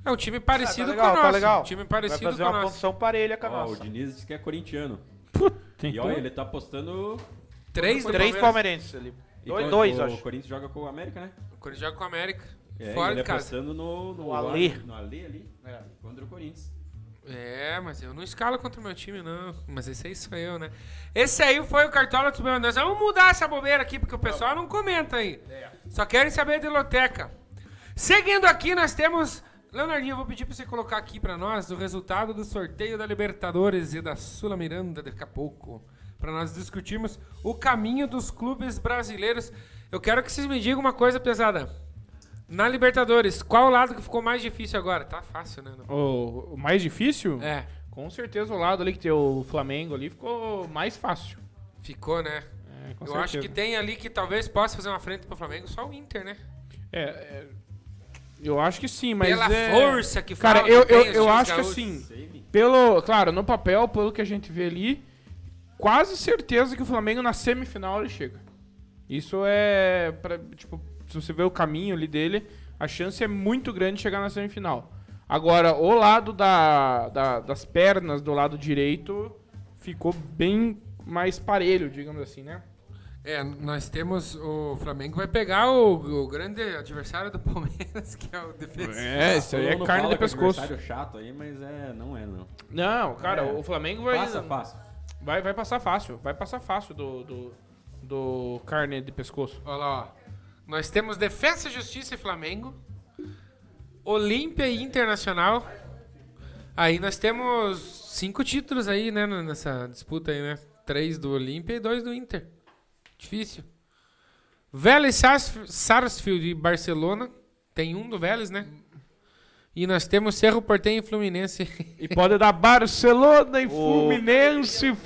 É um time parecido legal, com o tá nosso. legal. Um time Vai parecido fazer com o uma nosso. condição parelha com a Ó, o nossa. Diniz disse que é corintiano. Tem E olha, ele tá postando. Três, do Três Palmeiras. palmeirenses ali. E Dois, quando dois então, o, acho. O Corinthians joga com o América, né? Quando joga com o América. É, fora ele de é casa. apostando no, no, No Alê. No Alê ali. Contra o Corinthians. É, mas eu não escalo contra o meu time, não. Mas esse aí sou eu, né? Esse aí foi o cartola do meu Deus. Vamos mudar essa bobeira aqui, porque o pessoal não comenta aí. Só querem saber de loteca. Seguindo aqui, nós temos. Leonardinho, eu vou pedir pra você colocar aqui pra nós o resultado do sorteio da Libertadores e da Sula Miranda daqui a pouco. Pra nós discutirmos o caminho dos clubes brasileiros. Eu quero que vocês me digam uma coisa pesada. Na Libertadores, qual o lado que ficou mais difícil agora? Tá fácil, né? não? O, o mais difícil? É, Com certeza o lado ali que tem o Flamengo ali ficou mais fácil. ficou, né? É, com Eu acho que certeza. tem ali que talvez possa fazer uma frente pro Flamengo, só o Inter, né? É, é, eu acho que sim, mas Pela é- força que Cara, falta eu, tem eu, os eu times acho que gaúchos. assim, pelo, claro, no papel, pelo que a gente vê ali, quase certeza que o Flamengo na semifinal ele chega. Isso é, pra, tipo, se você vê o caminho ali dele, a chance é muito grande de chegar na semifinal. Agora, o lado da, da- das pernas do lado direito ficou bem mais parelho, digamos assim, né? É, nós temos o Flamengo vai pegar o, o grande adversário do Palmeiras, que é o defesa. É, isso aí é Todo mundo carne fala de que é pescoço. adversário chato aí, mas é, não é, não. Não, cara, É. o Flamengo vai. Passa fácil. Vai, vai passar fácil, vai passar fácil do, do, do carne de pescoço. Olha lá, ó. Nós temos Defesa, Justiça e Flamengo. Olímpia e Internacional. Aí nós temos cinco títulos aí, né, n- nessa disputa aí, né? Três do Olímpia e dois do Inter. Difícil. Vélez, Sarsf- Sarsfield e Barcelona. Tem um do Vélez, né? E nós temos Cerro Porteño e Fluminense. E pode dar Barcelona e Fluminense, Fluminense,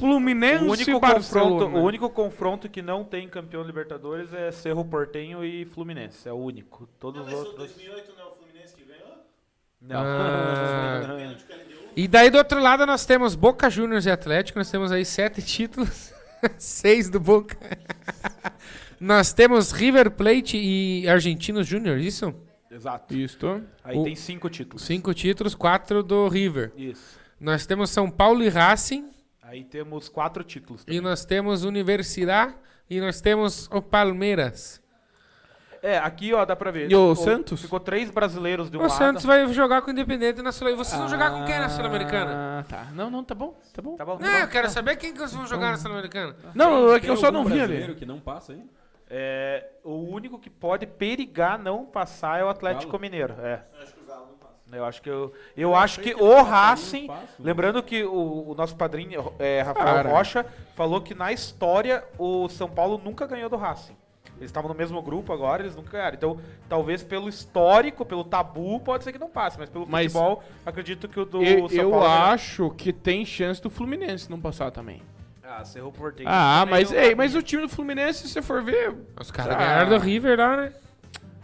Fluminense O único, e confronto, Barcelona. o único confronto que não tem campeão Libertadores é Cerro Portenho e Fluminense. É o único. Não, Todos os mas o outros. 2008 não é o Fluminense que ganhou? Não. Ah. Pênalti que ele deu? E daí do outro lado nós temos Boca Juniors e Atlético, nós temos aí sete títulos, seis do Boca. nós temos River Plate e Argentinos Júnior, isso? Exato. Isto. Aí o- tem cinco títulos. Cinco títulos, quatro do River. Isso. Nós temos São Paulo e Racing, Aí temos quatro títulos. e nós temos Universidade, e nós temos o Palmeiras. É, aqui ó, dá pra ver. E o Santos? Ficou três brasileiros de um o lado. Santos vai jogar com o Independente na Sul. E vocês vão jogar com quem na Sul-Americana? Ah, tá. Não, não, tá bom, tá bom. Tá bom. tá Não, eu bom. quero saber quem que vocês vão jogar na Sul-Americana. Não, é que Tem eu só algum não vi ali. brasileiro que não passa aí? É, o único que pode perigar não passar é o Atlético Galo? Mineiro. É. Eu acho que o Galo não passa. Eu acho que eu, eu acho que o passa, Racing. não passa. Lembrando que o, o nosso padrinho é, Rafael né? Cara. Rocha falou que na história o São Paulo nunca ganhou do Racing. Eles estavam no mesmo grupo agora, eles nunca ganharam. Então, talvez pelo histórico, pelo tabu, pode ser que não passe, mas pelo Mas- futebol, acredito que o do Eu, São eu Paulo. é ganhou. acho que tem chance do Fluminense não passar também. Ah, Cerro Porteño Ah, também mas, não- ei, mas o time do Fluminense, se você for ver. Os caras Ah. ganharam do River lá, né?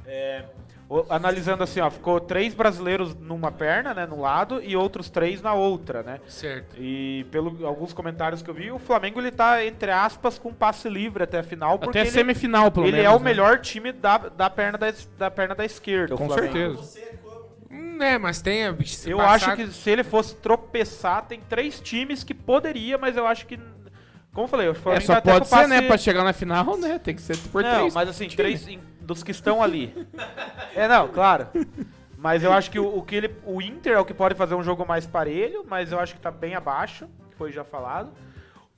É, o- analisando assim, ó, ficou três brasileiros numa perna, né, num lado, e outros três na outra, né? Certo. E pelo alguns comentários que eu vi, o Flamengo ele tá, entre aspas, com passe livre até a final, porque Até ele, semifinal, pelo ele menos. é o né? melhor time da, da, perna da, es- da perna da esquerda. o Com Flamengo. certeza. Você é como? Hum, É, mas tem. a- se Eu passar- acho que se ele fosse tropeçar, tem três times que poderia, mas eu acho que. Como eu falei, o É, Flamengo só tá até pode com ser, né? passe- Pra chegar na final, né? Tem que ser por não, três. mas assim, três em- dos que estão ali. é, não, claro. Mas eu acho que o, o que ele. O Inter é o que pode fazer um jogo mais parelho, mas eu acho que tá bem abaixo, foi já falado.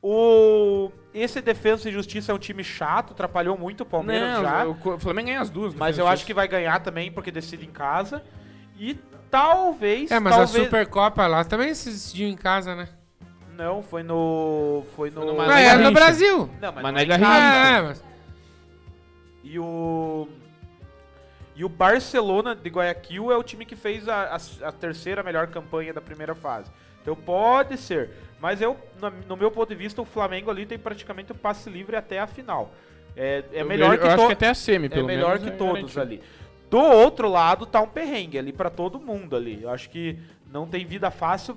O. Esse Defesa e Justiça é um time chato, atrapalhou muito o Palmeiras Não, já. o Co- o Flamengo ganha as duas. Mas eu acho que vai ganhar também, porque decide em casa. E talvez. É, mas talvez, a Supercopa lá também se decidiu em casa, né? Não, foi no. Foi no. Foi no Não, Mané é Garrincha. no Brasil. Não, mas não Ah, é Mané em Garrincha. casa. Ah, é, mas... E o. E o Barcelona de Guayaquil é o time que fez a, a- a terceira melhor campanha da primeira fase. Então pode ser. Mas eu, na- no meu ponto de vista, o Flamengo ali tem praticamente o passe livre até a final. É, é melhor que, Eu to- acho que até a semi, é pelo menos. melhor que todos ali. Do outro lado tá um perrengue ali pra todo mundo ali. Eu acho que não tem vida fácil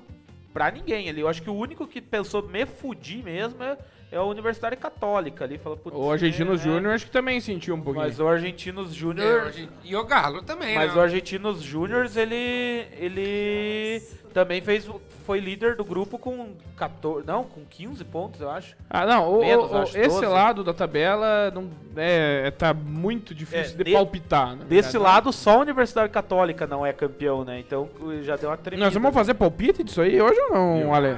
pra ninguém ali. Eu acho que o único que pensou me fudir mesmo é, é a Universidade Católica ali. Fala, putz, O Argentino é, Júnior acho que também sentiu um pouquinho. mas o Argentinos É, Júnior. hoje- E o Galo também, Mas o né? Argentinos Júnior, ele. ele também fez. Foi líder do grupo com 14. Não, com 15 pontos, eu acho. Ah, não, o, Menos, o- acho, esse 12. lado da tabela não, é, tá muito difícil É, de, de- palpitar. né? na Desse verdade. lado, só a Universidade Católica não é campeão, né? Então já deu uma tremida. Nós vamos fazer palpite disso aí hoje ou não, Ale?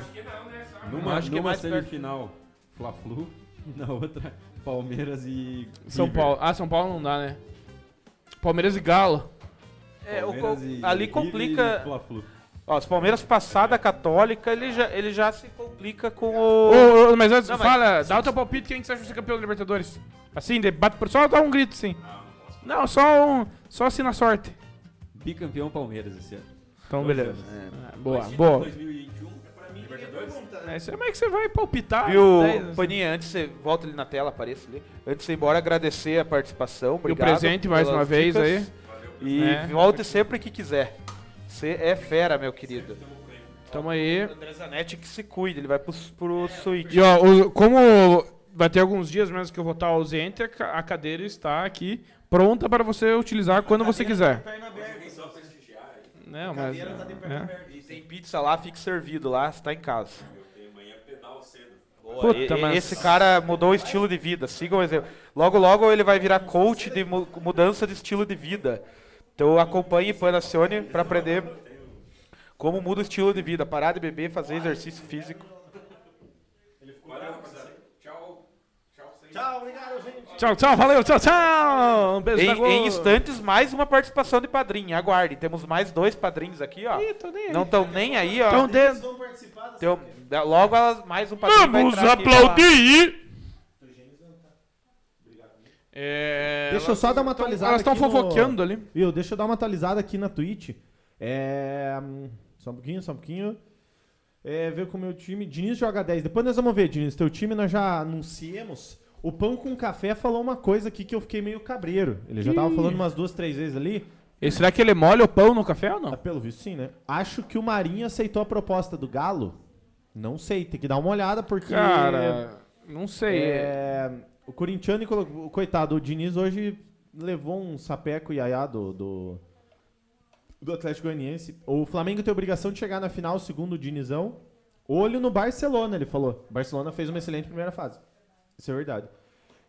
Numa, Acho que é numa mais perto. semifinal, Fla-Flu. Na outra, Palmeiras e. São River. Paulo. Ah, São Paulo não dá, né? Palmeiras e Galo. É, o co- Palmeiras e- ali River e complica. Fla-Flu. Ó, se o Palmeiras passar da Católica, ele já, ele já se complica com o. Ô, ô, mas antes, Não, mas- Ah, fala, dá o teu palpite, quem que você acha que vai ser campeão da Libertadores? Assim, debate por só dá um grito, sim. Não, só um. Só assim na sorte. Bicampeão Palmeiras esse ano. Então, Dois beleza. anos. né? Ah, boa, Mas de boa. um, Pra 2021, mim, ninguém Libertadores? pergunta, né? É, isso é mais que você vai palpitar. Viu, né? Paninha, antes você volta ali na tela, apareça ali. Antes de você ir embora, agradecer a participação. Obrigado presente, mais pelas uma vez, dicas. aí. E É. volte sempre que quiser. Você é fera, meu querido. Tamo aí. O André Zanetti é que se cuida, ele vai pro, pro suíte. E ó, o- como vai ter alguns dias mesmo que eu vou estar ausente, a ca- a cadeira está aqui pronta para você utilizar quando você quiser. Perna aberta. só. Não, A mas. cadeira tá de perna É. aberta. E tem pizza lá, fique servido lá, você tá em casa. Boa, Puta, e- e- mas- Esse cara mudou o estilo de vida, sigam o exemplo. Logo, logo ele vai virar coach de mu- mudança de estilo de vida. Então acompanhe Panacione para aprender como muda o estilo de vida. Parar de beber, fazer exercício físico. Tchau, obrigado, gente. Tchau, tchau, valeu, tchau, tchau. Um beijo Em, na em go- instantes, mais uma participação de padrinho. Aguarde, temos mais dois padrinhos aqui, ó. Ih, tô nem aí. Não estão nem aí, ó. Então, Vocês de... vão participar dessa Então, logo elas, mais um padrinho vai entrar aqui e falar. É, Deixa eu só dar uma tão- atualizada Elas estão aqui no- fofocando ali. Viu, deixa eu dar uma atualizada aqui na Twitch. É. hum, Só um pouquinho, só um pouquinho. É, ver com o meu time. Diniz joga 10. Depois nós vamos ver, Diniz. Teu time nós já anunciemos. O Pão com Café falou uma coisa aqui que eu fiquei meio cabreiro. Ele já tava falando umas duas, três vezes ali. E será que ele molha o pão no café ou Ah, não? pelo visto, sim, né? Acho que o Marinho aceitou a proposta do Galo. Não sei, tem que dar uma olhada porque. Cara, não sei. É, o corintiano, colocou- o coitado, o Diniz hoje levou um sapeco iaiá do, do, do Atlético Goianiense. O Flamengo tem obrigação de chegar na final, segundo o Dinizão. Olho no Barcelona, ele falou. O Barcelona fez uma excelente primeira fase. Isso é verdade.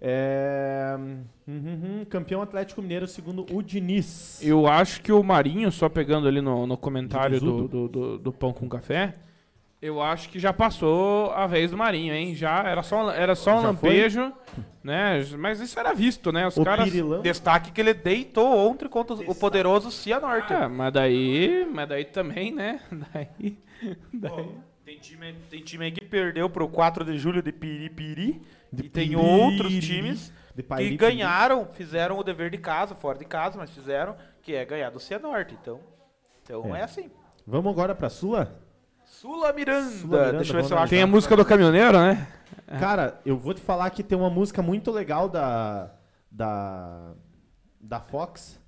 É, hum, hum, hum, campeão Atlético Mineiro, segundo o Diniz. Eu acho que o Marinho, só pegando ali no, no comentário do, Dinizudo. do, do- do pão com café, eu acho que já passou a vez do Marinho, hein? Já era só, era só um Já foi? lampejo, né? Mas isso era visto, né? Os o caras. Pirilão. Destaque que ele deitou ontem contra o poderoso Cianorte. Ah, mas daí. Mas daí também, né? Daí. daí... Tem time, tem time aí que perdeu pro 4 de julho de Piripiri. De e tem Piripiri. outros times De que Pairi- ganharam, fizeram o dever de casa, fora de casa, mas fizeram, que é ganhar do Cianorte. Então, então é. É. assim. Vamos agora pra Sula? Sula Miranda. Sula Miranda, Deixa eu ver se eu vamos acho. Tem a música do caminhoneiro, né? Cara, eu vou te falar que tem uma música muito legal da. Da. Da Fox.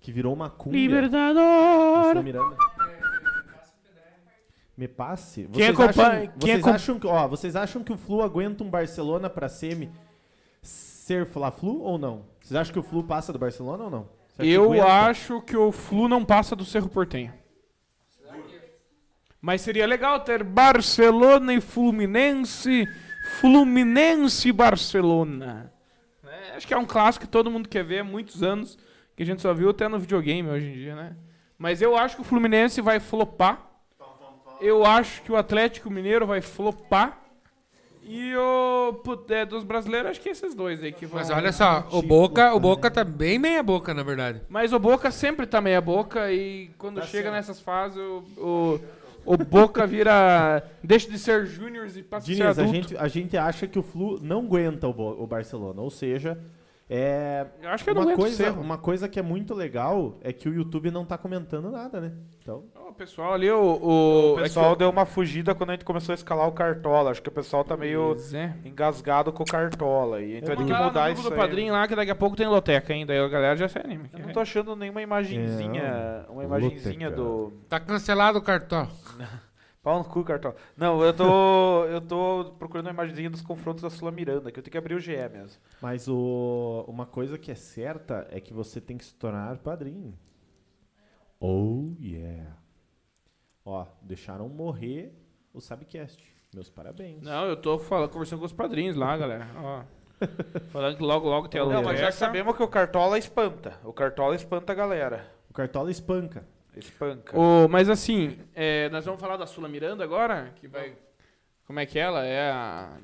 Que virou uma cumbia. do Sula Libertador! Miranda. Me passe? Quem Vocês acompanha- acham, quem vocês acom- acham que, ó, vocês acham que o Flu aguenta um Barcelona pra semi ser Fla-Flu ou não? Vocês acham que o Flu passa do Barcelona ou não? Será que Eu aguenta? acho que o Flu não passa do Cerro Portenho. Mas seria legal ter Barcelona e Fluminense, Fluminense e Barcelona. É, acho que é um clássico que todo mundo quer ver há muitos anos, que a gente só viu até no videogame hoje em dia, né? Mas eu acho que o Fluminense vai flopar. Eu acho que o Atlético Mineiro vai flopar. E o put- é, dos brasileiros, acho que esses dois aí que vão. Mas olha só, o Boca, o Boca tá bem meia boca, na verdade. Mas o Boca sempre tá meia boca e quando Tá chega nessas fases o, o, o Boca vira. deixa de ser júnior e passa a ser Diniz, a adulto. gente, a gente acha que o Flu não aguenta o, Bo- o Barcelona. Ou seja, é, Eu acho que eu não uma aguento coisa, Cerro. uma coisa que é muito legal é que o YouTube não tá comentando nada, né? Então, O pessoal ali, o. o, é O pessoal deu uma fugida quando a gente começou a escalar o Cartola. Acho que o pessoal tá meio É. engasgado com o Cartola. E então tem que Mandaram É no mudar grupo isso do aí. padrinho lá que daqui a pouco tem loteca ainda. Aí a galera já se anima. Eu não tô achando nenhuma imagenzinha, uma Luta, imagenzinha É, cara. do... Tá cancelado o cartão. Pau no cu, cartão. Não, eu tô. eu tô procurando uma imagenzinha dos confrontos da Sula Miranda, que eu tenho que abrir o GE mesmo. Mas o- uma coisa que é certa é que você tem que se tornar padrinho. Oh yeah. Ó, deixaram morrer o Sabcast. Meus parabéns. Não, eu tô falando, conversando com os padrinhos lá, galera. Ó. falando que é logo, logo tem a Não, loteca. mas já sabemos que o Cartola espanta. O Cartola espanta a galera. O Cartola espanca. Espanca. Ô, mas assim, é, nós vamos falar da Sula Miranda agora? Que vai. Como é que ela? É a.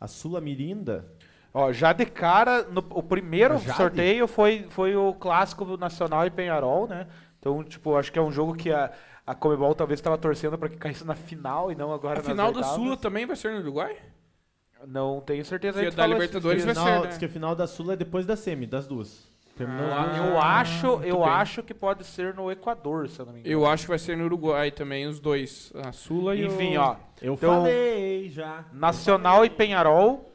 A Sula Mirinda. Ó, já de cara, no- o primeiro Jade? sorteio foi, foi o clássico do Nacional e Penharol, né? Então, tipo, acho que é um jogo que a, a Comebol talvez estava torcendo pra que caísse na final e não agora A nas final da oitavas. Sula também vai ser no Uruguai? Não tenho certeza. a Que gente da falou isso. Libertadores vai final, ser, Diz né? que a final da Sula é depois da Semi, das duas. Terminou Ah, eu acho, eu bem. acho que pode ser no Equador, se eu não me engano. Eu acho que vai ser no Uruguai também, os dois. A Sula e Enfim, o... ó. Eu Então- falei já. Nacional e Penharol.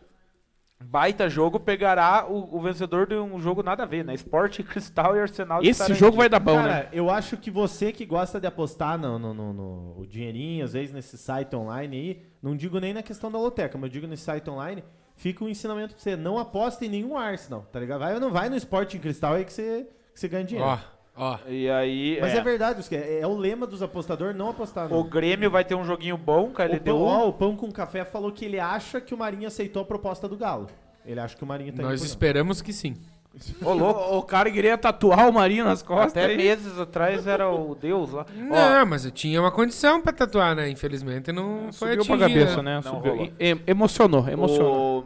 Baita jogo, pegará o, o vencedor de um jogo nada a ver, né? Esporte Cristal e Arsenal de Esse Sarandi. jogo vai dar bom, né? Cara, eu acho que você que gosta de apostar no, no, no- no- o dinheirinho, às vezes nesse site online aí, não digo nem na questão da loteca, mas eu digo nesse site online, fica um ensinamento pra você, não aposta em nenhum Arsenal, tá ligado? Vai ou não vai no esporte em cristal aí que você, que você ganha dinheiro. Ó, ó. E aí. Mas é. é, verdade, Oscar, é, é o lema dos apostadores não apostar O no... Grêmio vai ter um joguinho bom, o, pão, KLDU. ó, o Pão com Café falou que ele acha que o Marinho aceitou a proposta do Galo. Ele acha que o Marinho tá Nós indo por não. esperamos que sim. Ô, louco. O cara queria tatuar o Marinho nas costas. Até aí. meses atrás era o Deus lá. Não, mas eu tinha uma condição pra tatuar, né? Infelizmente não foi Subiu pra atingida. cabeça, né? Subiu. rolou. E- emocionou, emocionou.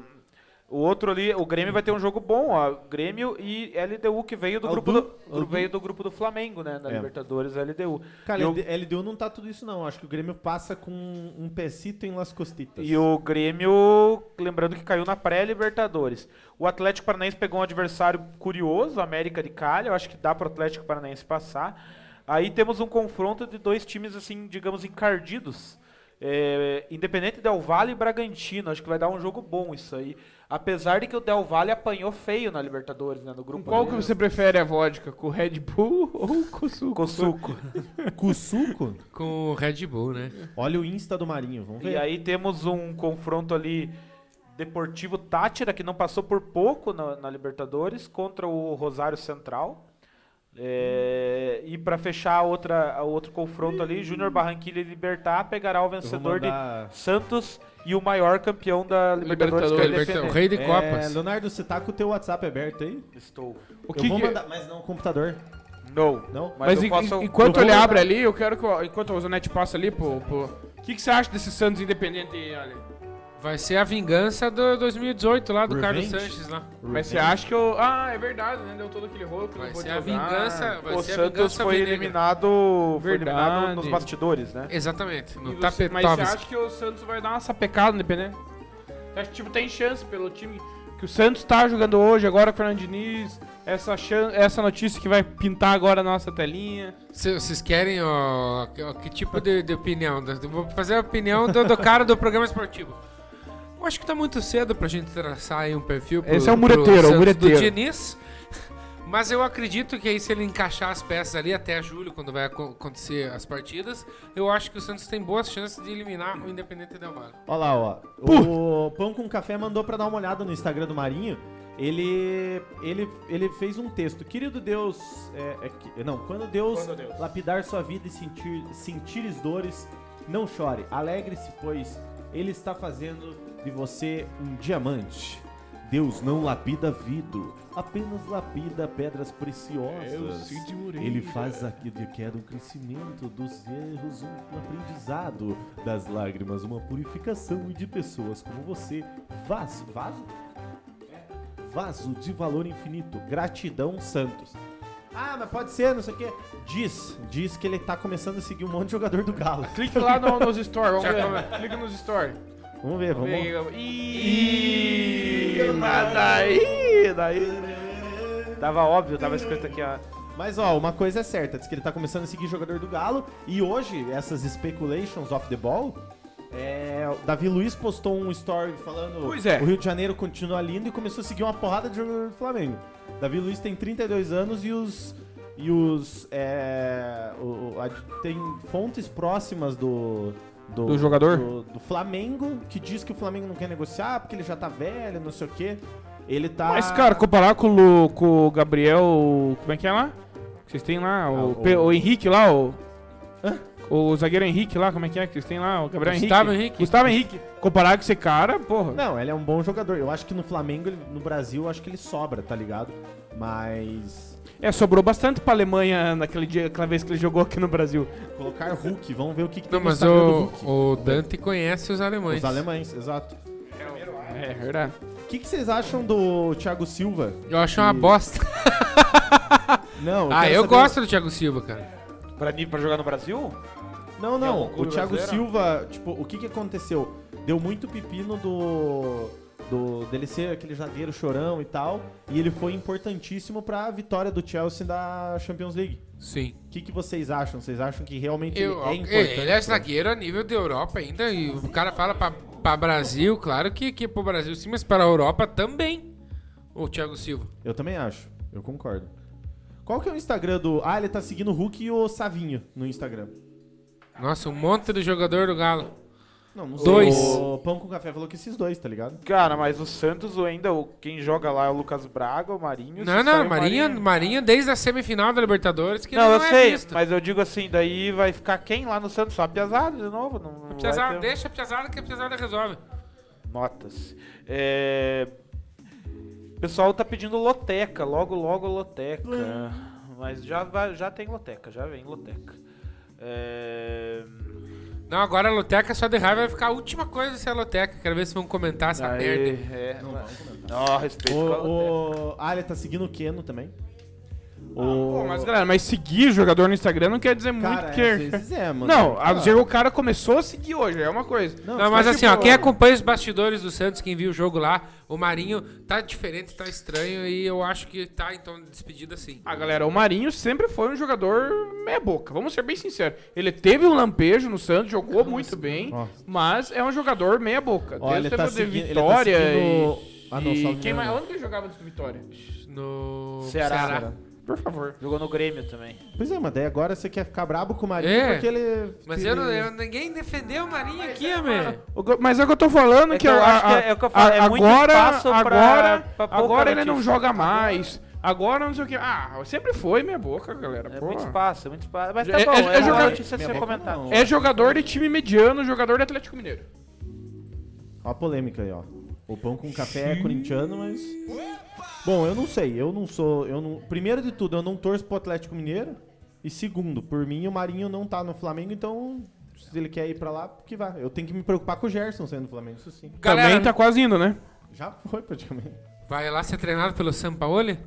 O, o outro ali, o Grêmio vai ter um jogo bom, ó. Grêmio e LDU que veio do Aldu- grupo do, Aldu- veio do grupo do Flamengo, né? Na É. Libertadores LDU. Cara, E o- LD- LDU não tá tudo isso não, acho que o Grêmio passa com um pecito em Las Costitas. E o Grêmio, lembrando que caiu na pré-Libertadores. O Atlético Paranaense pegou um adversário curioso, América de Cali. Eu acho que dá pro Atlético Paranaense passar. Aí temos um confronto de dois times, assim, digamos, encardidos. É, Independente Del Valle e Bragantino. Acho que vai dar um jogo bom isso aí. Apesar de que o Del Valle apanhou feio na Libertadores, né? No Com grupo qual dele. que você prefere a vodka? Com Red Bull ou com suco? Com suco. Cusuco? Com o Red Bull, né? Olha o Insta do Marinho, vamos ver. E aí temos um confronto ali Deportivo Tátira, que não passou por pouco na, na Libertadores, contra o Rosário Central. É, e para fechar outra, a outro confronto ali, Júnior Barranquilla e Libertar pegará o Eu vou vencedor mandar- de Santos e o maior campeão da Libertadores, que é o Libertadores, Liberta- O Independente. rei de É, Copas. Leonardo, você tá com o teu WhatsApp aberto aí? Estou. O é? eu vou mandar, mas não o computador. Não. Não? Mas, Mas eu en- posso... enquanto eu ele vou- abre ali, eu quero que o- enquanto o Zanetti passa ali, pô, pô. O que, que você acha desse Santos independente aí, olha? Vai ser a vingança do 2018 lá do Revenge? Carlos Sanches lá. Mas você acha que eu. Ah, é verdade, né? Deu todo aquele rolo que Vai não pôde ser a jogar. Ah. vingança, vai o ser a Santos vingança foi vinegra. eliminado, foi eliminado nos Verdade. bastidores, né? Exatamente, E no você- mas você Tapetovski. acha que o Santos vai dar uma sapecada independente? Você acha que tipo, tem chance pelo time que o Santos tá jogando hoje, agora com o Fernando Diniz, essa, chan- essa notícia que vai pintar agora na nossa telinha. Cê- Vocês querem ó, que- ó, que tipo de, de opinião? Da- Vou fazer a opinião do, do cara do programa esportivo. Eu acho que tá muito cedo pra gente traçar aí um perfil pro, Esse é o pro mureteiro, o Santos mureteiro. do Diniz. Mas eu acredito que aí se ele encaixar as peças ali até julho, quando vai acon- acontecer as partidas, eu acho que o Santos tem boas chances de eliminar o Independente Del Valle. Olha lá, ó. O Pão com Café mandou pra dar uma olhada no Instagram do Marinho. Ele, ele, ele fez um texto. Querido Deus. é- é que- não, quando Deus, lapidar sua vida e sentir, sentires dores, não chore. Alegre-se, pois Ele está fazendo de você um diamante. Deus não lapida vidro, apenas lapida pedras preciosas. Ele faz aqui de queda um crescimento, dos erros um aprendizado, das lágrimas uma purificação e de pessoas como você, vaso, vaso? É, Vaso de valor infinito, gratidão Santos. Ah, mas pode ser, não sei o quê. Diz, diz que ele tá começando a seguir um monte de jogador do Galo. Clique lá no- nos stories, vamos ver. Clica nos stories. Vamos ver, vamos ver. Ih, Mas daí, daí. Tava óbvio, tava escrito aqui, ó. Mas ó, uma coisa é certa, diz que ele tá começando a seguir jogador do Galo e hoje essas speculations off the ball, é, o Davi Luiz postou um story falando Pois é. o Rio de Janeiro continua lindo e começou a seguir uma porrada de jogador do Flamengo. Davi Luiz tem 32 anos e os e os é, o- o- a- tem fontes próximas do Do jogador? do, do Flamengo que diz que o Flamengo não quer negociar porque ele já tá velho, não sei o quê. Ele tá Ah. Mas, cara, comparar com o, Lu- com o Gabriel. Como é que é lá? Que Vocês têm lá? Ah, O, o- Pe- o Henrique lá, o. O zagueiro Henrique lá, como é que é? Que vocês têm lá? O Gabriel Gustavo Henrique. Henrique. Gustavo Henrique. Comparar com esse cara, porra. Não, ele é um bom jogador. Eu acho que no Flamengo, ele- no Brasil, eu acho que ele sobra, tá ligado? Mas. É, sobrou bastante pra Alemanha naquele dia, aquela vez que ele jogou aqui no Brasil. Colocar Hulk, vamos ver o que, que tem Não, no mas Instagram do o, Hulk. o Dante conhece os alemães. Os alemães, exato. É, verdade. O que, que vocês acham do Thiago Silva? Eu acho uma bosta. Não, ah, quero eu saber- gosto do Thiago Silva, cara. Pra, pra jogar no Brasil? Não, Quer um não. O clube Thiago brasileiro? Silva, tipo, o que, que aconteceu? Deu muito pepino do. do dele ser aquele zagueiro chorão e tal, e ele foi importantíssimo pra vitória do Chelsea da Champions League. Sim. O que, que vocês acham? Vocês acham que realmente Eu, é ele, importante? ele é zagueiro a nível da Europa ainda, e o cara fala pra, pra Brasil, claro que aqui pro Brasil sim, mas para a Europa também. O Thiago Silva. Eu também acho, eu concordo. Qual que é o Instagram do... Ah, ele tá seguindo o Hulk e o Savinho no Instagram. Nossa, um monte de jogador do Galo. Não, não Dois. O Pão com Café falou que esses dois, tá ligado? Cara, mas o Santos o ainda, o- quem joga lá é o Lucas Braga, o Marinho. Não, se sair não, o Marinho, Marinho desde a semifinal da Libertadores que Não, ele eu não é sei, visto. mas eu digo assim, daí vai ficar quem lá no Santos? Só a Piazada de novo? Não, não vai Piazada, ter- um- deixa a Piazada que a Piazada resolve. Notas. É... O pessoal tá pedindo loteca, logo, logo loteca. Mas já, vai- já tem loteca, já vem loteca. É... Não, agora a Loteca só de raiva vai ficar a última coisa se é a Loteca. Quero ver se vão comentar essa merda. Aí, é... Não, respeito com a loteca. O, o... Ah, ele tá seguindo o Keno também. Ah, Pô, O... mas galera, mas seguir jogador no Instagram não quer dizer Cara, muito é, que. às vezes é, mano. Não, a Ah, não ser que o cara começou a seguir hoje, é uma coisa. tipo, Não, mas Tá assim, ó, quem acompanha os bastidores do Santos, quem viu o jogo lá, o Marinho tá diferente, tá estranho e eu acho que tá então despedido assim. Ah, galera, o Marinho sempre foi um jogador meia boca, vamos ser bem sinceros. Ele teve um lampejo no Santos, jogou muito bem, Nossa. mas é um jogador meia boca. Ó, ele Desde o tá tempo de seguindo, ele tá Vitória seguindo- e... Ah, não, e salvo quem engano. mais? Onde que ele jogava antes do Vitória? No é. Ceará. Por favor. Jogou no Grêmio também. Pois é, mas daí agora você quer ficar brabo com o Marinho É. porque ele. Mas que- eu não, eu- ninguém defendeu o Marinho aqui, meu. O que eu- Mas é o que eu tô falando É que, que eu a- acho que a- é- é o que eu falo, é muito agora, espaço pra- agora, pra pouca agora ele não notícia. joga mais. Agora não sei o que. Ah, sempre foi meia boca, galera. É pô. muito espaço, é muito espaço. Mas É- tá é- bom, é é, uma jogador- notícia a Minha ser boca comentada. não. É jogador de time mediano, jogador de Atlético Mineiro. Ó a polêmica aí, ó. O pão com café é corintiano, mas. Bom, eu não sei. Eu não sou. Eu não... Primeiro de tudo, eu não torço pro Atlético Mineiro. E segundo, por mim, o Marinho não tá no Flamengo, então. Se ele quer ir pra lá, que vá. Eu tenho que me preocupar com o Gerson sendo do Flamengo, isso sim. Também tá quase indo, né? Já foi praticamente. vai lá ser treinado pelo Sampaoli?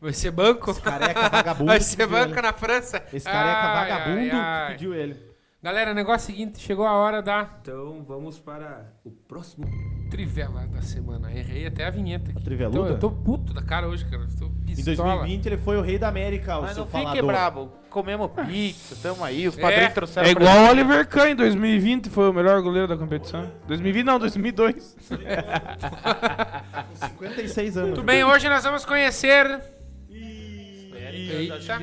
Vai ser banco? Careca é vagabundo. Vai ser pediu banco ele. na França? Esse careca Ai, ai, vagabundo ai. pediu ele. Galera, o negócio é o seguinte, chegou a hora da Então vamos para o próximo. trivela da semana. Errei até a vinheta aqui. triveluda? Então, eu tô puto da cara hoje, cara. Eu tô Em pistola. 2020 ele foi o rei da É, América, o Mas seu não fique falador. brabo, comemos pizza, tamo aí, os padrinhos É, trouxeram É pra igual o gente. Oliver Kahn em 2020, foi o melhor goleiro da competição. 2020 não, 2002. 56 anos. Tudo bem, hoje nós vamos conhecer. Eita.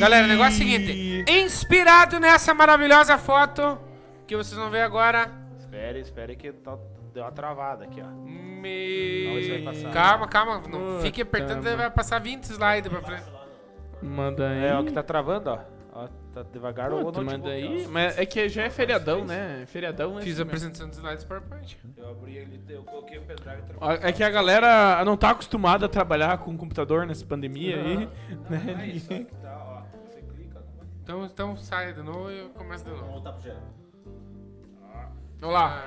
Galera, o negócio é o seguinte: inspirado nessa maravilhosa foto que vocês vão ver agora. Espera, espera que tá- deu uma travada aqui, ó. Não, isso vai Me... passar. Calma, calma, não Puta, fique apertando, vai passar 20 slides pra frente. Manda aí. É, ó, que tá travando, ó. Ó, tá devagar o Puta, notebook, manda aí. ó. Mas é que já é feriadão, né? Feriadão, né? Fiz a apresentação dos slides PowerPoint. Eu abri ali, eu coloquei o pendrive e Ó, É que a galera não tá acostumada a trabalhar com computador nessa pandemia aí. Né? tá, ó. Você clica, Então, então sai de novo e eu começo de novo. Voltar pro geral. Vamos lá.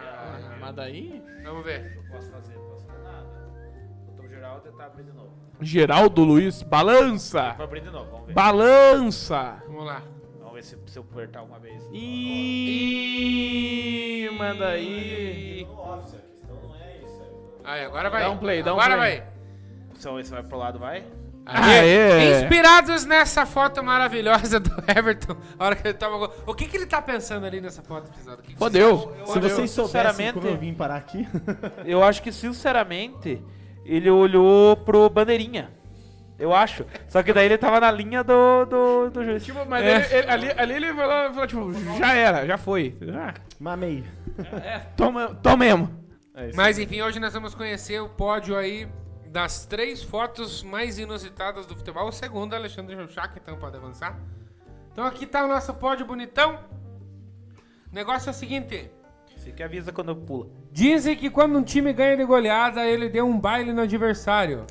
Manda aí. Vamos ver. não posso fazer, não posso fazer nada. Botão geral, tentar abrir de novo. Geraldo Luiz, balança! Vou abrir de novo, vamos ver. Balança! Vamos lá. Vamos ver se, se eu apertar uma vez. Ih, manda aí. No office, a questão não é isso. Aí, agora vai. Dá um play, dá um agora play. vai. Se eu- se vai pro lado, vai? Aê! Inspirados nessa foto maravilhosa do Everton, a hora que ele toma gol. O que, que ele tá pensando ali nessa foto, pesado? O que que você- Fodeu. Se vocês soubessem sinceramente- como eu vim parar aqui. Eu acho que, sinceramente, ele olhou pro Bandeirinha. Eu acho. Só que daí ele tava na linha do, do, do juiz. Tipo, mas ele- ele- ali, ali ele falou, falou, tipo, já era, já foi. Ah, Mamei. toma, tomemos. Mas enfim, hoje nós vamos conhecer o pódio aí das três fotos mais inusitadas do futebol. Segundo Alexandre Juchak, então pode avançar. Então aqui tá o nosso pódio bonitão. O negócio é o seguinte. Você que avisa quando eu pula. Dizem que quando um time ganha de goleada, ele deu um baile no adversário.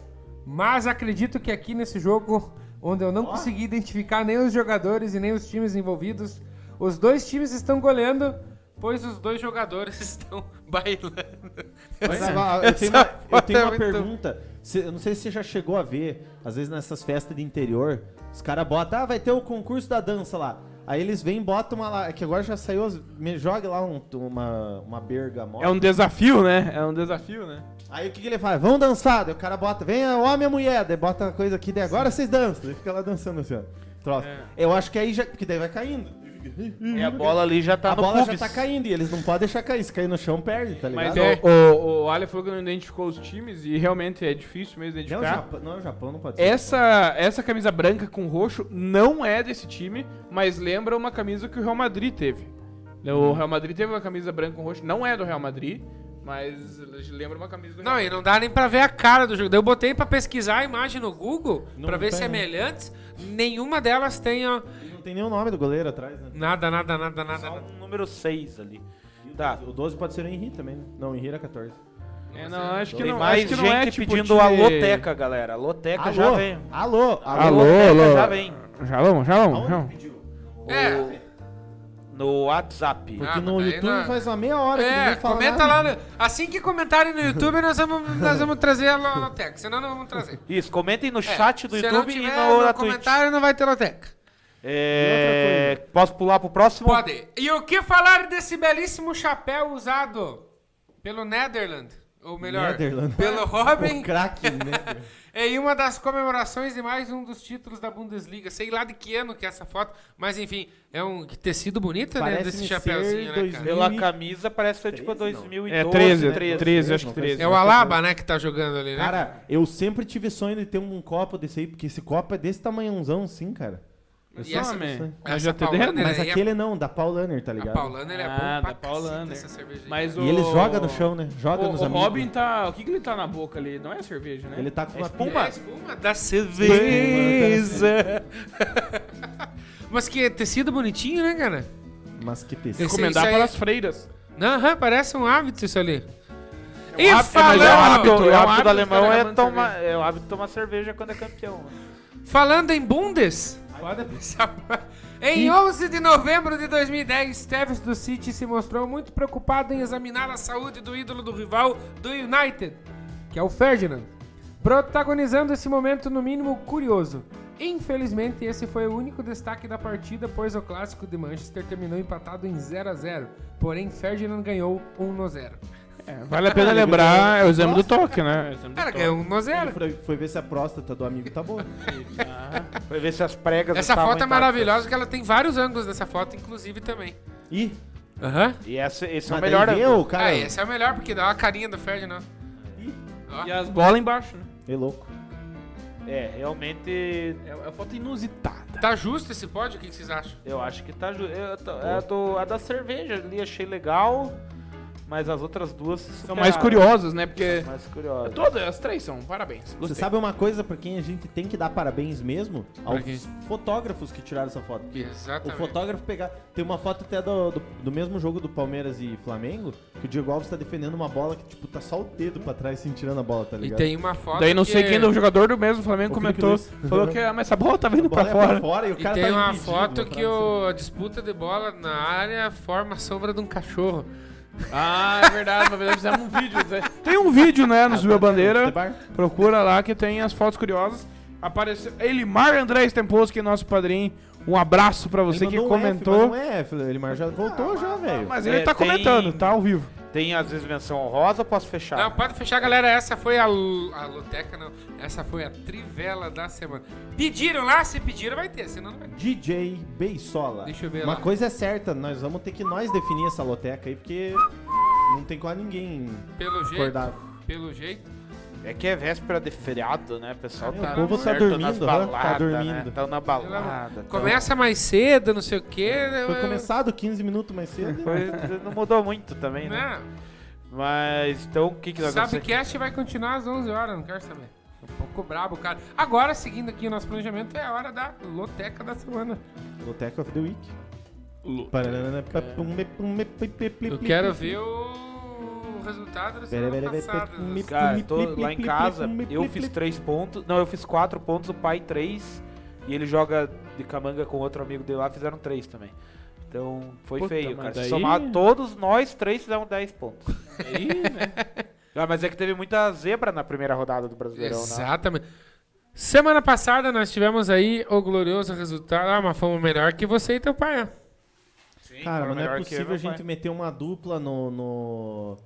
Mas acredito que aqui nesse jogo, onde eu não consegui identificar nem os jogadores e nem os times envolvidos, os dois times estão goleando, pois os dois jogadores estão bailando. Mas é. Essa- agora, eu tenho uma, eu foto tenho é uma muito- pergunta. Cê- eu não sei se você já chegou a ver, às vezes nessas festas de interior, os caras botam, ah, vai ter o concurso da dança lá. Aí eles vêm e botam uma lá. é Que agora já saiu. as- Me joga lá um- uma, uma bergamota. É um desafio, né? É um desafio, né? Aí o que, que ele faz? Vamos dançar. Daí o cara bota, vem o homem e a mulher. Daí bota uma coisa aqui, daí agora vocês dançam. Daí fica lá dançando assim, ó. Troço. Eu acho que aí já. Porque daí vai caindo. E É. a bola ali já tá É, a no bola pubis. já tá caindo e eles não podem deixar cair. Se cair no chão, perde, tá ligado? Mas é é- não, o, o, o Ale falou que não identificou os times e realmente é difícil mesmo não, é o identificar. Japão, não é o Japão, não pode ser. Essa, essa camisa branca com roxo não é desse time, mas lembra uma camisa que o Real Madrid teve. Né, O Real Madrid teve uma camisa branca com roxo, não é do Real Madrid, mas lembra uma camisa do Real Não, e não dá nem pra ver a cara do jogo. Daí eu botei pra pesquisar a imagem no Google, Não pra ver é tem. semelhantes. Nenhuma delas tem ó, Não tem nenhum nome do goleiro atrás, né? nada, nada, nada, nada. Só nada. um número 6 ali. Tá. O 12 pode ser o Henry também, né? Não, o Henry era 14. É, não, acho que Tem não, mais acho que gente não é tipo pedindo de- a loteca, galera. A É loteca já Alô? vem. Alô? A Alô? loteca alô. já vem. Já vamos, já vamos, já vamos. É, No WhatsApp. Ah, Porque mas no daí YouTube não- faz uma meia hora que É, ninguém fala comenta nada. lá. no- Assim que comentarem no YouTube, nós vamos, nós vamos trazer a lo- Loteca. Senão não vamos trazer. Isso, comentem no É, chat do se YouTube não e tiver no, na Twitch. comentário, não vai ter Loteca. É, Posso pular pro próximo? Pode. E o que falar desse belíssimo chapéu usado pelo Netherland? Ou melhor, Netherland. pelo O Robin craque, né? em uma das comemorações de mais um dos títulos da Bundesliga. Sei lá de que ano que é essa foto, mas enfim, é um que tecido bonito, né? Parece-me Desse ser chapéuzinho, né, cara? 2000. Pela camisa parece ser tipo 2012, É 13, 13. 13, acho que Não faz 13. É o Alaba, né, que tá jogando ali, né? Cara, eu sempre tive sonho de ter um copo desse aí, porque esse copo é desse tamanhãozão assim, cara. Eu E sempre essa- tive sonho. Mas Essa já te Paulaner dentro? aí Mas é- aquele não, da Paulaner, tá A ligado? Paulaner é Ah, bom pra da Paulaner. cacete essa cerveja. aí. Mas E o... ele joga no chão, né? O, Joga nos o amigos. Robin tá... O que que ele tá na boca ali? Não é cerveja, né? Ele tá com uma É, espuma da É, cerveja. Mas que tecido bonitinho, né, cara? Mas que Esse- tecido. Recomendar isso aí- para as freiras. Não, aham, parece um hábito isso ali. e hábito, Mas Não, é o não, hábito, não. é o É um hábito hábito do alemão ficar é tomando tomar, é o hábito de tomar cerveja quando é campeão. Falando em Bundes. Em 11 de novembro de 2010, Tevez do City se mostrou muito preocupado em examinar a saúde do ídolo do rival do United, que é o Ferdinand, protagonizando esse momento no mínimo curioso. Infelizmente, esse foi o único destaque da partida, pois o clássico de Manchester terminou empatado em 0 a 0 porém Ferdinand ganhou 1 no 0 Vale a pena lembrar, é o exame do toque, né? É o exame do Cara, toque. ganhou 1 no 0 Ele foi, foi ver se a próstata do amigo tá boa. Vai ver se as pregas Essa estavam foto é intactas. maravilhosa, né? porque ela tem vários ângulos dessa foto, inclusive, também. Ih, Aham. E essa, esse é o mas melhor daí vê ângulo. o cara. Ah, esse é o melhor, porque dá uma carinha do Ferdinand. E as bolas embaixo, né? É louco. É, realmente É uma foto inusitada. Tá justo esse pódio? O que que vocês acham? eu acho que tá ju- eu tô- a, do- a da cerveja ali achei legal, mas as outras duas São mais curiosas, né? Porque Mais curiosas. todas as três são, parabéns. Você Gostei. sabe uma coisa pra quem a gente tem que dar parabéns mesmo? Aos quem? fotógrafos que tiraram essa foto. Porque O Exatamente. fotógrafo pegar. Tem uma foto até do, do, do mesmo jogo do Palmeiras e Flamengo, que o Diego Alves tá defendendo uma bola que, tipo, tá só o dedo pra trás, assim, tirando a bola, tá E ligado? tem uma foto. Daí não que- é- sei quem do jogador do mesmo Flamengo O Felipe comentou, Luiz. falou que ah, mas essa bola tá A vindo bola pra é fora. fora e o E cara tem tá uma impedido, foto uma que frase. o, a disputa de bola na área forma a sombra de um cachorro. Ah, é verdade, uma vez nós fizemos um vídeo. né? Tem um vídeo, né, no Subiu a Bandeira. Procura lá que tem as fotos curiosas. Apareceu Elimar Andrés Temposo, que é nosso padrinho. Um abraço pra você Ele que mandou um F, mas comentou. não é, F, Elimar já voltou já, velho. Mas ele É, tá tem- comentando, tá ao vivo. Tem às vezes menção honrosa, posso Tá. fechar? Não, pode fechar, galera. Essa foi a, lu- a Luteca, não. Essa foi a Trivela da semana. Pediram lá? Se pediram, vai ter. Senão não vai ter. DJ Beisola. Deixa eu ver Uma lá. coisa é certa, nós vamos ter que nós definir essa loteca aí, porque não tem quase ninguém Pelo jeito. acordado. Pelo jeito. É que é véspera de feriado, né, pessoal? É, o Tá povo tá certo nas dormindo, né? Tá baladas, dormindo. Né? Tão na balada. tão- Começa mais cedo, não sei o quê. tá. É, né? Foi começado 15 minutos mais cedo. Foi- não mudou muito também, né? Não. Mas então o que que nós vamos fazer? Subcast vai continuar às 11 horas, não quero saber. Tô Um pouco brabo, cara. Agora, seguindo aqui o nosso planejamento, é a hora da loteca da semana. Loteca of the Week. um Eu quero ver o resultado da Pera, semana pera, pera, passada. pera, pera. Cara, Ah, eu tô lá em casa, eu fiz três pontos. Não, eu fiz quatro pontos, o pai três. E ele joga de camanga com outro amigo dele lá, fizeram três também. Então foi Puta, feio, mas cara. daí- Se somar todos nós três, fizemos 10 pontos. Aí, né? Ah, mas é que teve muita zebra na primeira rodada do Brasileirão, né? Exatamente. Semana passada nós tivemos aí o glorioso resultado. Ah, mas fomos melhor que você e teu pai. né? Cara, mas não é melhor que eu e possível meu a gente pai. meter uma dupla no. no.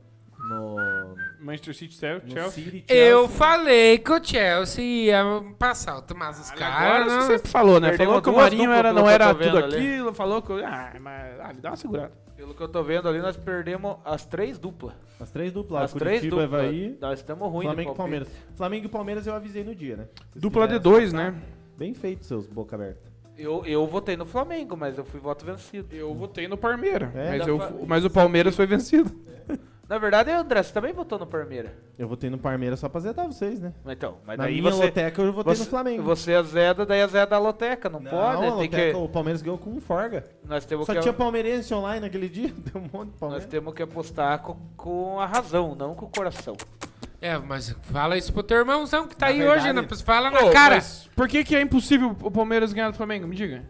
no. Manchester City, Chelsea. no Chelsea. City Eu Chelsea. falei que o Chelsea ia passar, mas os Ah, Agora caras. você não- sempre falou, né? Perdeu Falou que o duas Marinho duplas era, pelo não que eu era tô tudo vendo ali. aquilo, falou que. Ah, mas. Ah, me dá uma segurada. Pelo que eu tô vendo ali, nós perdemos as três duplas. As três duplas. As três Curitiba, duplas. Evaí, Nós estamos ruins Flamengo e Palmeiras. Flamengo e Palmeiras eu avisei no dia, né? Vocês Dupla de fizeram. dois, né? Bem feito, seus boca aberta. Eu, eu votei no Flamengo, mas eu fui voto vencido. Eu votei no Palmeiras, É. mas, Dá eu- pra- mas o Palmeiras foi vencido. Na verdade, André, você também votou no Palmeiras. Eu votei no Palmeiras só pra zetar vocês, né? Mas Então, mas Na daí minha você... loteca eu votei você, no Flamengo. Você azeda, daí azeda a loteca, não, Não, pode? a né? Tem loteca, que... o Palmeiras ganhou com um forga. Nós temos Só que... tinha palmeirense online naquele dia, deu um monte de Nós palmeirense. temos que apostar co- com, a razão, não com o coração. É, mas fala isso pro teu irmãozão que tá Na aí verdade- hoje, né? Fala Ô, na cara. mas por que, que é impossível o Palmeiras ganhar do Flamengo? Me diga.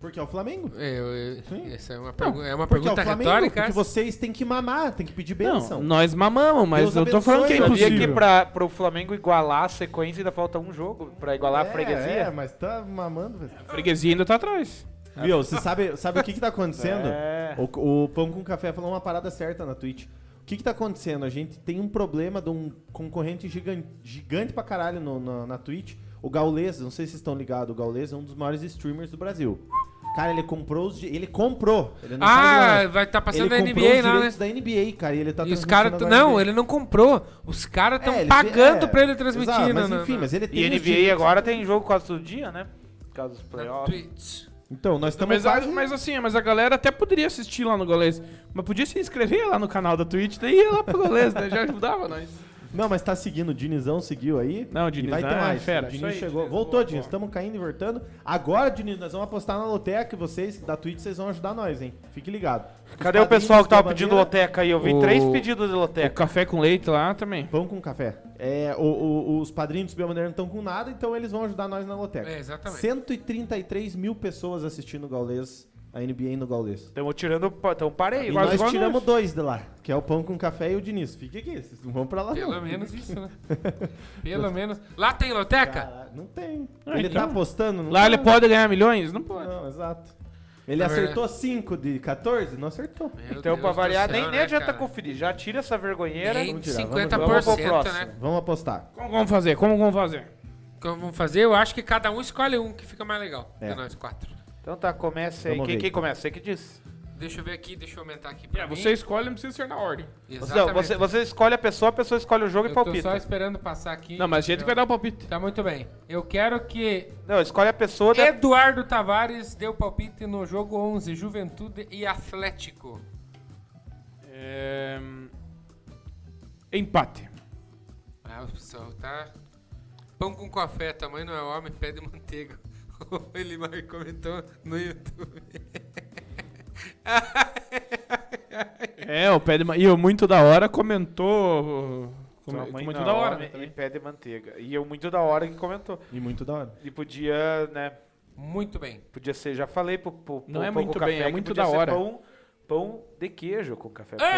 Porque é o Flamengo. Eu- eu- Sim. essa é uma, pergu- é uma Porque é o pergunta Flamengo, retórica. porque vocês têm que mamar, tem que pedir Não, bênção. nós mamamos, mas Deus eu tô abençoe, falando que é sabia Sabia impossível. que pra, pro Flamengo igualar a sequência ainda falta um jogo pra igualar a É, freguesia? mas tá mamando, velho. A freguesia ainda tá atrás. É. Viu, você sabe, sabe o que que tá acontecendo? É. O, o Pão com Café falou uma parada certa na Twitch. O que que tá acontecendo? A gente tem um problema de um concorrente gigante, gigante pra caralho no- na, na Twitch. O Gaules, não sei se vocês estão ligados, o Gaules é um dos maiores streamers do Brasil. Cara, ele comprou os... di- Ele comprou! Ele não sabe Ah, nada. vai estar passando ele da comprou NBA os lá, né? direitos da NBA, cara, e ele tá E os transmitindo caras. agora a Não, NBA. ele não comprou. Os caras estão É, ele- pagando é, pra ele transmitir. né, exato, na- mas na- enfim, na- mas ele tem E os NBA direitos. agora tem jogo quase todo dia, né? Por causa dos é na playoffs. Twitch. Então, nós estamos Mas, quase... mas assim, mas a galera até poderia assistir lá no Golês. Mas podia se inscrever lá no canal da Twitch, daí ia lá pro Golês, né? Já ajudava nós. Não, mas tá seguindo, o Dinizão seguiu aí. Não, o E Dinizão vai ter é mais. fera, o isso Diniz aí, chegou. Diniz, boa, Voltou, boa. Diniz. Estamos caindo e voltando. Agora, Diniz, nós vamos apostar na loteca e vocês da Twitch vocês vão ajudar nós, hein? Fique ligado. Os Cadê o padrinhos pessoal que da tava pedindo bandeira, loteca aí? Eu vi O- três pedidos de loteca. café com leite lá também. Pão com café. É, o- o- os padrinhos do Bio Bandeira não estão com nada, então eles vão ajudar nós na loteca. É, exatamente. 133 mil pessoas assistindo o Gaules, a NBA no Gaules. Estamos tirando. Então parei. E igual- nós igual tiramos dois de lá, que é o Pão com Café e o Diniz. Fique aqui, vocês não vão pra lá Pelo Ah, não. menos isso, né? Pelo menos. Lá tem loteca? Cara, não tem. Ah, ele então. tá apostando? Não Lá ele tá. pode ganhar milhões? Não pode. Não, exato. Ele Na acertou 5 de 14? Não acertou. Meu Então, Deus pra do variar, céu, nem, nem né, adianta cara? conferir. Já tira essa vergonheira. Nem Vamos tirar, 50%, vamos- vamos pro né? próximo. Vamos apostar. Como vamos fazer? Como vamos fazer? Como vamos fazer? Eu acho que cada um escolhe um que fica mais legal. É. De nós quatro. Então tá, começa aí. Vamos Quem, ver. quem começa? Você que diz. Deixa eu ver aqui, deixa eu aumentar aqui pra É, mim. você escolhe, não precisa ser na ordem. Você, não, Exatamente. você, você escolhe a pessoa, a pessoa escolhe o jogo e Eu tô palpita. só esperando passar aqui. Não, mas a gente que vai dar um- o palpite. Tá muito bem. Eu quero que Não, escolhe a pessoa. da- é- Eduardo Tavares deu palpite no jogo 11, Juventude e Atlético. É... Empate. Ah, o pessoal tá. Pão com café, tamanho não é homem, pé de manteiga. Ele mar- comentou no YouTube. É, o pé de... ma- E o muito da hora comentou... come- Tua mãe muito não, da hora. homem E pé de manteiga. E eu muito da hora que comentou. E muito da hora. E podia, né? Muito bem. Podia ser, já falei pro, pro, pro Não é pão com muito café bem, é que muito podia da ser hora. Pão, pão de queijo com café. É, Porque-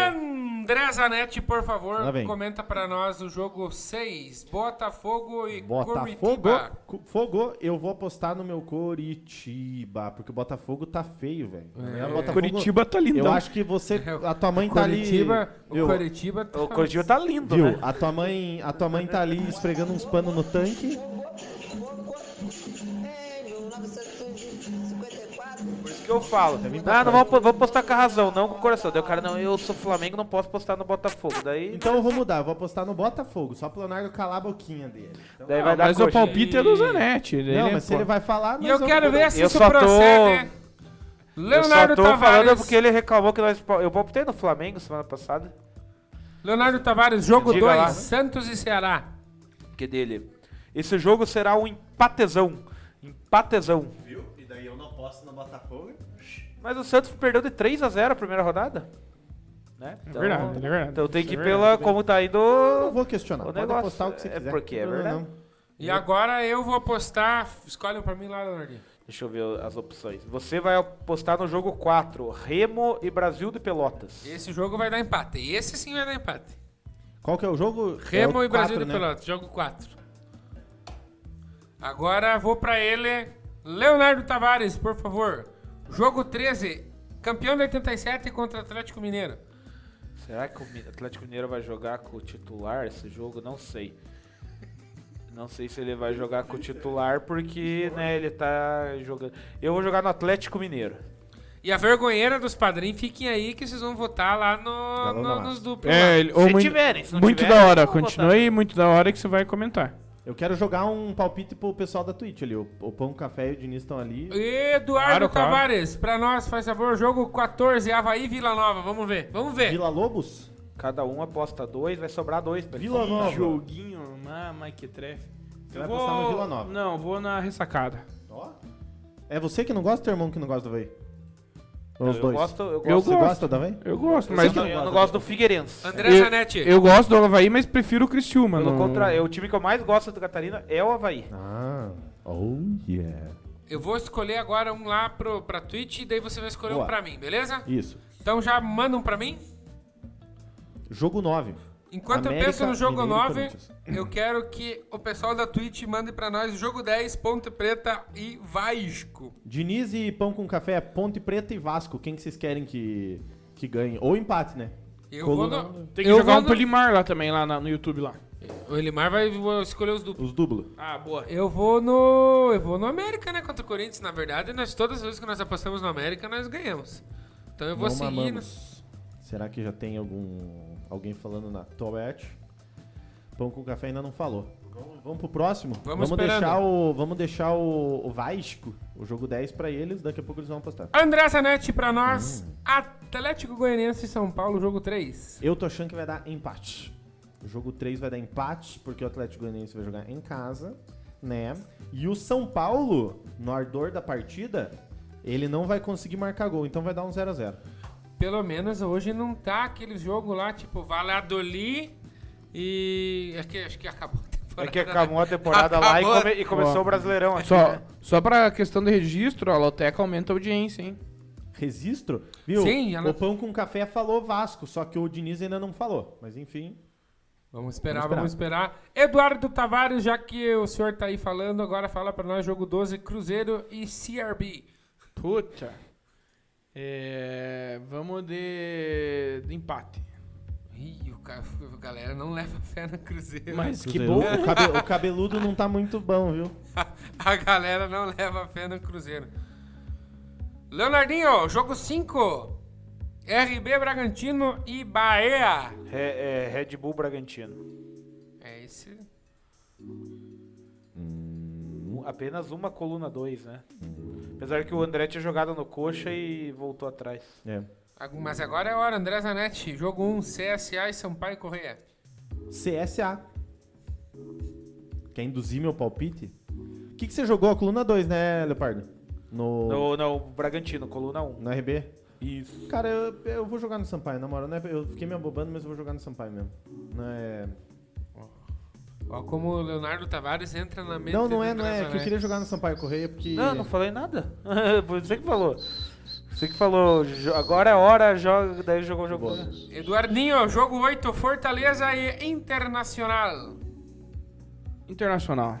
André Zanetti, por favor, Lá vem. comenta pra nós o jogo 6, Botafogo e Botafogo. Curitiba. Cu- Fogo, eu vou apostar no meu Curitiba. Porque o Botafogo tá feio, velho. É, o Botafogo- Curitiba tá lindão. Eu acho que você. É A tua mãe tá ali. Curitiba, o viu? Curitiba tá- O Curitiba tá lindo, Viu? né? A tua mãe, a tua mãe tá ali esfregando uns panos no tanque. É, 1954. Por isso que eu falo. Ah, não vou, vou postar com a razão, não com o coração. Daí o cara, não, eu sou Flamengo, não posso postar no Botafogo. Daí, Então eu vou mudar, eu vou apostar no Botafogo, só pro Leonardo calar a boquinha dele. Então- daí Ah, vai dar mas o coxa. palpite é do Zanetti. Ele não, é mas se ele pô- vai falar. E nós eu um vamos quero mudar. ver se Eu isso só tô- procede. Leonardo eu só tô Tavares. falando é porque ele reclamou que nós. pal- Eu palpitei no Flamengo semana passada. Leonardo Tavares, jogo Diga lá. 2, Santos e Ceará. Que dele. Esse jogo será um empatezão. Empatezão. Viu? E daí eu não aposto no Botafogo. Mas o Santos perdeu de 3 a 0 a primeira rodada. Né? É verdade, é verdade. Então tem que ir É pela como tá indo. Eu não vou questionar. O Pode negócio apostar o que você é quiser. porque é Não, não, verdade. não. E agora eu vou apostar. Escolhe um pra mim lá, Leonardo. Deixa eu ver as opções. Você vai apostar no jogo 4, Remo e Brasil de Pelotas. Esse jogo vai dar empate. Esse sim vai dar empate. Qual que é o jogo? É Remo o né? e Brasil quatro, de né? Pelotas, jogo 4. Agora vou pra ele. Leonardo Tavares, por favor. Jogo 13, campeão de 87 contra Atlético Mineiro. Será que o Mi- Atlético Mineiro vai jogar com o titular esse jogo? Não sei. Não sei se ele vai jogar com o titular porque, né, ele tá jogando. Eu vou jogar no Atlético Mineiro. E a vergonheira dos padrinhos, fiquem aí que vocês vão votar lá no, Galão no- da massa. nos duplos. lá. É, ele- ou se mui- tiverem, se não muito tiverem, da hora, eu vou continue muito da hora que você vai comentar. Eu quero jogar um palpite pro pessoal da Twitch ali. O, o Pão Café e o Diniz estão ali. Eduardo Claro, claro. Tavares, pra nós, faz favor, jogo 14, Havaí Vila Nova. Vamos ver, vamos ver. Vila Lobos? Cada um aposta dois, vai sobrar dois. pra um eles. Vila Nova. Joguinho, ah, Mike Treff. Você vai apostar no Vila Nova. Não, vou na ressacada. Ó. É você que não gosta ou teu irmão que não gosta do Havaí? Ou Não, os eu dois? gosto, eu Eu gosto. Você gosto. gosta do Havaí? Eu gosto, mas mas. eu não, eu não gosto do Figueirense. André Eu- Zanetti. Eu gosto do Havaí, mas prefiro o Criciúma. Pelo não- contrário, é o time que eu mais gosto do Catarina é o Havaí. Ah. Oh, yeah. Eu vou escolher agora um lá pro, pra Twitch e daí você vai escolher um Boa. pra mim, beleza? Isso. Então já manda um pra mim. Jogo 9. Enquanto eu América, penso no jogo Mineiro e 9, Corinthians. eu quero que o pessoal da Twitch mande pra nós jogo 10, Ponte Preta e Vasco. Diniz e Pão com Café, é Ponte Preta e Vasco. Quem que vocês querem que, que ganhe? Ou empate, né? Eu Coluna- vou no... Tem que eu jogar vou um no- Polimar lá também, lá na- no YouTube lá. O Elimar vai vou escolher os duplos. Os duplos. Ah, boa. Eu vou no. Eu vou no América, né? Contra o Corinthians, na verdade. Nós, todas as vezes que nós apostamos no América, nós ganhamos. Então eu vou Não seguir. né? mamamos. Será que já tem algum alguém falando na Tobet? Pão com café ainda não falou. Vamos pro próximo? Vamos esperando. deixar o vamos deixar o, o Vasco, o jogo 10 pra eles, daqui a pouco eles vão apostar. André Zanetti pra nós. Hum. Atlético Goianiense e São Paulo, jogo 3. Eu tô achando que vai dar empate. O jogo 3 vai dar empate, porque o Atlético Goianiense vai jogar em casa, né? E o São Paulo, no ardor da partida, ele não vai conseguir marcar gol, então vai dar um 0 a 0. Pelo menos hoje não tá aquele jogo lá, tipo, Valladolid e. É que, acho que acabou a É temporada. que acabou a temporada lá e, Acabou. come- e começou o Brasileirão. aqui, Só, né? só pra questão do registro, a Loteca aumenta a audiência, hein? Registro? Viu? Sim, ela- O Pão com Café falou Vasco, só que o Diniz ainda não falou. Mas enfim, Vamos esperar, vamos esperar, Eduardo Tavares, já que o senhor tá aí falando, agora fala pra nós jogo 12, Cruzeiro e CRB. Puta. É, vamos de, de empate. Ih, o ca- a galera não leva fé no Cruzeiro. Mas que Cruzeiro, bom. O, cabe- o cabeludo não tá muito bom, viu? A galera não leva fé no Cruzeiro. Leonardinho, jogo 5. RB Bragantino e Bahia. É, é Red Bull Bragantino. É esse. Um- Apenas uma coluna dois, né? Apesar que o André tinha jogado no coxa e voltou atrás. É. Agu- Mas agora é a hora, André Zanetti. Jogo 1, um, CSA e Sampaio Correia. CSA. Quer induzir meu palpite? O que, que você jogou? A coluna 2, né, Leopardo? No, No, não, Bragantino, coluna 1. Um. no RB? Isso. Cara, eu, eu vou jogar no Sampaio, na moral. Não é, eu fiquei me abobando, mas eu vou jogar no Sampaio mesmo. Não é. Ó, como o Leonardo Tavares entra na mente Não, não do é, não André é. Que eu Zanetti. queria jogar no Sampaio Correia porque. Não, não falei nada. Foi Você que falou. Você que falou, jo- agora é hora, joga, daí jogou, jogou. né? Boa. Eduardinho, jogo 8, Fortaleza e Internacional. Internacional.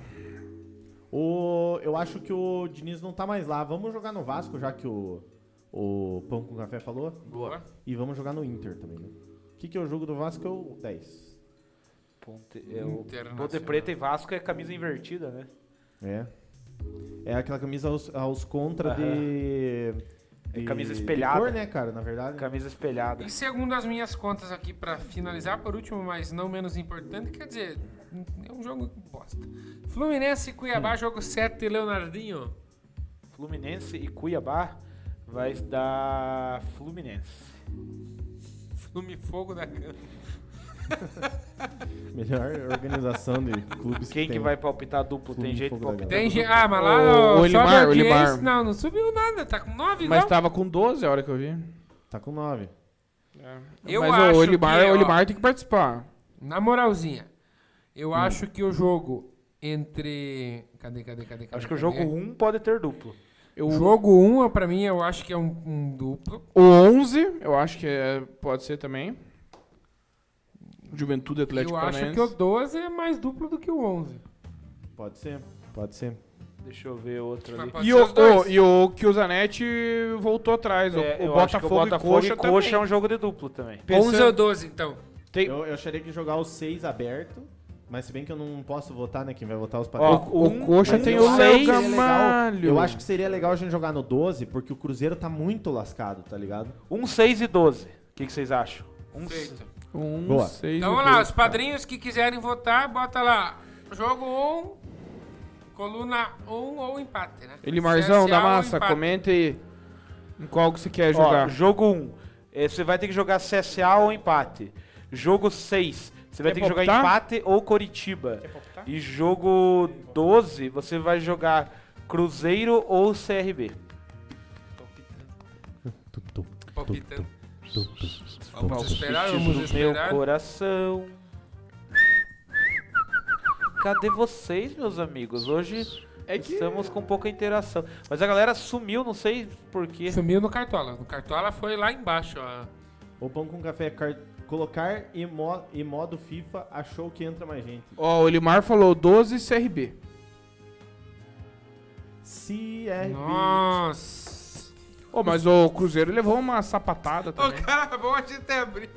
O, eu acho que o Diniz não tá mais lá. Vamos jogar no Vasco, já que o, o Pão com Café falou. Boa. E vamos jogar no Inter também, né? O que, que é o jogo do Vasco? É o 10. Ponte, é o- Internacional. Ponte Preta e Vasco é camisa invertida, né? É. É aquela camisa aos, aos contra de, É de- camisa de espelhada. cor, né, cara? Na verdade. Camisa espelhada. E segundo as minhas contas aqui pra finalizar, por último, mas não menos importante, quer dizer, é um jogo bosta. Fluminense e Cuiabá, Hum. jogo 7, Leonardinho. Fluminense e Cuiabá vai dar Fluminense. Flume Fogo da Cama. Melhor organização de clubes Quem que tem. vai palpitar duplo? Tem Fluminense jeito de fogo da palpitar? Tem duplo? gente. Ah, mas lá Ô, no- sobe ô, a Elimar, ô, audiência. Elimar. Não, não subiu nada, tá com 9, Mas não. tava com 12 a hora que eu vi. Tá com 9. Eu Mas acho o Elimar, que, é, ó, o Elimar tem que participar. Na moralzinha, Hum. eu acho que o jogo entre. Cadê, cadê, cadê? cadê Acho que o cadê? jogo 1 pode ter duplo. um, Eu, O jogo 1, um, pra mim, eu acho que é um, um duplo. O 11, eu acho que é- pode ser também. Juventude Eu Atlético acho Paranaense. que o 12 é mais duplo do que o 11. Pode ser. Pode ser. Deixa eu ver outro Mas ali. pode E ser o, os dois. o, e o Kiuzanetti voltou atrás. o- É, o, eu acho que Botafogo o Botafogo e também. Coxa é um jogo de duplo também. Pensando- 11 ou 12, então. Tem- Eu, eu acharia que jogar os seis aberto, mas se bem que eu não posso votar, né? Quem vai votar os Ó, padrões. o, o um- Coxa Mas tem eu o acho Léo que seria legal- Gamalho. Eu acho que seria legal a gente jogar no 12, porque o Cruzeiro tá muito lascado, tá ligado? 1, 6 Um e 12. O que, que vocês acham? Um, Perfeito. Um, Boa. seis, Então um, vamos lá, dois. os padrinhos que quiserem votar, bota lá. Jogo 1, coluna 1 ou empate, né? Elimarzão CSA da ou massa, empate. comente em qual que você quer Ó, jogar. jogo 1. Você vai ter que jogar CSA ou empate. Jogo 6. Você vai Quer ter que jogar palpitar? empate ou Coritiba. E jogo 12, você vai jogar Cruzeiro ou CRB. Palpitando. Vamos esperar, vamos Meu esperar. coração. Cadê vocês, meus amigos? Hoje É estamos com pouca interação. Mas a galera sumiu, não sei porquê. Sumiu no Cartola. No Cartola foi lá embaixo, ó. O pão com café car- colocar e, mo- e modo FIFA achou que entra mais gente. Ó, o Elimar falou 12 CRB. CRB. Nossa. Ô, mas o Cruzeiro levou uma sapatada Ô, também. cara, é bom a gente abrir.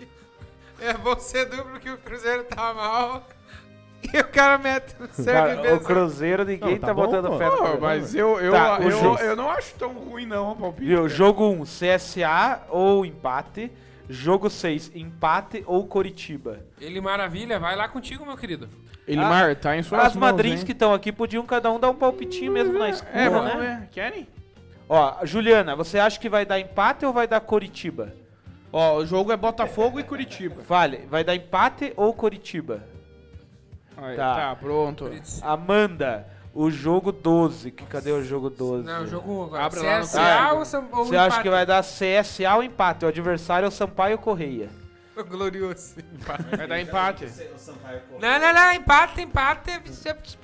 É bom ser duplo que o Cruzeiro tá mal. E o cara mete o Cara, o CRB. Cruzeiro, ninguém Não, tá tá, bom, botando pô. fé no Pô, Cruzeiro. mas eu, eu, Tá, o eu, eu, juiz. não acho tão ruim, não, o palpite. Viu? cara. Jogo 1, CSA ou empate. Jogo 6, empate ou Coritiba. Ele maravilha, vai lá contigo, meu querido. Elimar, tá em suas As mãos, madrinhas hein? que estão aqui podiam cada um dar um palpitinho mesmo na escola, É, vamos né? ver. Querem? Ó, Juliana, você acha que vai dar empate ou vai dar Coritiba? Ó, o jogo é Botafogo e Curitiba. Vale, vai dar empate ou Coritiba? Aí, Tá. tá. pronto. Amanda, o jogo 12. Que, cadê o jogo 12? Não, o jogo um agora. Abre lá no CSA Cartola. ou, São, ou Você acha empate? que vai dar CSA ou empate? O adversário é o Sampaio Correia. Glorioso. Empate. Vai dar empate. Não, não, não, empate, empate.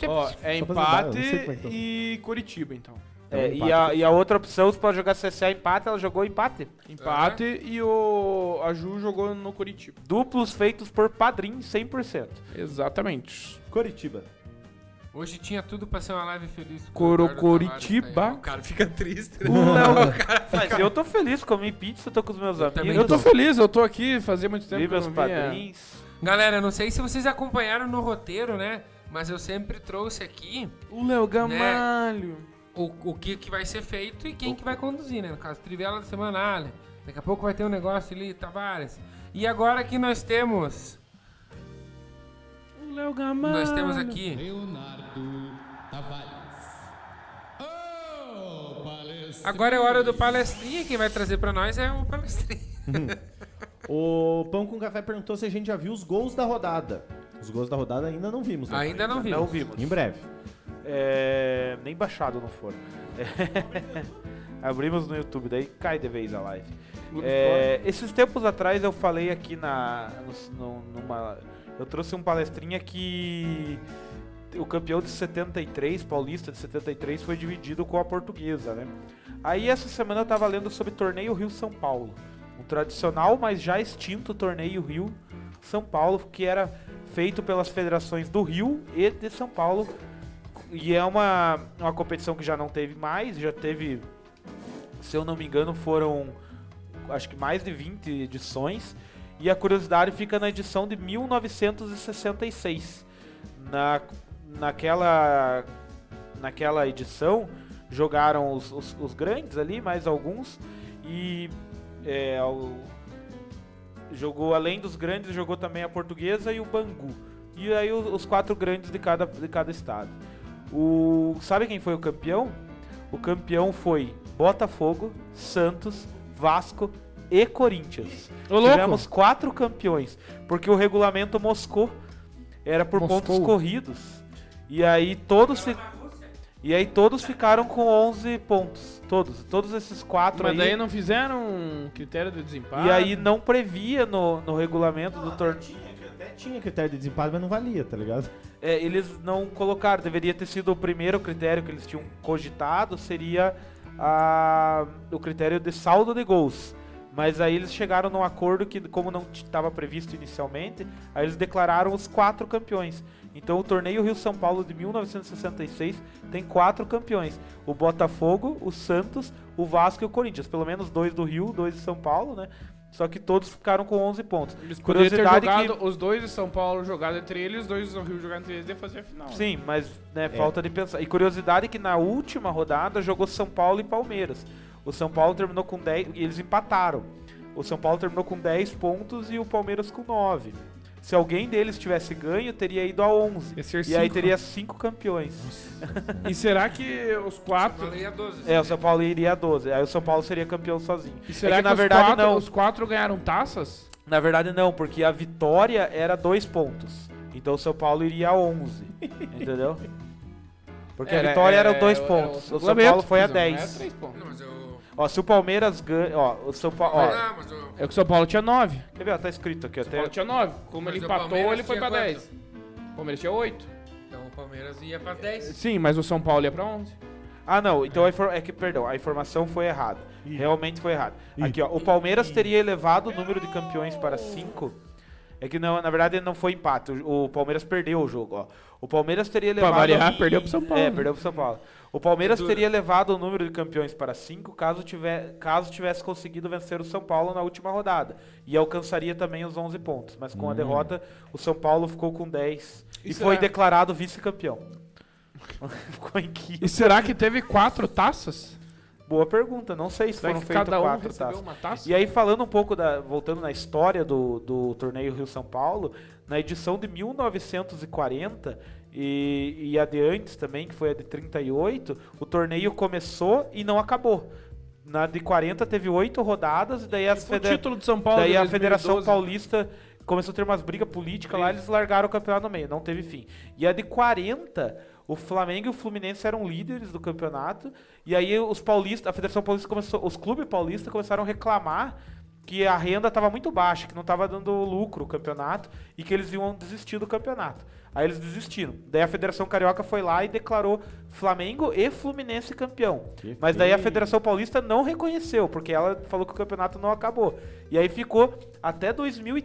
Ó, é Só pra lembrar, eu não empate sei como é que tá. e Curitiba, então. É um É, e, empate. a, e a outra opção, se pode jogar CSA empate, ela jogou empate. Empate e o a Ju jogou no Curitiba. Duplos feitos por padrinho, 100%. Exatamente. Coritiba. Hoje tinha tudo pra ser uma live feliz. com o Coro- Eduardo Tavares, Curitiba. tá aí. O cara fica triste, né? Mas eu tô feliz, comi pizza, tô com os meus Eu também amigos. Eu tô feliz, é. eu tô aqui fazia muito tempo vi que eu meus não vinha. padrinhos. Galera, não sei se vocês acompanharam no roteiro, né? Mas eu sempre trouxe aqui O Né? Léo Gamalho. o, o que, que vai ser feito e quem que vai conduzir, né? No caso, Trivela da Semana, Ale. Daqui a pouco vai ter um negócio ali, Tavares. E agora que nós temos... O Léo Gamalho. Nós temos aqui... Leonardo Tavares. Oh, palestra. Agora é hora do palestrinha. Quem vai trazer pra nós é o palestrinha. O pão com café perguntou se a gente já viu os gols da rodada. Os gols da rodada ainda não vimos. né? Ainda não Não vimos. vimos. Em breve. É, nem baixado não for. Abrimos no YouTube, daí cai de vez a live. É, esses tempos atrás eu falei aqui na. no- no- numa, eu trouxe um palestrinha que o campeão de 73, paulista de 73, foi dividido com a portuguesa, né? Aí essa semana eu tava lendo sobre torneio Rio São Paulo. Um tradicional, mas já extinto torneio Rio São Paulo, que era feito pelas federações do Rio e de São Paulo. E é uma, uma competição que já não teve mais, já teve, se eu não me engano, foram acho que mais de 20 edições. E a curiosidade fica na edição de 1966. Na, naquela, naquela edição jogaram os, os- os grandes ali, mais alguns. E é, o- jogou além dos grandes, jogou também a portuguesa e o Bangu. E aí o- os quatro grandes de cada, de cada estado. O, sabe quem foi o campeão? O campeão foi Botafogo, Santos, Vasco e Corinthians. Ô, louco. Tivemos quatro campeões, porque o regulamento moscou. Era por Moscou. pontos corridos. E aí todos fi- E aí todos ficaram com 11 pontos, todos, todos esses quatro Mas aí. daí não Ah. fizeram um critério do desempate. E aí não previa no, no regulamento do torneio. Até tinha critério de desempate, mas não valia, tá ligado? É, eles não colocaram, deveria ter sido o primeiro critério que eles tinham cogitado, seria a- o critério de saldo de gols. Mas aí eles chegaram num acordo que, como não estava previsto inicialmente, aí eles declararam os quatro campeões. Então o torneio Rio-São Paulo de 1966 tem quatro campeões: o Botafogo, o Santos, o Vasco e o Corinthians. Pelo menos dois do Rio, dois de São Paulo, né? Só que todos ficaram com 11 pontos. Eles poderiam ter Curiosidade que- jogado os dois de São Paulo jogado entre eles, os dois do Rio jogado entre eles e fazer a final. né? Sim, mas né, falta de pensar. E curiosidade que na última rodada jogou São Paulo e Palmeiras. O São Paulo terminou com 10 e eles empataram. O São Paulo terminou com 10 pontos e o Palmeiras com 9. Se alguém deles tivesse ganho, teria ido a 11. Ia ser E aí cinco. né? teria 5 campeões. E será que os quatro. Falei a 12. É, o São Paulo iria a 12. Aí o São Paulo seria campeão sozinho. E É será que, que, na os, verdade, quatro, não. os quatro ganharam taças? Na verdade, não, porque a vitória era 2 pontos. Então o São Paulo iria a 11. Entendeu? Porque a vitória é, eram 2 pontos. é, o é São Paulo foi a 10. Não, mas eu... Ó, se o Palmeiras ganha. Ó, o São Paulo. Ó, Não, mas eu... É que o São Paulo tinha 9. quer ver? Ó, tá escrito aqui O São Paulo até. tinha 9. Como Mas o ele empatou, Palmeiras ele foi tinha pra quanto? 10. O Palmeiras tinha 8. Então o Palmeiras ia pra 10. Sim, mas o São Paulo ia pra 11. Ah, não. Então a infor- é que, perdão, a informação foi errada. Realmente foi errada. Aqui, ó. O Palmeiras teria elevado o número de campeões para 5. É que não, na verdade não foi empate. O o Palmeiras perdeu o jogo, ó. O Palmeiras teria Pra elevado. variar, perdeu pro São Paulo. É, né? perdeu pro São Paulo. O Palmeiras teria elevado o número de campeões para 5 caso, tiver, caso tivesse conseguido vencer o São Paulo na última rodada. E alcançaria também os 11 pontos. Mas Hum. com a derrota, o São Paulo ficou com 10. E, E foi será- declarado vice-campeão. ficou em quinto. E será que teve quatro taças? Boa pergunta. Não sei se Será foram que feitas cada um quatro recebeu taças. uma taça? E aí, falando um pouco, da, voltando na história do, do torneio Rio-São Paulo, na edição de 1940 e, e a de antes também, que foi a de 38, o torneio começou e não acabou. Na de 40 teve oito rodadas e daí, as Foi o feder- título de São Paulo daí de a Federação 2012. Paulista começou a ter umas brigas políticas lá, eles largaram o campeonato no meio, não teve fim. E a de 40... O Flamengo e o Fluminense eram líderes do campeonato. E aí os paulistas, a Federação Paulista começou, os clubes paulistas começaram a reclamar que a renda estava muito baixa, que não estava dando lucro o campeonato e que eles iam desistir do campeonato. Aí eles desistiram. Daí a Federação Carioca foi lá e declarou Flamengo e Fluminense campeão. Que Mas daí a feio. Federação Paulista não reconheceu, porque ela falou que o campeonato não acabou. E aí ficou até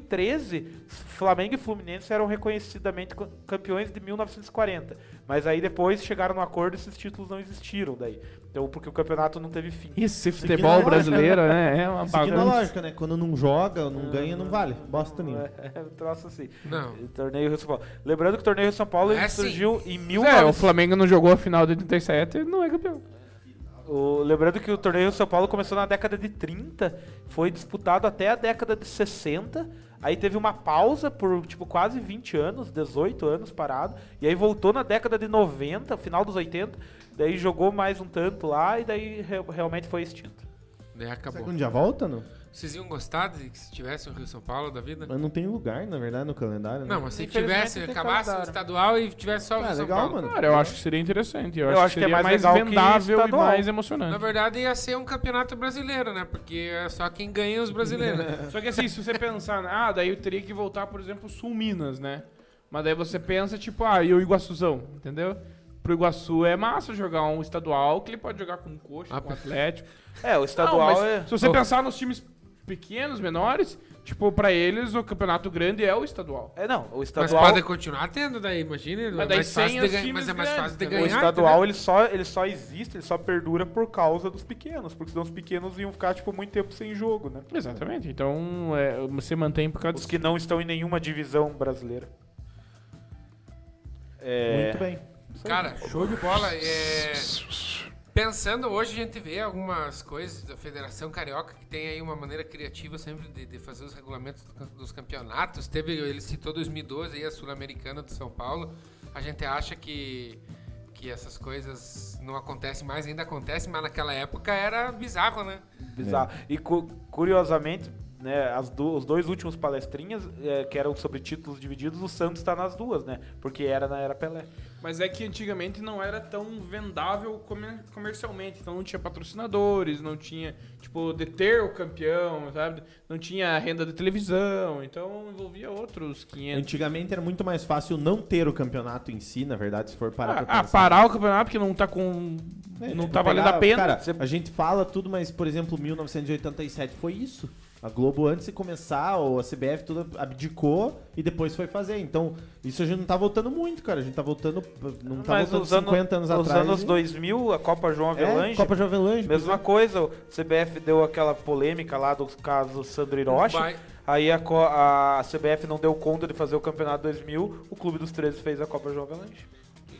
2013, Flamengo e Fluminense eram reconhecidamente co- campeões de 1940. Mas aí depois chegaram no acordo e esses títulos não existiram daí. Então, porque o campeonato não teve fim. Esse Seguindo a futebol lógica, brasileiro, né? É uma Seguindo a bagunça. lógica, né? Quando não joga, não ganha, não vale. Bosta nenhuma. É, um troço assim. Não. E Torneio Rio São Paulo. Lembrando que o Torneio Rio São Paulo ele É assim. surgiu em É, o 1900. Flamengo não jogou a final de 87 e não é campeão. O- lembrando que o torneio São Paulo começou na década de 30, foi disputado até a década de 60, aí teve uma pausa por tipo quase 20 anos, 18 anos parado, e aí voltou na década de 90, final dos 80, daí jogou mais um tanto lá e daí re- realmente foi extinto. Daí Será né, acabou. que um dia volta, não? Vocês iam gostar de que se tivesse um Rio São Paulo da vida? Mas não tem lugar, na verdade, no calendário. né? Não, mas se Infelizmente, tivesse, tem acabasse o calendário. estadual e tivesse tá só o Rio Ah, São legal, Paulo. mano. Cara, eu acho que seria interessante. Eu, acho, que é seria mais mais, legal que vendável e estadual. mais Na emocionante. verdade, ia ser um campeonato brasileiro, né? Porque é só quem ganha é os brasileiros. né? Só que assim, se você pensar, ah, daí eu teria que voltar, por exemplo, Sul Minas, né? Mas daí você pensa, tipo, ah, e o Iguaçuzão, entendeu? Pro Iguaçu é massa jogar um estadual, que ele pode jogar com coxa, Ah, com pô. Atlético. É, o Não, estadual mas é. Se você pensar nos times pequenos, menores, tipo, pra eles o campeonato grande é o estadual. É não, o Mas estadual. pode continuar tendo daí, imagina. Mas Mas, daí mais fácil sem de os ganhar, times mas é mais grandes, fácil de né? ganhar. O estadual ele só, ele só existe, ele só perdura por causa dos pequenos, porque senão os pequenos iam ficar tipo muito tempo sem jogo, né? Exatamente. Então é, você mantém por causa Os disso. que não estão em nenhuma divisão brasileira. É, Muito é. bem. Cara, show de bola. É... Pensando hoje, a gente vê algumas coisas da Federação Carioca que tem aí uma maneira criativa sempre de, de fazer os regulamentos do- dos campeonatos. Teve, ele citou 2012 aí, a Sul-Americana de São Paulo. A gente acha que, que essas coisas não acontecem mais, ainda acontecem, mas naquela época era bizarro, né? Bizarro. E cu- curiosamente, né, as du- os dois últimos palestrinhas, eh, que eram sobre títulos divididos, o Santos tá nas duas, né? Porque era na Era Pelé. Mas é que antigamente não era tão vendável comer- comercialmente, então não tinha patrocinadores, não tinha, tipo, deter o campeão, sabe? Não tinha renda de televisão, então envolvia outros 500. Antigamente era muito mais fácil não ter o campeonato em si, na verdade, se for parar pra ah, ah, pensar. parar o campeonato porque não tá com. É, não tipo, tá valendo pegar- a pena. Cara, Você- a gente fala tudo, mas, por exemplo, 1987 foi isso. A Globo, antes de começar, ou a CBF, tudo abdicou e depois foi fazer. Então, isso a gente não tá voltando muito, cara. A gente tá voltando. Não tá voltando 50 anos, nos atrás. anos e- 2000, a Copa João é, Avelange, Copa Jovem Lange. mesma coisa, o CBF deu aquela polêmica lá do caso Sandro Hiroshi, Vai. aí a, co- a CBF não deu conta de fazer o Campeonato 2000, o Clube dos 13 fez a Copa João Avelange.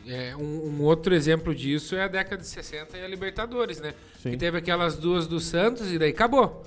É, um, um outro exemplo disso é a década de 60 e a Libertadores, né? Que teve aquelas duas do Santos e daí acabou.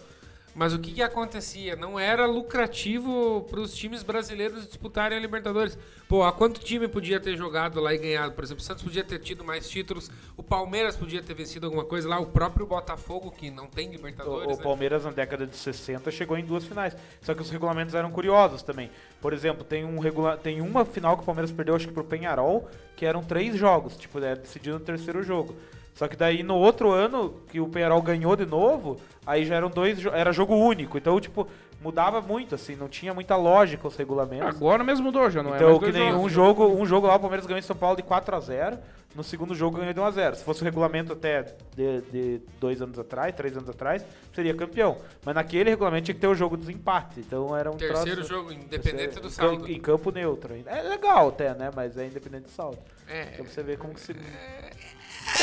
Mas o que, que acontecia? Não era lucrativo para os times brasileiros disputarem a Libertadores. Pô, há quanto time podia ter jogado lá e ganhado? Por exemplo, o Santos podia ter tido mais títulos, o Palmeiras podia ter vencido alguma coisa lá, o próprio Botafogo, que não tem O, Libertadores. o né? Palmeiras na década de 60 chegou em duas finais. Só que os regulamentos eram curiosos também. Por exemplo, tem, um regula tem uma final que o Palmeiras perdeu, acho que pro Penharol, que eram três jogos. Tipo, era decidido no terceiro jogo. Só que daí no outro ano, que o Penharol ganhou de novo, aí já eram dois, jo- era jogo único. Então, tipo, mudava muito, assim, não tinha muita lógica os regulamentos. Ah, Agora mesmo mudou, já não é Então, mais que dois nem jogos. um jogo, um jogo lá, o Palmeiras ganhou em São Paulo de 4x0. No segundo jogo ganhou de 1x0. Se fosse o regulamento até de, de dois anos atrás, três anos atrás, seria campeão. Mas naquele regulamento tinha que ter o jogo dos empates. Então era um Terceiro troço- jogo, independente do em saldo. campo- Em campo neutro ainda. É legal até, né? Mas é independente do saldo. É, Então pra você ver como que se.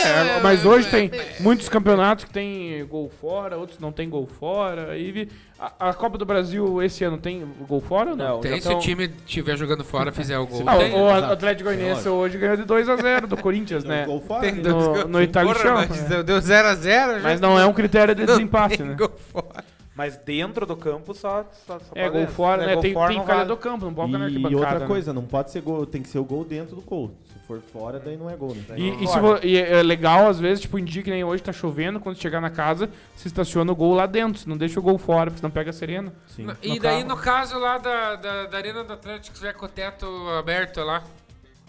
É, mas hoje tem muitos campeonatos que tem gol fora, outros não tem gol fora. E vi- a, a Copa do Brasil esse ano tem gol fora ou não? tem, se o Então- time estiver jogando fora, fizer o gol. Ah, tem. né? o, o Atlético Goianiense hoje ganhou de 2x0 do Corinthians, né? É um Gol fora. Tem dois No, gols. no Itália Porra, mas deu- deu 0x0. Mas não é um critério de desempate, tem né? gol fora. Mas dentro do campo só. só, só É, gol Palmeiras. fora, É, né? gol Tem, fora tem não cara vale. do campo, não pode ficar um na E arquibancada. outra né? coisa, não pode ser gol, tem que ser o gol dentro do gol. Se for fora, daí não é gol. Né? E, e se vo- e é legal, às vezes, tipo, indica que nem hoje tá chovendo, quando chegar na casa, se estaciona o gol lá dentro, você não deixa o gol fora, porque senão pega sereno. Sim. e daí, no caso lá da, da, da Arena do Atlético, já com o teto aberto lá.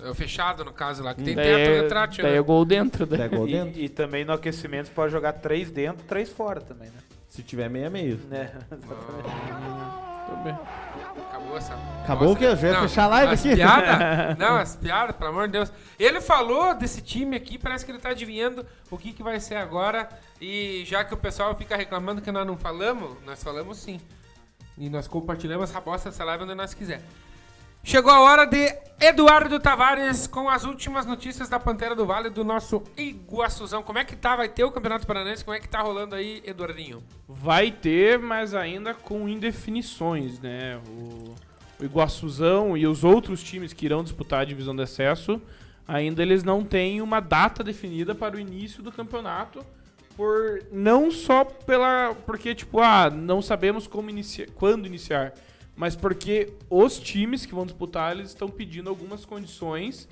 é, Fechado, no caso lá. Que tem daí teto é, retrátil. daí né? é gol dentro. Daí. Daí é gol dentro. E, e também no aquecimento você pode jogar três dentro, três fora também, né? Se tiver meio a meio. né? Tudo bem. Acabou essa. Acabou o quê? Eu já ia Não, fechar a live as aqui. Piada, não, as piadas, pelo amor de Deus. Ele falou desse time aqui, parece que ele tá adivinhando o que, que vai ser agora. E já que o pessoal fica reclamando que nós não falamos, nós falamos sim. E nós compartilhamos essa bosta dessa live onde nós quiser. Chegou a hora de Eduardo Tavares com as últimas notícias da Pantera do Vale do nosso Iguaçuzão. Como é que tá? Vai ter o Campeonato Paranaense? Como é que tá rolando aí, Eduardinho? Vai ter, mas ainda com indefinições, né? O, o Iguaçuzão e os outros times que irão disputar a divisão de acesso, ainda eles não têm uma data definida para o início do campeonato, por não só pela porque tipo, ah, não sabemos como iniciar, quando iniciar, mas porque os times que vão disputar, eles estão pedindo algumas condições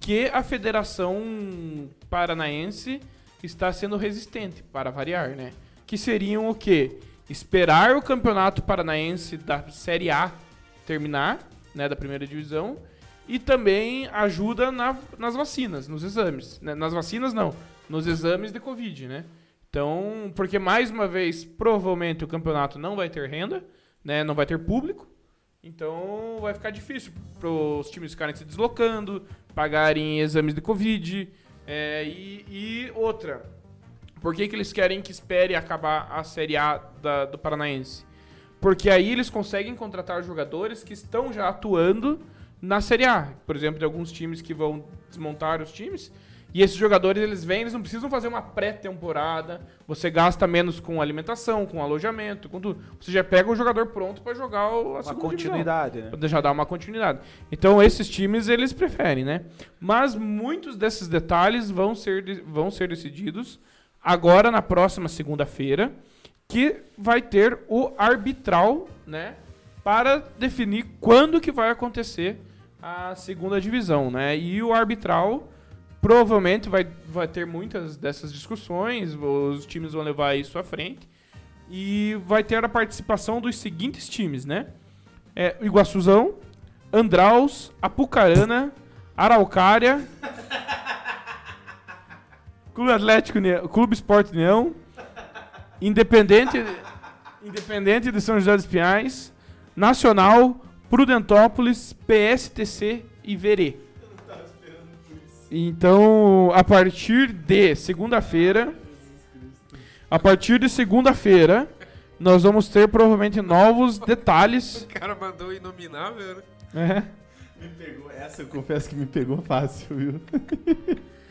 que a Federação Paranaense está sendo resistente, para variar, né? Que seriam o quê? Esperar o Campeonato Paranaense da Série A terminar, né, da primeira divisão, e também ajuda na- nas vacinas, nos exames. né? Nas vacinas não, nos exames de Covid, né? Então, porque mais uma vez, provavelmente o campeonato não vai ter renda, né? Não vai ter público. Então vai ficar difícil para os times ficarem se deslocando, pagarem exames de Covid. é, e, e outra, por que, que eles querem que espere acabar a Série A da- do Paranaense? Porque aí eles conseguem contratar jogadores que estão já atuando na Série A. Por exemplo, de alguns times que vão desmontar os times. E esses jogadores, eles vêm, eles não precisam fazer uma pré-temporada. Você gasta menos com alimentação, com alojamento, com tudo. Você já pega o jogador pronto para jogar o- a Uma segunda divisão. continuidade, né? Pra já dar uma continuidade. Então esses times eles preferem, né? Mas muitos desses detalhes vão ser, de- vão ser decididos agora na próxima segunda-feira, que vai ter o arbitral, né? Para definir quando que vai acontecer a segunda divisão, né? E o arbitral provavelmente vai, vai ter muitas dessas discussões, os times vão levar isso à frente. E vai ter a participação dos seguintes times, né? É, Iguaçuzão, Andraus, Apucarana, Araucária, Clube Atlético, Uni- Clube Esporte União, Independente, Independente de São José dos Pinhais, Nacional, Prudentópolis, PSTC e Verê. Então, a partir de segunda-feira, a partir de segunda-feira, nós vamos ter provavelmente novos detalhes. O cara mandou inominável, né? né? Me pegou essa, eu confesso que me pegou fácil, viu?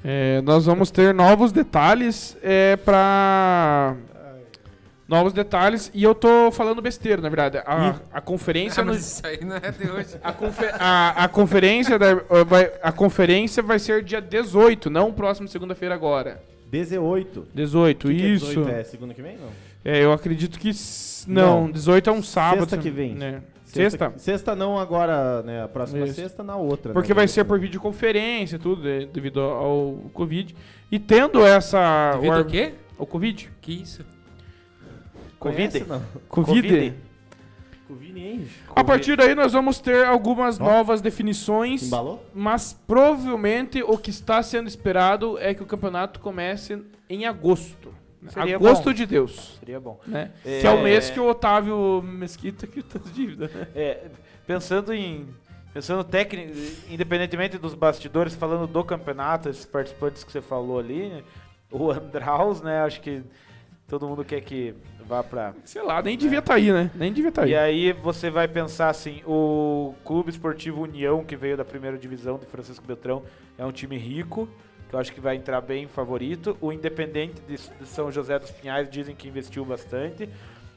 É, nós vamos ter novos detalhes é, para novos detalhes e eu tô falando besteira, na verdade. A, a conferência Ah, no- mas isso aí não é de hoje. a, confe- a- a conferência da- eh, vai, a conferência vai ser dia 18, não próximo segunda-feira agora. 18. 18, Que que é isso. 18? É segunda que vem, não? É, eu acredito que s- não, Não. 18 é um sábado. Sexta que vem. né? Sexta? Sexta. Sexta, não agora, né? A próxima Isso. sexta na outra. Porque né? vai ser por videoconferência, e tudo, eh, devido ao Covid. E tendo essa. Devido Ah, ar- ao quê? ao Covid? Que isso? Conhece, Covid? não? Covid. Conveniente. A partir daí nós vamos ter algumas Nossa. novas definições, Embalou? mas provavelmente o que está sendo esperado é que o campeonato comece em agosto. Seria agosto bom. de Deus, Seria bom. né? É, Que é o mês que o Otávio Mesquita quitou as dívidas, né? é, pensando em. Pensando técnico, independentemente dos bastidores, falando do campeonato, esses participantes que você falou ali, né? o Andraus, né? Acho que todo mundo quer que vá pra. Sei lá, nem devia estar aí, né? Nem devia estar aí. E aí você vai pensar assim, o Clube Esportivo União, que veio da primeira divisão de Francisco Beltrão, é um time rico, que eu acho que vai entrar bem favorito. O Independente de de São José dos Pinhais dizem que investiu bastante.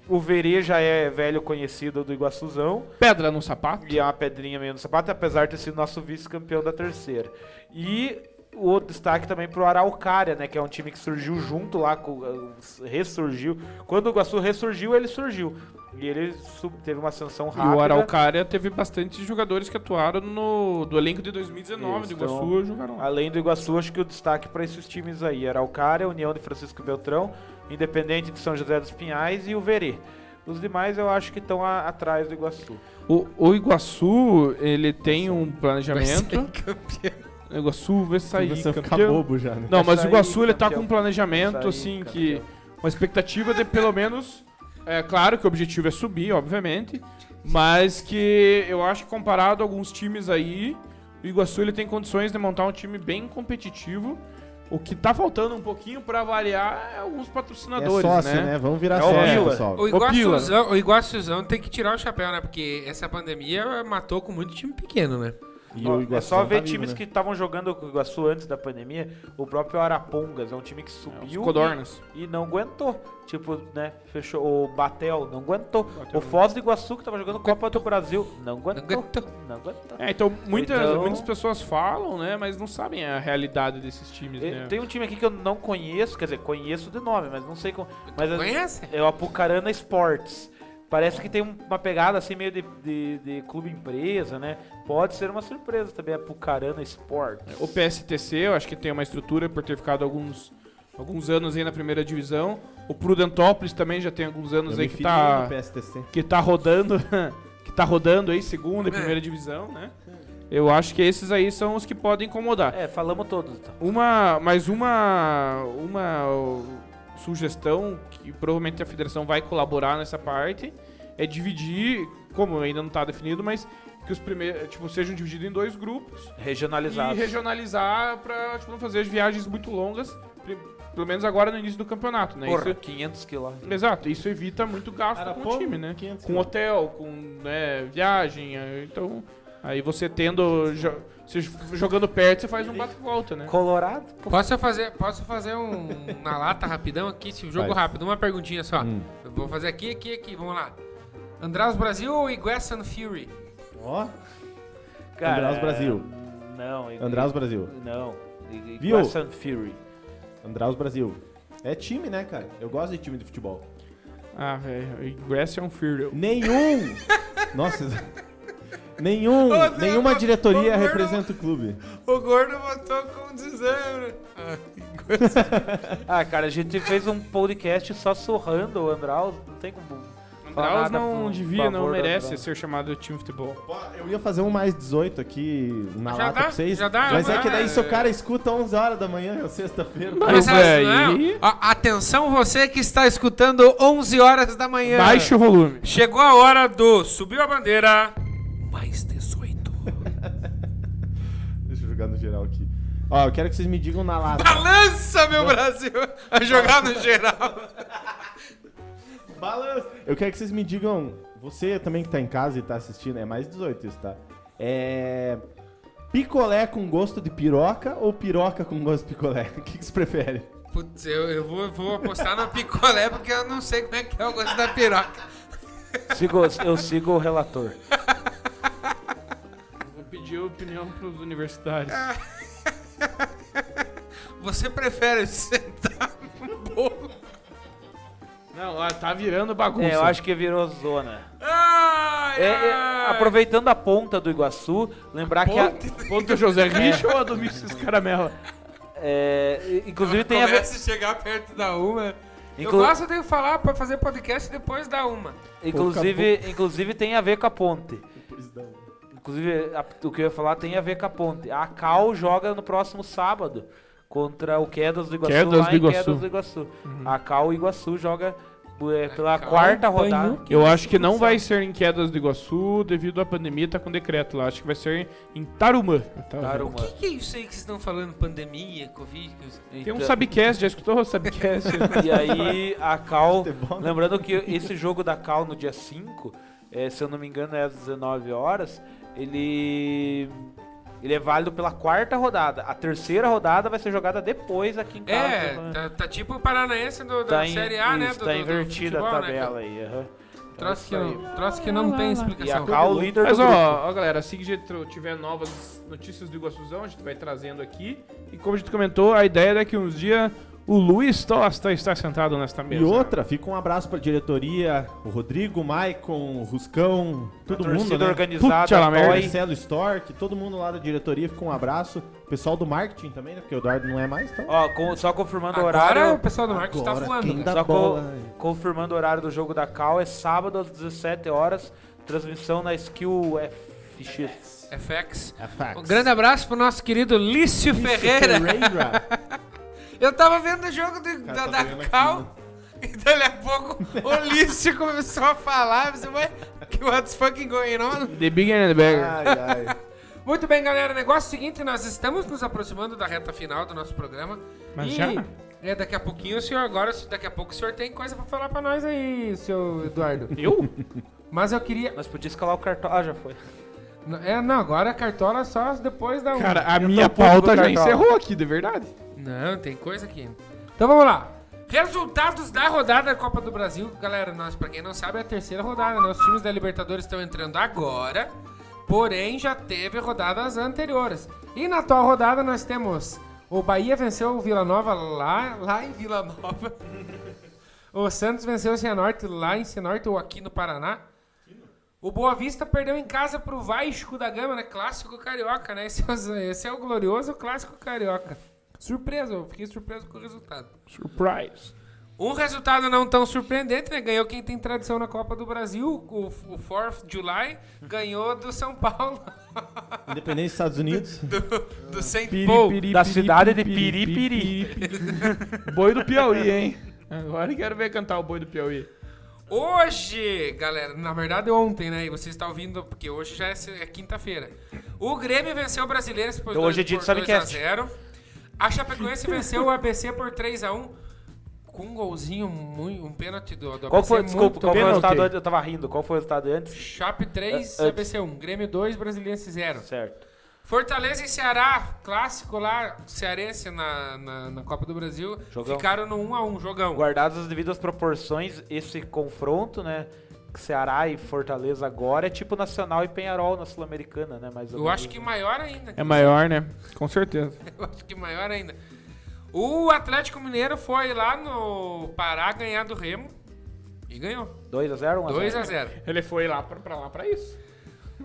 O Verê já é velho conhecido do Iguaçuzão. Pedra no sapato. E é uma pedrinha meio no sapato, apesar de ter sido nosso vice-campeão da terceira. E o outro destaque também pro Araucária, né? Que é um time que surgiu junto lá, com, eh, ressurgiu. Quando o Iguaçu ressurgiu, ele surgiu. E ele su- teve uma ascensão E rápida. o Araucária teve bastante jogadores que atuaram no do elenco de 2019 Isso, do Iguaçu, então, jogaram lá. Além do Iguaçu, acho que o destaque para esses times aí: Araucária, União de Francisco Beltrão, Independente de São José dos Pinhais e o Verê. Os demais eu acho que estão a- atrás do Iguaçu. O, o Iguaçu, ele tem um Vai ser planejamento. campeão. O Iguaçu vai sair Você ficar campeão. bobo já, né? Não, Vai mas o sair Iguaçu ele tá campeão. com um planejamento Vai assim sair que uma expectativa de pelo menos é claro que o objetivo é subir, obviamente, mas que eu acho que comparado a alguns times aí, o Iguaçu ele tem condições de montar um time bem competitivo. O que tá faltando um pouquinho pra variar é alguns É patrocinadores, sócio, né? né? Vamos virar É o sócio, Vila. pessoal. O Pila. Iguaçuzão, o Iguaçuzão tem que tirar o chapéu, né? Porque essa pandemia matou com muito time pequeno, né? E Ó, o é Iguaçu só tá ver vivo, times né? que estavam jogando com o Iguaçu antes da pandemia. O próprio Arapongas é um time que Os subiu Codornas. e, e não aguentou. Tipo, né? Fechou. O Batel não aguentou. O Foz do Iguaçu, que tava jogando Copa do Brasil, um não aguentou. aguentou. Não aguentou. É, então muitas, Então- muitas pessoas falam, né, mas não sabem a realidade desses times, E é. né? Tem um time aqui que eu não conheço, quer dizer, conheço de nome, mas não sei como. Mas é- Conhece? é o Apucarana Sports. Parece que tem um- uma pegada assim meio de, de- de clube empresa, né? Pode ser uma surpresa também, Apucarana Sports. O PSTC, eu acho que tem uma estrutura por ter ficado alguns, alguns anos aí na primeira divisão. O Prudentópolis também já tem alguns Eu anos me aí que filiei no tá, PSTC. que tá rodando. que tá rodando aí, segunda e primeira divisão, né? Eu acho que esses aí são os que podem incomodar. É, falamos todos então. Uma, mais uma, uma ó, sugestão que provavelmente a federação vai colaborar nessa parte é dividir, como ainda não está definido, mas que os primeiros, tipo, sejam divididos em dois grupos Regionalizado. e regionalizar pra tipo, não fazer as viagens muito longas, pri- pelo menos agora no início do campeonato, né? Porra, Isso- 500 quilômetros. exato, isso evita muito gasto Era com o pouco, time, né? 500 Com hotel, com né, viagem, eh, então aí você tendo jo- você j- jogando perto, você faz um bate e volta, né? Colorado? Pô, Posso fazer, posso fazer um na lata rapidão aqui, esse jogo Faz. rápido, uma perguntinha só. Hum. Eu vou fazer aqui, aqui, aqui, vamos lá. Andraus Brasil ou Iguaça no Fury? Ó, cara, Andraus Brasil. Não, e- Andraus Brasil. Não. e- e- Viu? Quest and Fury. Andraus Brasil. É time, né, cara? Eu gosto de time de futebol. Ah, velho, Grass é um Fury. Nenhum! Nossa. Nenhum, Ô, Deus, nenhuma ô, diretoria ô, Bruno. representa o clube. O gordo botou com desânimo. Ah, coisa. Ah, cara, a gente fez um podcast só sorrando o Andraus. Não tem como. falar Braus nada não por devia, favor não do merece Andraus. ser chamado de time de futebol. Pô, Eu ia fazer um mais 18 aqui na Já lata dá, pra vocês. já dá, mas já é dá, que daí é. seu cara escuta 11 horas da manhã, é sexta-feira. Mas, Meu é, não velho. é? Ó, Atenção você que está escutando 11 horas da manhã. Baixa o volume. Chegou a hora do Subiu a Bandeira, mais 18. Deixa eu jogar no geral aqui. Ó, eu quero que vocês me digam na lata. Tá, Balança, meu Brasil! A jogar no geral. Balança! Eu quero que vocês me digam, você também que tá em casa e tá assistindo, é mais 18 isso, tá? É. Picolé com gosto de piroca ou piroca com gosto de picolé? O que, que vocês preferem? Putz, eu, eu vou, vou apostar na picolé porque eu não sei como é que é o gosto da piroca. Sigo- eu sigo o relator. Vou pedir opinião pros universitários. Você prefere sentar no bolo? Não, ah, tá virando bagunça. É, eu acho que virou zona. Ai, É, é, ai. aproveitando a ponta do Iguaçu, lembrar que a, Ponto José Richa ou a Domingos Caramela? é, i- inclusive tem a ver, Começa a chegar perto da uma. Inclu- Eu gosto de falar pra fazer podcast depois da uma. inclusive, inclusive tem a ver com a ponte. Inclusive a- o que eu ia falar tem a ver com a ponte. A Cal joga no próximo sábado contra o Quedas do Iguaçu Quedas lá do em Iguaçu. Quedas do Iguaçu. Hum. A Cal Iguaçu joga é, pela Cal quarta apanhou. rodada. Eu acho que não vai ser em Quedas do Iguaçu devido à pandemia, tá com decreto lá. Acho que vai ser em Tarumã. O Tarumã. que, que é isso aí que vocês estão falando? Pandemia, Covid? que os- Tem um Então- Sabcast, já escutou o Sabcast? E aí a Cal. Futebol, né? Lembrando que esse jogo da Cal no dia 5, eh, se eu não me engano é às 19 horas, ele. Ele é válido pela quarta rodada. A terceira rodada vai ser jogada depois aqui em casa. É, né? tá, tá tipo o paranaense do, da em- Série A, né? isso, Do, tá do- do invertida futebol, a né? Um tabela aí. aham. Troço, que Então é não, um troço que não tem E a explicação. Cal, líder Mas do grupo. ó, ó, galera, assim que a gente tro- tiver novas notícias do Iguaçuzão, a gente vai trazendo aqui. E como a gente comentou, a ideia é daqui uns dias o Luiz Tosta está sentado nesta E mesa. outra, fica um abraço pra diretoria, o Rodrigo, o Maicon, o Ruscão, todo torcida mundo, né? organizada, é Puta lá, merda. dói. Marcelo Stork, todo mundo lá da diretoria, fica um abraço. O pessoal do marketing também, né? Porque o Eduardo não é mais, então... Ó, com- só confirmando o Agora o horário. pessoal do marketing tá voando. quem né? dá Só co- bola, confirmando o horário do jogo da Cal, é sábado às 17 horas. Transmissão na Skill FX. FX. é fax. Um grande abraço pro nosso querido Lício, Ferreira. Eu tava vendo o jogo do, da, tá da doendo aqui, Cal e dali a pouco o Lício começou a falar. Você vai. Que what's fucking going on? The Big and the Bagger. Ah, Ai, ai. Muito bem, galera. Negócio é seguinte, nós estamos nos aproximando da reta final do nosso programa. Mas e já? É, daqui a pouquinho o senhor, agora, daqui a pouco o senhor tem coisa pra falar pra nós aí, seu Eduardo. Eu? Mas eu queria. Nós podíamos escalar o cartão. Ah, já foi. É, não, agora a cartola só depois da. uma. Cara, a Eu minha tô um puto pauta do já cartão. encerrou aqui, de verdade. Não, tem coisa aqui. Então vamos lá. Resultados da rodada da Copa do Brasil. Galera, nós, pra quem não sabe, é a terceira rodada. Nossos times da Libertadores estão entrando agora, porém já teve rodadas anteriores. E na atual rodada nós temos o Bahia venceu o Vila Nova lá, lá em Vila Nova. o Santos venceu o Cianorte lá em Cianorte ou aqui no Paraná. O Boa Vista perdeu em casa pro Vasco da Gama, né? Clássico carioca, né? Esse é, os- esse é o glorioso clássico carioca. Surpreso, eu fiquei surpreso com o resultado. Surprise. Um resultado não tão surpreendente, né? Ganhou quem tem tradição na Copa do Brasil, o, o 4th July, ganhou do São Paulo, Independente dos Estados Unidos. do Saint Paul. Piripiri, da cidade de piripiri. Boi do Piauí, hein? Agora eu quero ver cantar o boi do Piauí. Hoje, galera, na verdade ontem, né? E você está ouvindo, porque hoje já é, se- é quinta-feira. O Grêmio venceu o Brasileiro por Então hoje é dia de Subcast. 2x0. A Chapecoense venceu o ABC por 3x1. Com um golzinho, muito, um pênalti do, do Qual ABC. foi, desculpa, muito qual foi o bom. resultado antes? Eu tava rindo. Qual foi o resultado antes? Chape 3, É, antes. ABC 1. Grêmio 2, Brasiliense 0. Certo. Fortaleza e Ceará, clássico lá, cearense na, na, na Copa do Brasil. Jogão. Ficaram no 1x1, jogão. Guardadas as devidas proporções, esse confronto, né? Ceará e Fortaleza agora é tipo Nacional e Penharol na Sul-Americana, né? Mais ou Eu menos, acho que né? maior ainda. É maior, né? Com certeza. Eu acho que maior ainda. O Atlético Mineiro foi lá no Pará ganhar do Remo e ganhou. um 2x0, 1x0. 2x0. Ele foi lá pra, pra lá pra isso.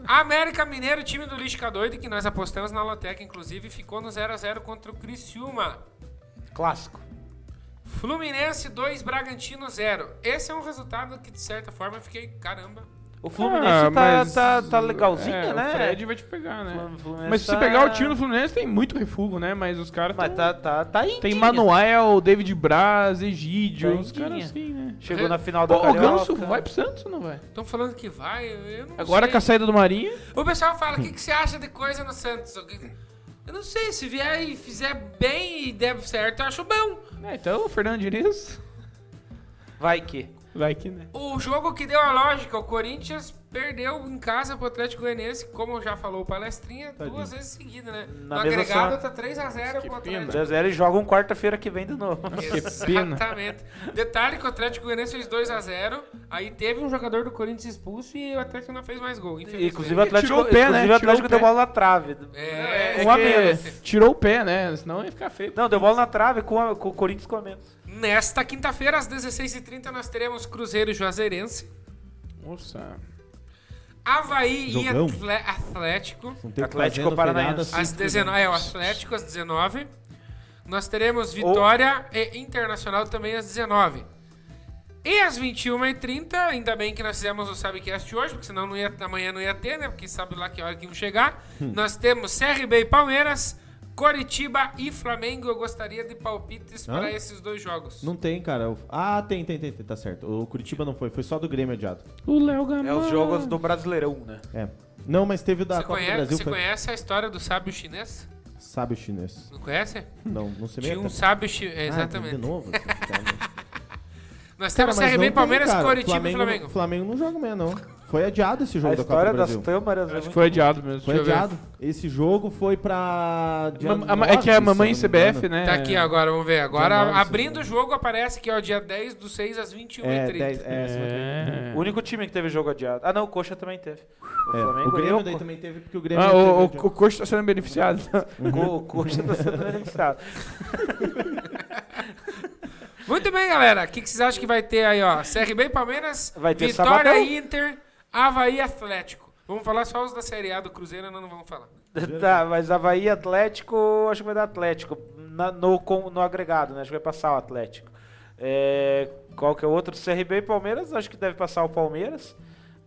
América Mineiro, time do Lística Doido, que nós apostamos na Lotec, inclusive, ficou no 0x0 contra o Criciúma. Clássico. Fluminense 2, Bragantino 0. Esse é um resultado que, de certa forma, eu fiquei, caramba. O Fluminense tá, Ah, mas- tá, tá legalzinho, é, né? O Fred vai te pegar, né? Flu- Fluminense Mas se você tá- pegar o time do Fluminense, tem muito refugo, né? Mas os caras. Mas tão- tá, tá, tá em Tem dia. Manuel, David Braz, Egídio, Tá os indinha. caras assim, né? Chegou na final do Pô, o Tá Carioca. Ganso vai pro Santos ou não vai? Estão falando que vai, eu- eu não Agora sei. com a saída do Marinho. O pessoal fala, o que, que você acha de coisa no Santos? O que- Eu não sei, se vier e fizer bem e der certo, eu acho bom. É, então, o Fernando Diniz. Vai que. Vai que, né? O jogo que deu a lógica, o Corinthians perdeu em casa pro Atlético Goianiense, como já falou o Palestrinha, duas vezes seguida, né? Na no mesma agregado sorte. tá 3x0 pro Atlético. 0 e jogam quarta-feira que vem de novo. pena. Exatamente. Detalhe que o Atlético Goianiense fez 2x0, aí teve um jogador do Corinthians expulso e o Atlético não fez mais gol. infelizmente. Inclusive o Atlético, tirou o pé, né? inclusive, o Atlético Tirou o deu pé. bola na trave. É, Com é um a que- menos. Tirou o pé, né? Senão ia ficar feio. Não, deu bola na trave com, a- com o Corinthians com a menos. Nesta quinta-feira, às 16h30, nós teremos Cruzeiro e Juazeirense. Nossa. Havaí Jogão. e Atle- Atlético. Não tem assim, o que Atlético fazer no Paranaense. feriado, Às 19 É, o Atlético às 19 Nós teremos Vitória e Internacional também às 19 E às 21h30, ainda bem que nós fizemos o Sabcast hoje, porque senão não ia, amanhã não ia ter, né? Porque sabe lá que hora que iam chegar. Hum. Nós temos CRB e Palmeiras, Coritiba e Flamengo. Eu gostaria de palpites Hã? para esses dois jogos. Não tem, cara. O- Ah, tem, tem, tem, tem, tá certo. O Curitiba não foi, foi só do Grêmio adiado. O Léo Gamar. É os jogos do Brasileirão, né? É. Não, mas teve o da Você, Copa conhece, do Brasil. você foi- conhece a história do sábio chinês? Sabe o chinês? Não conhece? Não, não sei Tinha mesmo. um sábio chinês. Ah, Exatamente. de novo? Cara, Nós temos mas não CRB, tem, Palmeiras, cara. Coritiba e Flamengo. Flamengo não joga mesmo, não. Foi adiado esse A jogo da Copa história do das é Brasil. tâmaras. Acho que foi adiado mesmo. Foi Deixa eu ver. adiado. Esse jogo foi pra. dia Ma- a ma- é que é a 9, mamãe se eu não me CBF, engano. né? Tá aqui agora, vamos ver. Agora, Dia nove, abrindo o jogo, aparece que é o dia 10 do 6 às 21h30. É, 10, é, É. O único time que teve jogo adiado. Ah, não, o Coxa também teve. O É, Flamengo o Grêmio e daí o também teve, porque o Grêmio. Ah, teve o, o, adiado. o coach tá sendo beneficiado. Co- O Coxa tá sendo beneficiado. Muito bem, galera. O que, que vocês acham que vai ter aí, ó? CRB e Palmeiras, Vai ter Vitória sabadão. Inter, Havaí e Atlético. Vamos falar só os da Série A do Cruzeiro, nós não vamos falar. Tá, mas Havaí e Atlético, acho que vai dar Atlético. Na- no, com- no agregado, né? Acho que vai passar o Atlético. É, qual que é o outro? CRB e Palmeiras, acho que deve passar o Palmeiras.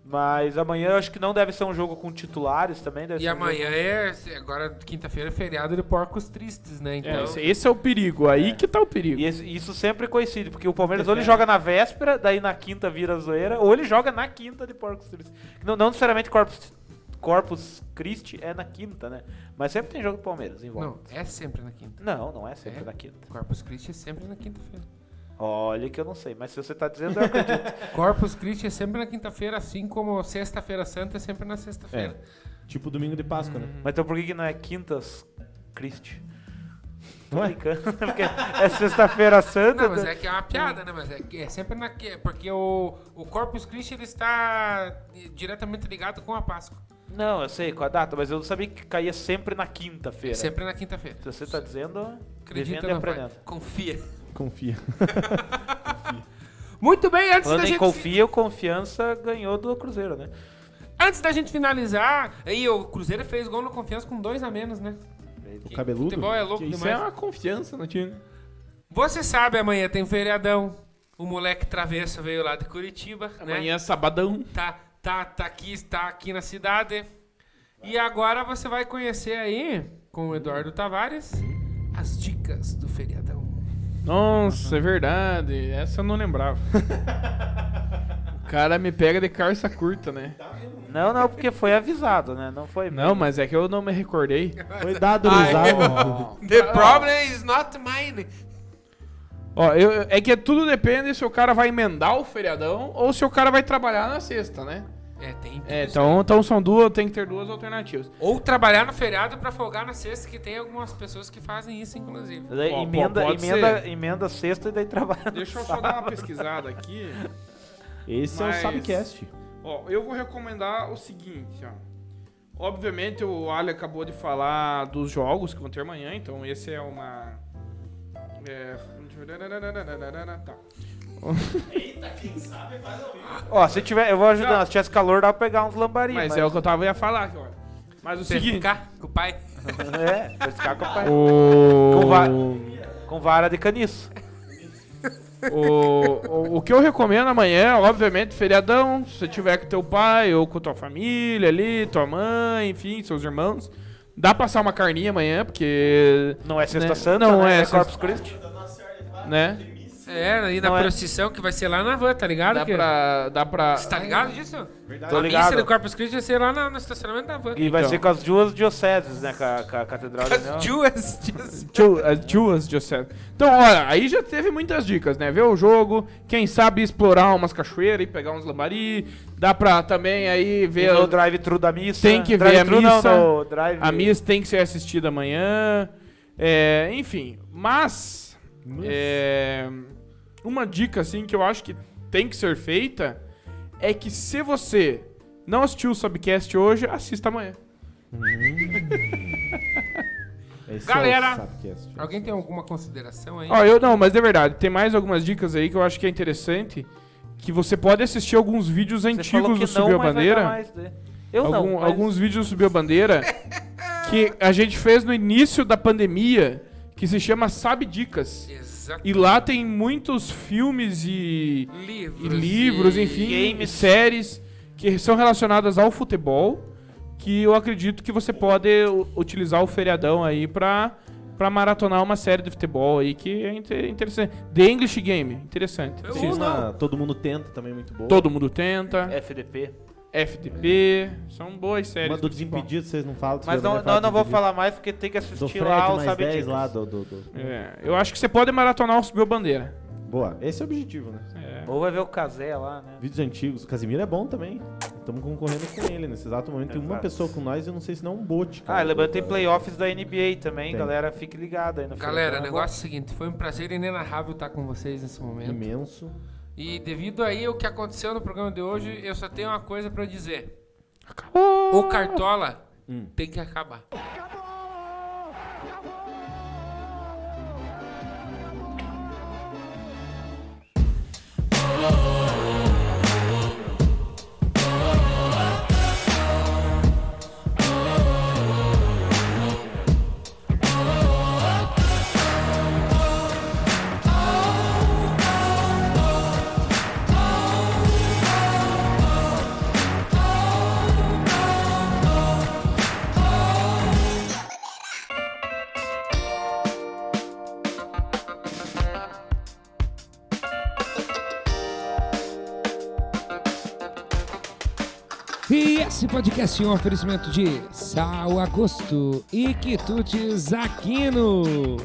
Mas amanhã acho que não deve ser um jogo com titulares também. Deve E ser um jogo- amanhã é, agora quinta-feira, é feriado de Porcos Tristes, né? Então, É, esse, esse é o perigo. Aí que tá o perigo. E é esse- isso sempre coincide, porque o Palmeiras ou ele joga na véspera, daí na quinta vira zoeira, ou ele joga na quinta de Porcos Christi. Não, não necessariamente Corpus, Corpus Christi é na quinta, né? Mas sempre tem jogo do Palmeiras em volta. não, é sempre na quinta. Não, não é sempre É? na quinta. Corpus Christi é sempre na quinta-feira. Olha que eu não sei, mas se você tá dizendo, eu acredito. Corpus Christi é sempre na quinta-feira, assim como Sexta-feira Santa é sempre na sexta-feira. Tipo domingo de Páscoa, né? Mas então por que, que não é Quintas Christi? Tô Ué? brincando, porque é sexta-feira santa. Não, mas né? é que é uma piada, né? Mas é, que é sempre na que porque o, o Corpus Christi ele está diretamente ligado com a Páscoa. Não, eu sei qual é a data, mas eu não sabia que caía sempre na quinta-feira. Se É Sempre na quinta-feira. você tá dizendo, Acredita devendo e não vai. aprendendo. Confia. Uhum. Confia. Muito bem, antes da Falando em gente confia, o Confiança ganhou do Cruzeiro, né? antes da gente finalizar, aí o Cruzeiro fez gol no Confiança com dois a menos, né? O cabeludo? Futebol é louco Isso é demais. uma confiança no Né? time. Você sabe, amanhã tem feriadão. O moleque travesso veio lá de Curitiba, né? Amanhã é sabadão. tá, tá, tá aqui, tá aqui na cidade. E agora você vai conhecer aí, com o Eduardo Tavares, as dicas do feriadão. Nossa, é verdade. Essa eu não lembrava. o cara me pega de calça curta, né? Não, não, porque foi avisado, né? Não foi. Não, mas é que eu não me recordei. Foi dado no Ai, zap. The problem is not mine. Ó, eu, eu- é que tudo depende se o cara vai emendar o feriadão ou se o cara vai trabalhar na sexta, né? É, tem. tudo É, isso. então, então são duas, tem que ter duas alternativas. Ou trabalhar no feriado pra folgar na sexta, que tem algumas pessoas que fazem isso, inclusive. Daí Pô, pô, emenda, pode emenda, ser. emenda sexta e daí trabalha. no Deixa eu só dar uma pesquisada aqui. Esse é Mas- o Sabcast. Ó, eu vou recomendar o seguinte, ó. Obviamente o Ali acabou de falar dos jogos que vão ter amanhã, então esse é uma. É. Tá. Ó, se tiver, eu vou ajudar. Se tivesse calor, dá pra pegar uns lambari. Mas é o que eu tava ia falar aqui, ó. Mas o seguinte. Pescar com o pai. É, vai ficar com a O... com, va- com com vara de caniço. O, o, o que eu recomendo amanhã, obviamente, feriadão, se você tiver com teu pai ou com tua família ali, tua mãe, enfim, seus irmãos, dá pra passar uma carninha amanhã, porque... Não é Sexta Né? Santa, Não né? é é sexta- Corpus Christi. Né? É, aí da Não é. procissão que vai ser lá na van, tá ligado? Dá que- pra... Dá pra... Você tá ligado disso? Tô a missa do ligado. Corpus Christi vai ser lá na- no estacionamento da van. E vai Então. ser com as duas dioceses, né? Com a, com a Catedral de Leão. As duas dias. Tio- as duas Joseph. Então, olha, aí já teve muitas dicas, né? Ver o jogo, quem sabe explorar umas cachoeiras e pegar uns lambari. Dá pra também aí E ver. no drive-thru da missa. Tem que ver a drive-thru não, missa. no drive... A missa tem que ser assistida amanhã. É, enfim, mas. é, uma dica, assim, que eu acho que tem que ser feita é que se você não assistiu o subcast hoje, assista amanhã. Esse Galera, é o Sapcast. Alguém tem alguma consideração aí? Ó, eu não, mas é verdade. Tem mais algumas dicas aí que eu acho que é interessante. Que você pode assistir alguns vídeos Você falou antigos que do não, Subiu a mas vai dar Bandeira. mais, né? Eu Algum- não. mas- Alguns vídeos do Subiu a Bandeira que a gente fez no início da pandemia, que se chama Sabe Dicas. Exato. E lá tem muitos filmes e, e Livros. livros, e- enfim, games. séries que são relacionadas ao futebol, que eu acredito que você pode u- utilizar o feriadão aí pra, pra maratonar uma série de futebol aí que é inte- interessante. The English Game, interessante. Eu Assista. ou não. Uma, todo mundo tenta também, muito boa. Todo mundo tenta, FDP. FDP, são boas séries. tipo, Uma do de futebol. Desimpedido, vocês não falam. Mas vocês não, vai falar não, não do vou Desimpedido. falar mais porque tem que Do assistir Fred, lá o mais Sabe 10 Dicas. lá do, do, do- É, eu acho que você pode maratonar o Subiu a Bandeira. Boa, esse é o objetivo, né? É. Ou vai ver o Casé lá, né? Vídeos antigos. O Casimiro é bom também. Estamos concorrendo com ele nesse exato momento. Tem uma Exato. pessoa com nós e eu não sei se não é um bote. Ah, cara. lembrando tem playoffs da NBA também, Tem. galera. Fique ligado aí no Galera, o feriadão. negócio é o seguinte, foi um prazer inenarrável estar com vocês nesse momento. Imenso. E devido aí ao que aconteceu no programa de hoje, eu só tenho uma coisa pra dizer. Acabou! O Cartola Hum. tem que acabar. E esse podcast é um oferecimento de Sal Agosto e Quitutes Aquino.